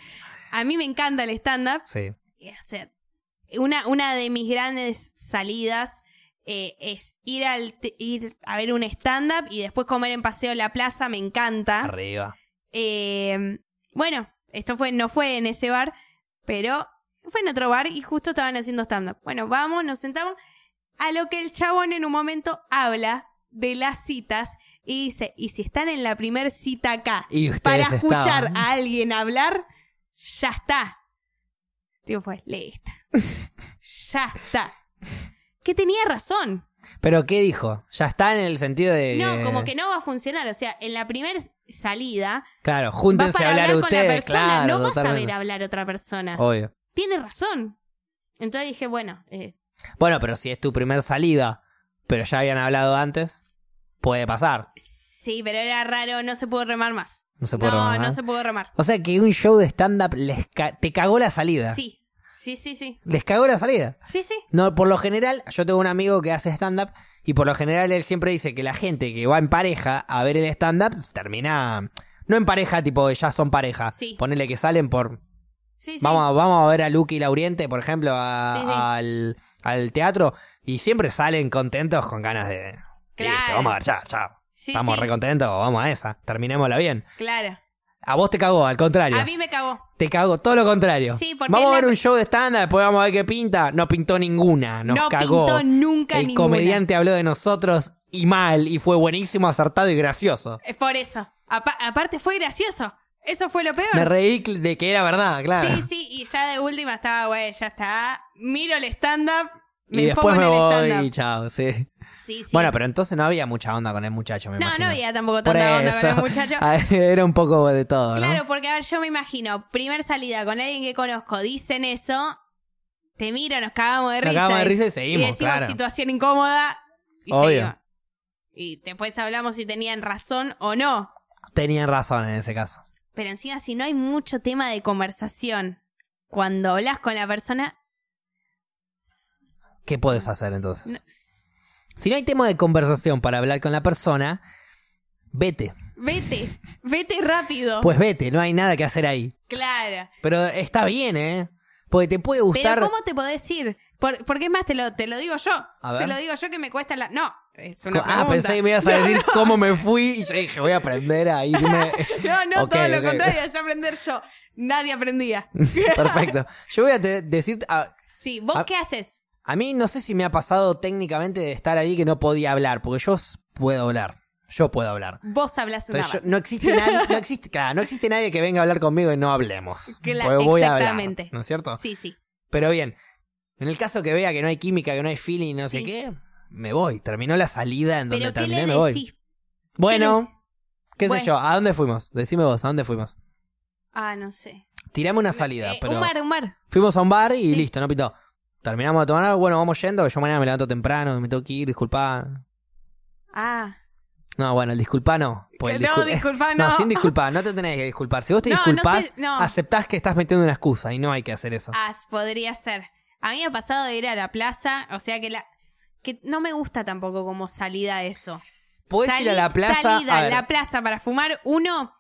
B: A mí me encanta el stand-up.
A: Sí.
B: eh, o sea, una, una de mis grandes salidas eh, es ir, al te- ir a ver un stand-up y después comer en Paseo La Plaza, me encanta.
A: Arriba.
B: Eh, bueno, esto fue no fue en ese bar, pero fue en otro bar y justo estaban haciendo stand-up. Bueno, vamos, nos sentamos, a lo que el chabón en un momento habla de las citas y dice, y si están en la primer cita acá,
A: Y ustedes
B: para escuchar ah.
A: estaban-
B: a alguien hablar, ya está. Digo, pues, listo. ya está. Que tenía razón.
A: Pero ¿qué dijo? Ya está en el sentido de...
B: No, como que no va a funcionar. O sea, en la primera salida,
A: Claro,
B: vas
A: júntense
B: para
A: a hablar,
B: hablar con la
A: ustedes,
B: persona,
A: claro.
B: no vas a ver
A: totalmente. Oh.
B: hablar a otra persona.
A: Obvio.
B: Tiene razón. Entonces dije, bueno, eh,
A: Bueno, pero si es tu primer salida, pero ya habían hablado antes, puede pasar.
B: sí, pero era raro, no se pudo remar más.
A: No se puede
B: no,
A: remar.
B: no se pudo remar.
A: O sea que un show de stand-up les ca- te cagó la salida.
B: Sí, sí, sí, sí.
A: Les cagó la salida.
B: Sí, sí.
A: No, por lo general, yo tengo un amigo que hace stand-up y por lo general él siempre dice que la gente que va en pareja a ver el stand-up termina... No en pareja, tipo, ya son pareja.
B: Sí.
A: Ponele que salen por
B: sí, sí.
A: Vamos, a- vamos a ver a Lucky y Lauriente, por ejemplo, a-
B: Sí, sí.
A: Al, al teatro, y siempre salen contentos con ganas de.
B: Claro.
A: "Listo, vamos a ver, ya, ya.
B: Sí,
A: Estamos
B: sí,
A: recontentos, vamos a esa, terminémosla bien.
B: Claro.
A: A vos te cagó, al contrario.
B: A mí me cagó.
A: Te cagó, todo lo contrario.
B: Sí, porque
A: vamos a
B: es
A: ver
B: la-
A: un show de stand-up, después vamos a ver qué pinta. No pintó ninguna, nos
B: no
A: cagó.
B: pintó nunca
A: El
B: ninguna.
A: comediante habló de nosotros y mal, y fue buenísimo, acertado y gracioso.
B: Es por eso. Apa- aparte fue gracioso. Eso fue lo peor.
A: Me reí de que era verdad, claro.
B: Sí, sí, y ya de última estaba, güey, ya está. Miro el stand-up, me
A: y después
B: enfoco
A: me
B: en el
A: voy y
B: stand-up.
A: chao, sí.
B: Sí, sí.
A: Bueno, pero entonces no había mucha onda con el muchacho, me
B: no,
A: imagino.
B: no había tampoco
A: Por
B: tanta onda con el
A: eso. <laughs>
B: muchacho.
A: Era un poco de todo, ¿no?
B: Claro, porque a ver, yo me imagino, primer salida con alguien que conozco, dicen eso, te miro, nos cagamos de
A: Nos
B: risa.
A: cagamos de
B: y-
A: risa y seguimos,
B: Y decimos
A: claro.
B: situación incómoda y
A: Obvio.
B: seguimos. Y después hablamos si tenían razón o no.
A: Tenían razón en ese caso.
B: Pero encima, si no hay mucho tema de conversación cuando hablas con la persona,
A: ¿Qué puedes hacer entonces?
B: no-
A: Si no hay tema de conversación para hablar con la persona, vete.
B: vete, vete rápido.
A: Pues vete, no hay nada que hacer ahí.
B: claro.
A: Pero está bien, ¿eh? Porque te puede gustar.
B: Pero ¿cómo te podés ir? Por- porque es más, te lo, te lo digo yo.
A: A ver.
B: Te lo digo yo que me cuesta la... No, es una
A: Co- ah,
B: pregunta.
A: pensé que me ibas a
B: <laughs>
A: decir cómo me fui y yo dije, voy a aprender a irme.
B: <laughs> No, no,
A: Ok,
B: todo lo
A: ok.
B: contrario, es aprender yo. Nadie aprendía.
A: <laughs> Perfecto. Yo voy a te- decir, a,
B: Sí, ¿vos
A: Ah.
B: qué haces?
A: a mí no sé si me ha pasado técnicamente de estar ahí que no podía hablar, porque yo s- puedo hablar. Yo puedo hablar.
B: Vos hablas una
A: Entonces yo-
B: banda.
A: no existe nadie, no existe, claro, no existe nadie que venga a hablar conmigo y no hablemos.
B: Cla-
A: Porque voy a hablar,
B: exactamente.
A: ¿no es cierto?
B: Sí, sí.
A: Pero bien, en el caso que vea que no hay química, que no hay feeling, no sé
B: Sí.
A: qué, me voy. Terminó la salida en donde
B: Pero ¿qué
A: terminé,
B: le
A: me voy.
B: decís?
A: Bueno, qué,
B: Bueno.
A: sé yo, ¿a dónde fuimos? Decime vos, ¿a dónde fuimos?
B: Ah, no sé.
A: Tirame una salida,
B: Eh,
A: pero
B: Un mar, un mar.
A: fuimos a un bar y
B: Sí.
A: listo, no pitó. Terminamos de tomar algo, bueno, vamos yendo, yo mañana me levanto temprano, me tengo que ir, disculpa.
B: Ah.
A: No, bueno, el disculpa no. porque el
B: no,
A: pues discul-
B: disculpa, no.
A: <laughs> No,
B: <laughs>
A: sin disculpar, no te tenés que disculpar. Si vos te
B: No, no
A: disculpás,
B: sé- no.
A: aceptás que estás metiendo una excusa y no hay que hacer eso.
B: Ah, podría ser. A mí me ha pasado de ir a la plaza, o sea que la... Que no me gusta tampoco como salida eso.
A: Podés ir a la
B: Sali-
A: plaza.
B: Salida
A: a
B: a
A: ver,
B: la plaza para fumar uno...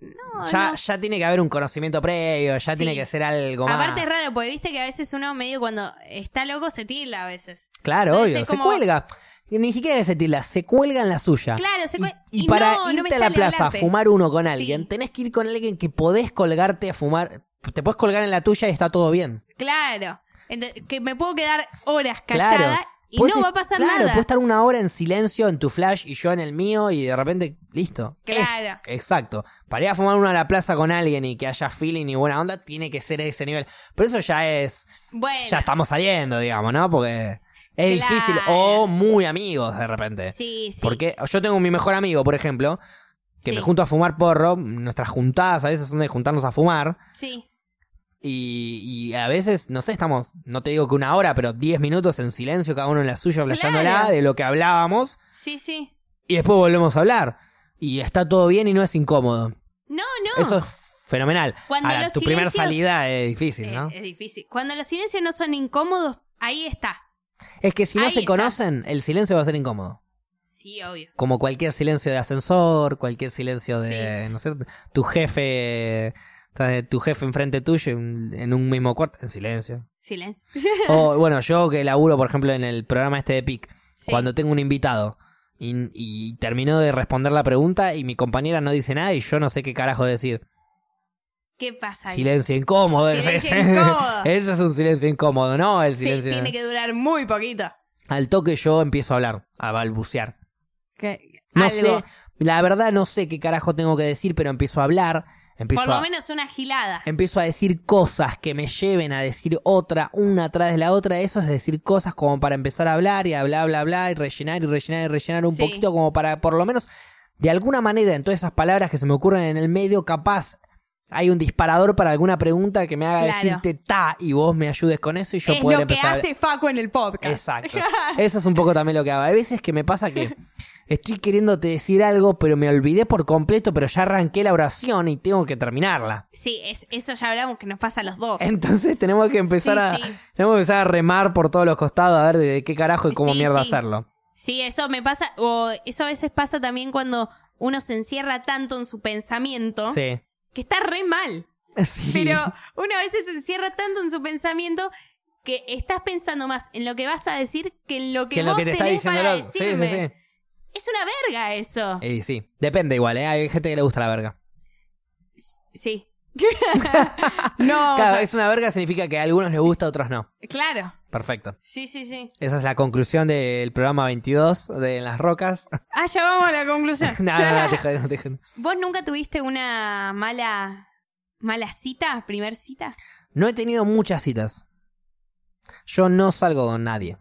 B: No,
A: ya,
B: no
A: ya tiene que haber un conocimiento previo, ya
B: Sí.
A: tiene que ser algo más.
B: Aparte es raro, porque viste que a veces uno medio cuando está loco se tila a veces.
A: Claro,
B: Entonces
A: obvio,
B: es
A: se
B: como-
A: cuelga. Ni siquiera se tila, se cuelga en la suya.
B: Claro, se
A: Y-
B: cuelga-
A: Y,
B: y
A: para
B: no, no me
A: irte a la
B: sale
A: plaza
B: hablarte.
A: a fumar uno con
B: Sí.
A: alguien, tenés que ir con alguien que podés colgarte a fumar. Te podés colgar en la tuya y está todo bien.
B: Claro. Ente- que me puedo quedar horas callada
A: Claro.
B: y
A: Podés
B: no va a
A: est-
B: pasar
A: claro,
B: nada.
A: puedes estar una hora en silencio en tu flash y yo en el mío y de repente, listo. Es-
B: Claro.
A: exacto. Para ir a fumar uno a la plaza con alguien y que haya feeling y buena onda, tiene que ser ese nivel. Pero eso ya es.
B: Bueno,
A: Ya estamos saliendo, digamos, ¿no? Porque es
B: Claro.
A: difícil. O muy amigos de repente.
B: sí, sí.
A: Porque yo tengo mi mejor amigo, por ejemplo, que
B: Sí.
A: me junto a fumar porro. Nuestras juntadas a veces son de juntarnos a fumar.
B: Sí,
A: Y, y a veces, no sé, estamos, no te digo que una hora, pero 10 minutos en silencio, cada uno en la suya, flasheándola
B: Claro.
A: de lo que hablábamos.
B: sí, sí.
A: Y después volvemos a hablar. Y está todo bien y no es incómodo.
B: No, no.
A: Eso es fenomenal.
B: Cuando
A: Ahora,
B: los
A: tu primera
B: silencios-
A: salida es difícil,
B: Eh,
A: ¿no?
B: es difícil. Cuando los silencios no son incómodos, ahí está.
A: es que si no
B: ahí
A: se
B: está.
A: conocen, el silencio va a ser incómodo.
B: Sí, obvio.
A: Como cualquier silencio de ascensor, cualquier silencio de, no sé, tu jefe, está- tu jefe enfrente tuyo en en un mismo cuarto, en
B: <laughs>
A: silencio.
B: Silencio.
A: O bueno, yo que laburo, por ejemplo, en el programa este de PIC,
B: Sí.
A: cuando tengo un invitado y, y termino de responder la pregunta y mi compañera no dice nada y yo no sé qué carajo decir.
B: ¿Qué pasa ahí?
A: Silencio incómodo. <laughs> ese-
B: Silencio incómodo.
A: Ese es un silencio incómodo, ¿no? El
B: Ti-
A: silencio.
B: Tiene que durar muy poquito.
A: Al toque yo empiezo a hablar, a balbucear.
B: Que-
A: No
B: Algo.
A: sé, la verdad no sé qué carajo tengo que decir, pero empiezo a hablar, empiezo
B: Por lo
A: a,
B: menos una gilada.
A: empiezo a decir cosas que me lleven a decir otra, una tras de la otra. Eso es decir cosas como para empezar a hablar y a bla, bla, bla, y rellenar y rellenar y rellenar un
B: Sí.
A: poquito, como para, por lo menos, de alguna manera, en todas esas palabras que se me ocurren en el medio, capaz hay un disparador para alguna pregunta que me haga
B: Claro.
A: decirte ta y vos me ayudes con eso y yo
B: es
A: pueda
B: lo que
A: empezar. a-
B: hace Facu en el podcast. <laughs>
A: Exacto. Eso es un poco también lo que hago. Hay veces que me pasa que estoy queriéndote decir algo, pero me olvidé por completo, pero ya arranqué la oración y tengo que terminarla.
B: Sí, es, eso ya hablamos que nos pasa a los <laughs> dos.
A: Entonces tenemos que empezar
B: Sí,
A: a
B: sí.
A: tenemos que empezar a remar por todos los costados a ver de qué carajo y cómo
B: Sí,
A: mierda
B: sí.
A: hacerlo.
B: Sí, eso me pasa, o eso a veces pasa también cuando uno se encierra tanto en su pensamiento, <laughs>
A: Sí.
B: que está re mal,
A: Sí.
B: pero uno a veces se encierra tanto en su pensamiento que estás pensando más en lo que vas a decir que en lo que,
A: que
B: vos
A: lo que te está
B: tenés
A: diciendo
B: para
A: el otro. Sí, sí,
B: decirme.
A: sí. Eh.
B: Es una verga eso.
A: Y sí. Depende igual, ¿eh? Hay gente que le gusta la verga.
B: Sí. no, o
A: Claro,
B: sea,
A: <laughs> es una verga significa que a algunos les gusta, a otros no.
B: claro.
A: Perfecto.
B: Sí, sí, sí.
A: Esa es la conclusión del programa 22 de En las
B: <laughs>
A: Rocas. <laughs>
B: Ah, ya vamos a la conclusión.
A: no, no, no, te jodé, no, te jodé.
B: ¿Vos nunca tuviste una mala mala cita, primer cita?
A: No he tenido muchas citas. Yo no salgo con nadie.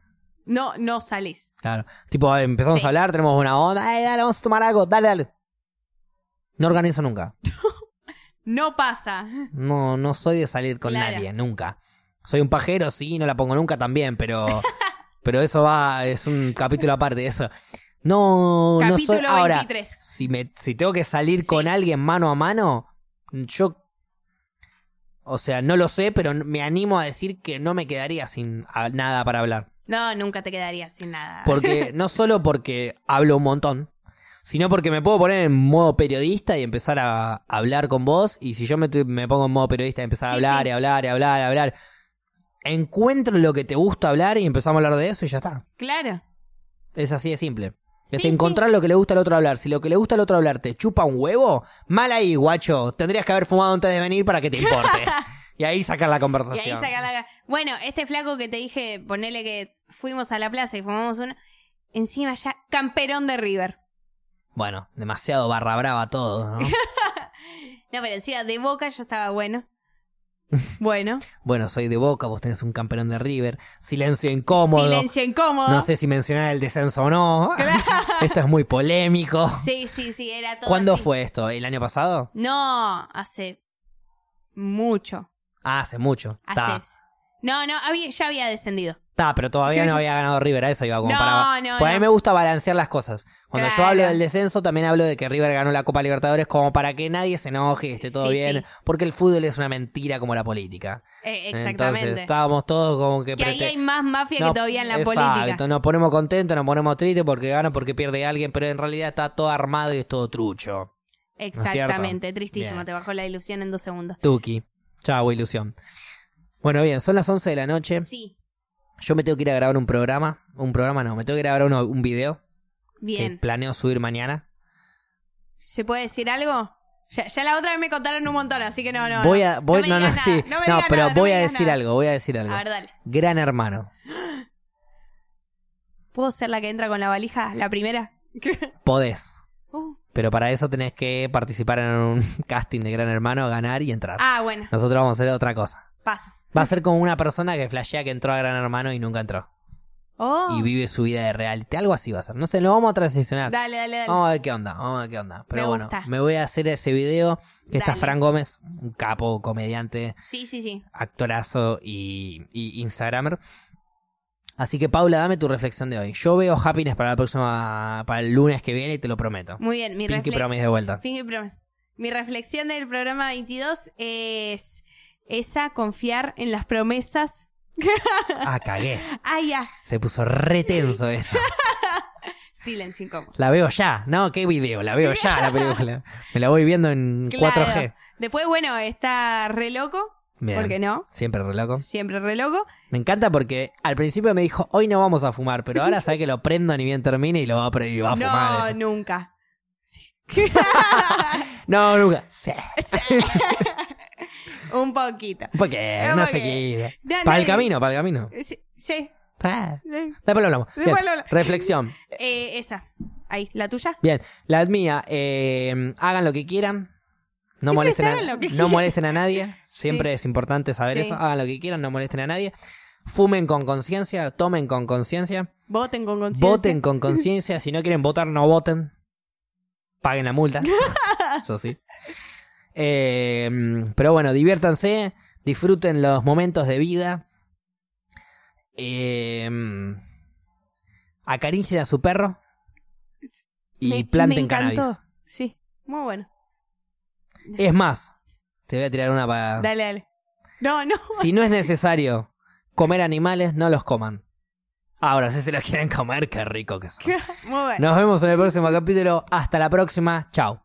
B: No, no sales.
A: Claro. Tipo, empezamos
B: Sí.
A: a hablar, tenemos una onda. "Ay, dale, vamos a tomar algo. Dale, dale. No organizo nunca.
B: No pasa.
A: No, no soy de salir con
B: Claro.
A: nadie, nunca. Soy un pajero, sí, no la pongo nunca también,
B: <laughs>
A: pero. pero eso va, es un capítulo aparte de eso. No,
B: Capítulo
A: no soy. Ahora,
B: 23.
A: si, me, si tengo que salir
B: Sí.
A: con alguien mano a mano, yo. O sea, no lo sé, pero me animo a decir que no me quedaría sin a- nada para hablar.
B: No, nunca te quedarías sin nada. <laughs>
A: Porque, no solo porque hablo un montón, sino porque me puedo poner en modo periodista y empezar a hablar con vos. Y si yo me, tu- me pongo en modo periodista y empezar a
B: Sí,
A: hablar
B: sí.
A: y hablar y hablar y hablar, encuentro lo que te gusta hablar y empezamos a hablar de eso y ya está.
B: Claro.
A: Es así de simple. Es
B: Sí,
A: encontrar lo que le gusta al otro hablar. Si lo que le gusta al otro hablar te chupa un huevo, mal ahí, guacho. Tendrías que haber fumado antes de venir para que te
B: <laughs>
A: importe. y ahí sacar la
B: Y
A: conversación.
B: ahí saca la... Bueno, este flaco que te dije, ponele que fuimos a la plaza y fumamos uno. Encima ya, camperón de River.
A: Bueno, demasiado barra brava todo, ¿no?
B: No, pero encima de boca yo estaba
A: <laughs>
B: bueno. Bueno.
A: Bueno, soy de Boca, vos tenés un campeón de River. Silencio incómodo.
B: Silencio incómodo.
A: No sé si mencionar el descenso o no. <laughs> esto es muy polémico.
B: Sí, sí, sí, era todo.
A: ¿Cuándo
B: así.
A: fue esto? ¿El año pasado?
B: No, hace mucho.
A: Ah, hace mucho. Está,
B: Hace. No, no, había, ya había descendido.
A: está, pero todavía
B: <laughs>
A: no había ganado River, a eso iba como
B: No,
A: para.
B: no,
A: Pues a mí
B: no.
A: me gusta balancear las cosas. Cuando yo hablo
B: Claro.
A: del descenso, también hablo de que River ganó la Copa Libertadores como para que nadie se enoje y esté todo
B: Sí,
A: bien.
B: sí.
A: Porque el fútbol es una mentira como la política.
B: Eh,
A: Entonces,
B: exactamente.
A: estábamos todos como que.
B: que ahí
A: prete-
B: hay más mafia
A: No,
B: que <laughs> todavía en la
A: exacto,
B: política.
A: Nos ponemos contentos, nos ponemos tristes porque gana, porque pierde alguien, pero en realidad está todo armado y es todo trucho.
B: Exactamente, tristísimo.
A: Bien.
B: Te bajó la ilusión en dos segundos.
A: Tuki. Chau, ilusión. Bueno, bien, son las 11 de la noche.
B: Sí,
A: Yo me tengo que ir a grabar un programa. Un programa no, me tengo que ir a grabar uno- un video que
B: bien.
A: planeo subir mañana.
B: ¿Se puede decir algo? Ya, ya la otra vez me contaron un montón, así que no, no.
A: voy
B: no.
A: a. Voy,
B: me
A: no, no,
B: digas
A: sí.
B: nada,
A: No,
B: me digas
A: pero
B: nada, no
A: voy
B: me
A: a
B: digas
A: decir
B: nada.
A: algo, voy a decir algo.
B: A ver, dale.
A: Gran hermano.
B: ¿Puedo ser la que entra con la valija, la primera?
A: Podés.
B: Uh.
A: Pero para eso tenés que participar en un <laughs> casting de Gran Hermano, ganar y entrar.
B: Ah, bueno,
A: Nosotros vamos a hacer otra cosa.
B: paso.
A: Va a ser como una persona que flashea que entró a Gran Hermano y nunca entró.
B: Oh,
A: Y vive su vida de reality. Algo así va a ser. No sé, lo vamos a transicionar.
B: dale, dale, dale.
A: Vamos a ver qué onda, vamos a ver qué onda. Pero
B: Me
A: bueno,
B: gusta.
A: me voy a hacer ese video. Que está
B: Dale.
A: Fran Gómez, un capo, comediante,
B: Sí, sí, sí.
A: actorazo y, y Instagramer. Así que Paula, dame tu reflexión de hoy. Yo veo happiness para la próxima, para el lunes que viene y te lo prometo.
B: Muy bien, mi
A: Pinky
B: reflexión.
A: Promise de vuelta.
B: Pinky Promise. Mi reflexión del programa 22 es esa, confiar en las promesas.
A: Ah,
B: <laughs>
A: cagué.
B: Ah, ya.
A: Se puso re tenso esto.
B: Silencio incómodo.
A: La veo ya. No, qué video. La veo ya la
B: <laughs>
A: película. Me la voy viendo en
B: Claro.
A: 4G.
B: Después, bueno, está re loco.
A: Bien.
B: ¿Por qué no?
A: Siempre re loco.
B: Siempre re loco.
A: Me encanta porque al principio me dijo, hoy no vamos a fumar, pero ahora sabe que lo prendo ni bien termine y lo va a, pre- y va a
B: no,
A: fumar.
B: nunca.
A: <laughs> No, nunca. Sí.
B: Un poquito.
A: Porque
B: No,
A: no
B: porque-
A: sé qué.
B: No,
A: Para el
B: no,
A: camino, para el camino.
B: Sí. sí.
A: Ah,
B: Eh,
A: Después lo hablamos.
B: Después
A: Bien,
B: lo hablamos.
A: Reflexión.
B: Eh, esa. Ahí, ¿la tuya?
A: Bien, la mía, eh, hagan lo que quieran. No
B: Siempre
A: molesten,
B: hagan
A: a,
B: lo que
A: no
B: quieran.
A: molesten a nadie. Siempre
B: <laughs> Sí.
A: es importante saber
B: Sí.
A: eso. Hagan lo que quieran, no molesten a nadie. Fumen con conciencia, tomen con conciencia,
B: Voten con conciencia.
A: voten con conciencia. Si no quieren votar, no voten. Paguen la
B: <laughs>
A: multa. Eso sí. Eh, pero bueno, diviértanse, disfruten los momentos de vida. Eh, acaricien a su perro y
B: Me-
A: planten
B: me encantó.
A: cannabis.
B: Sí, muy bueno.
A: Es más, te voy a tirar una para.
B: Dale, dale. No,
A: <laughs>
B: no.
A: Si no es necesario comer animales, no los coman. Ahora, si se los quieren comer, qué rico que son.
B: Muy bueno.
A: Nos vemos en el próximo capítulo. Hasta la próxima. Chao.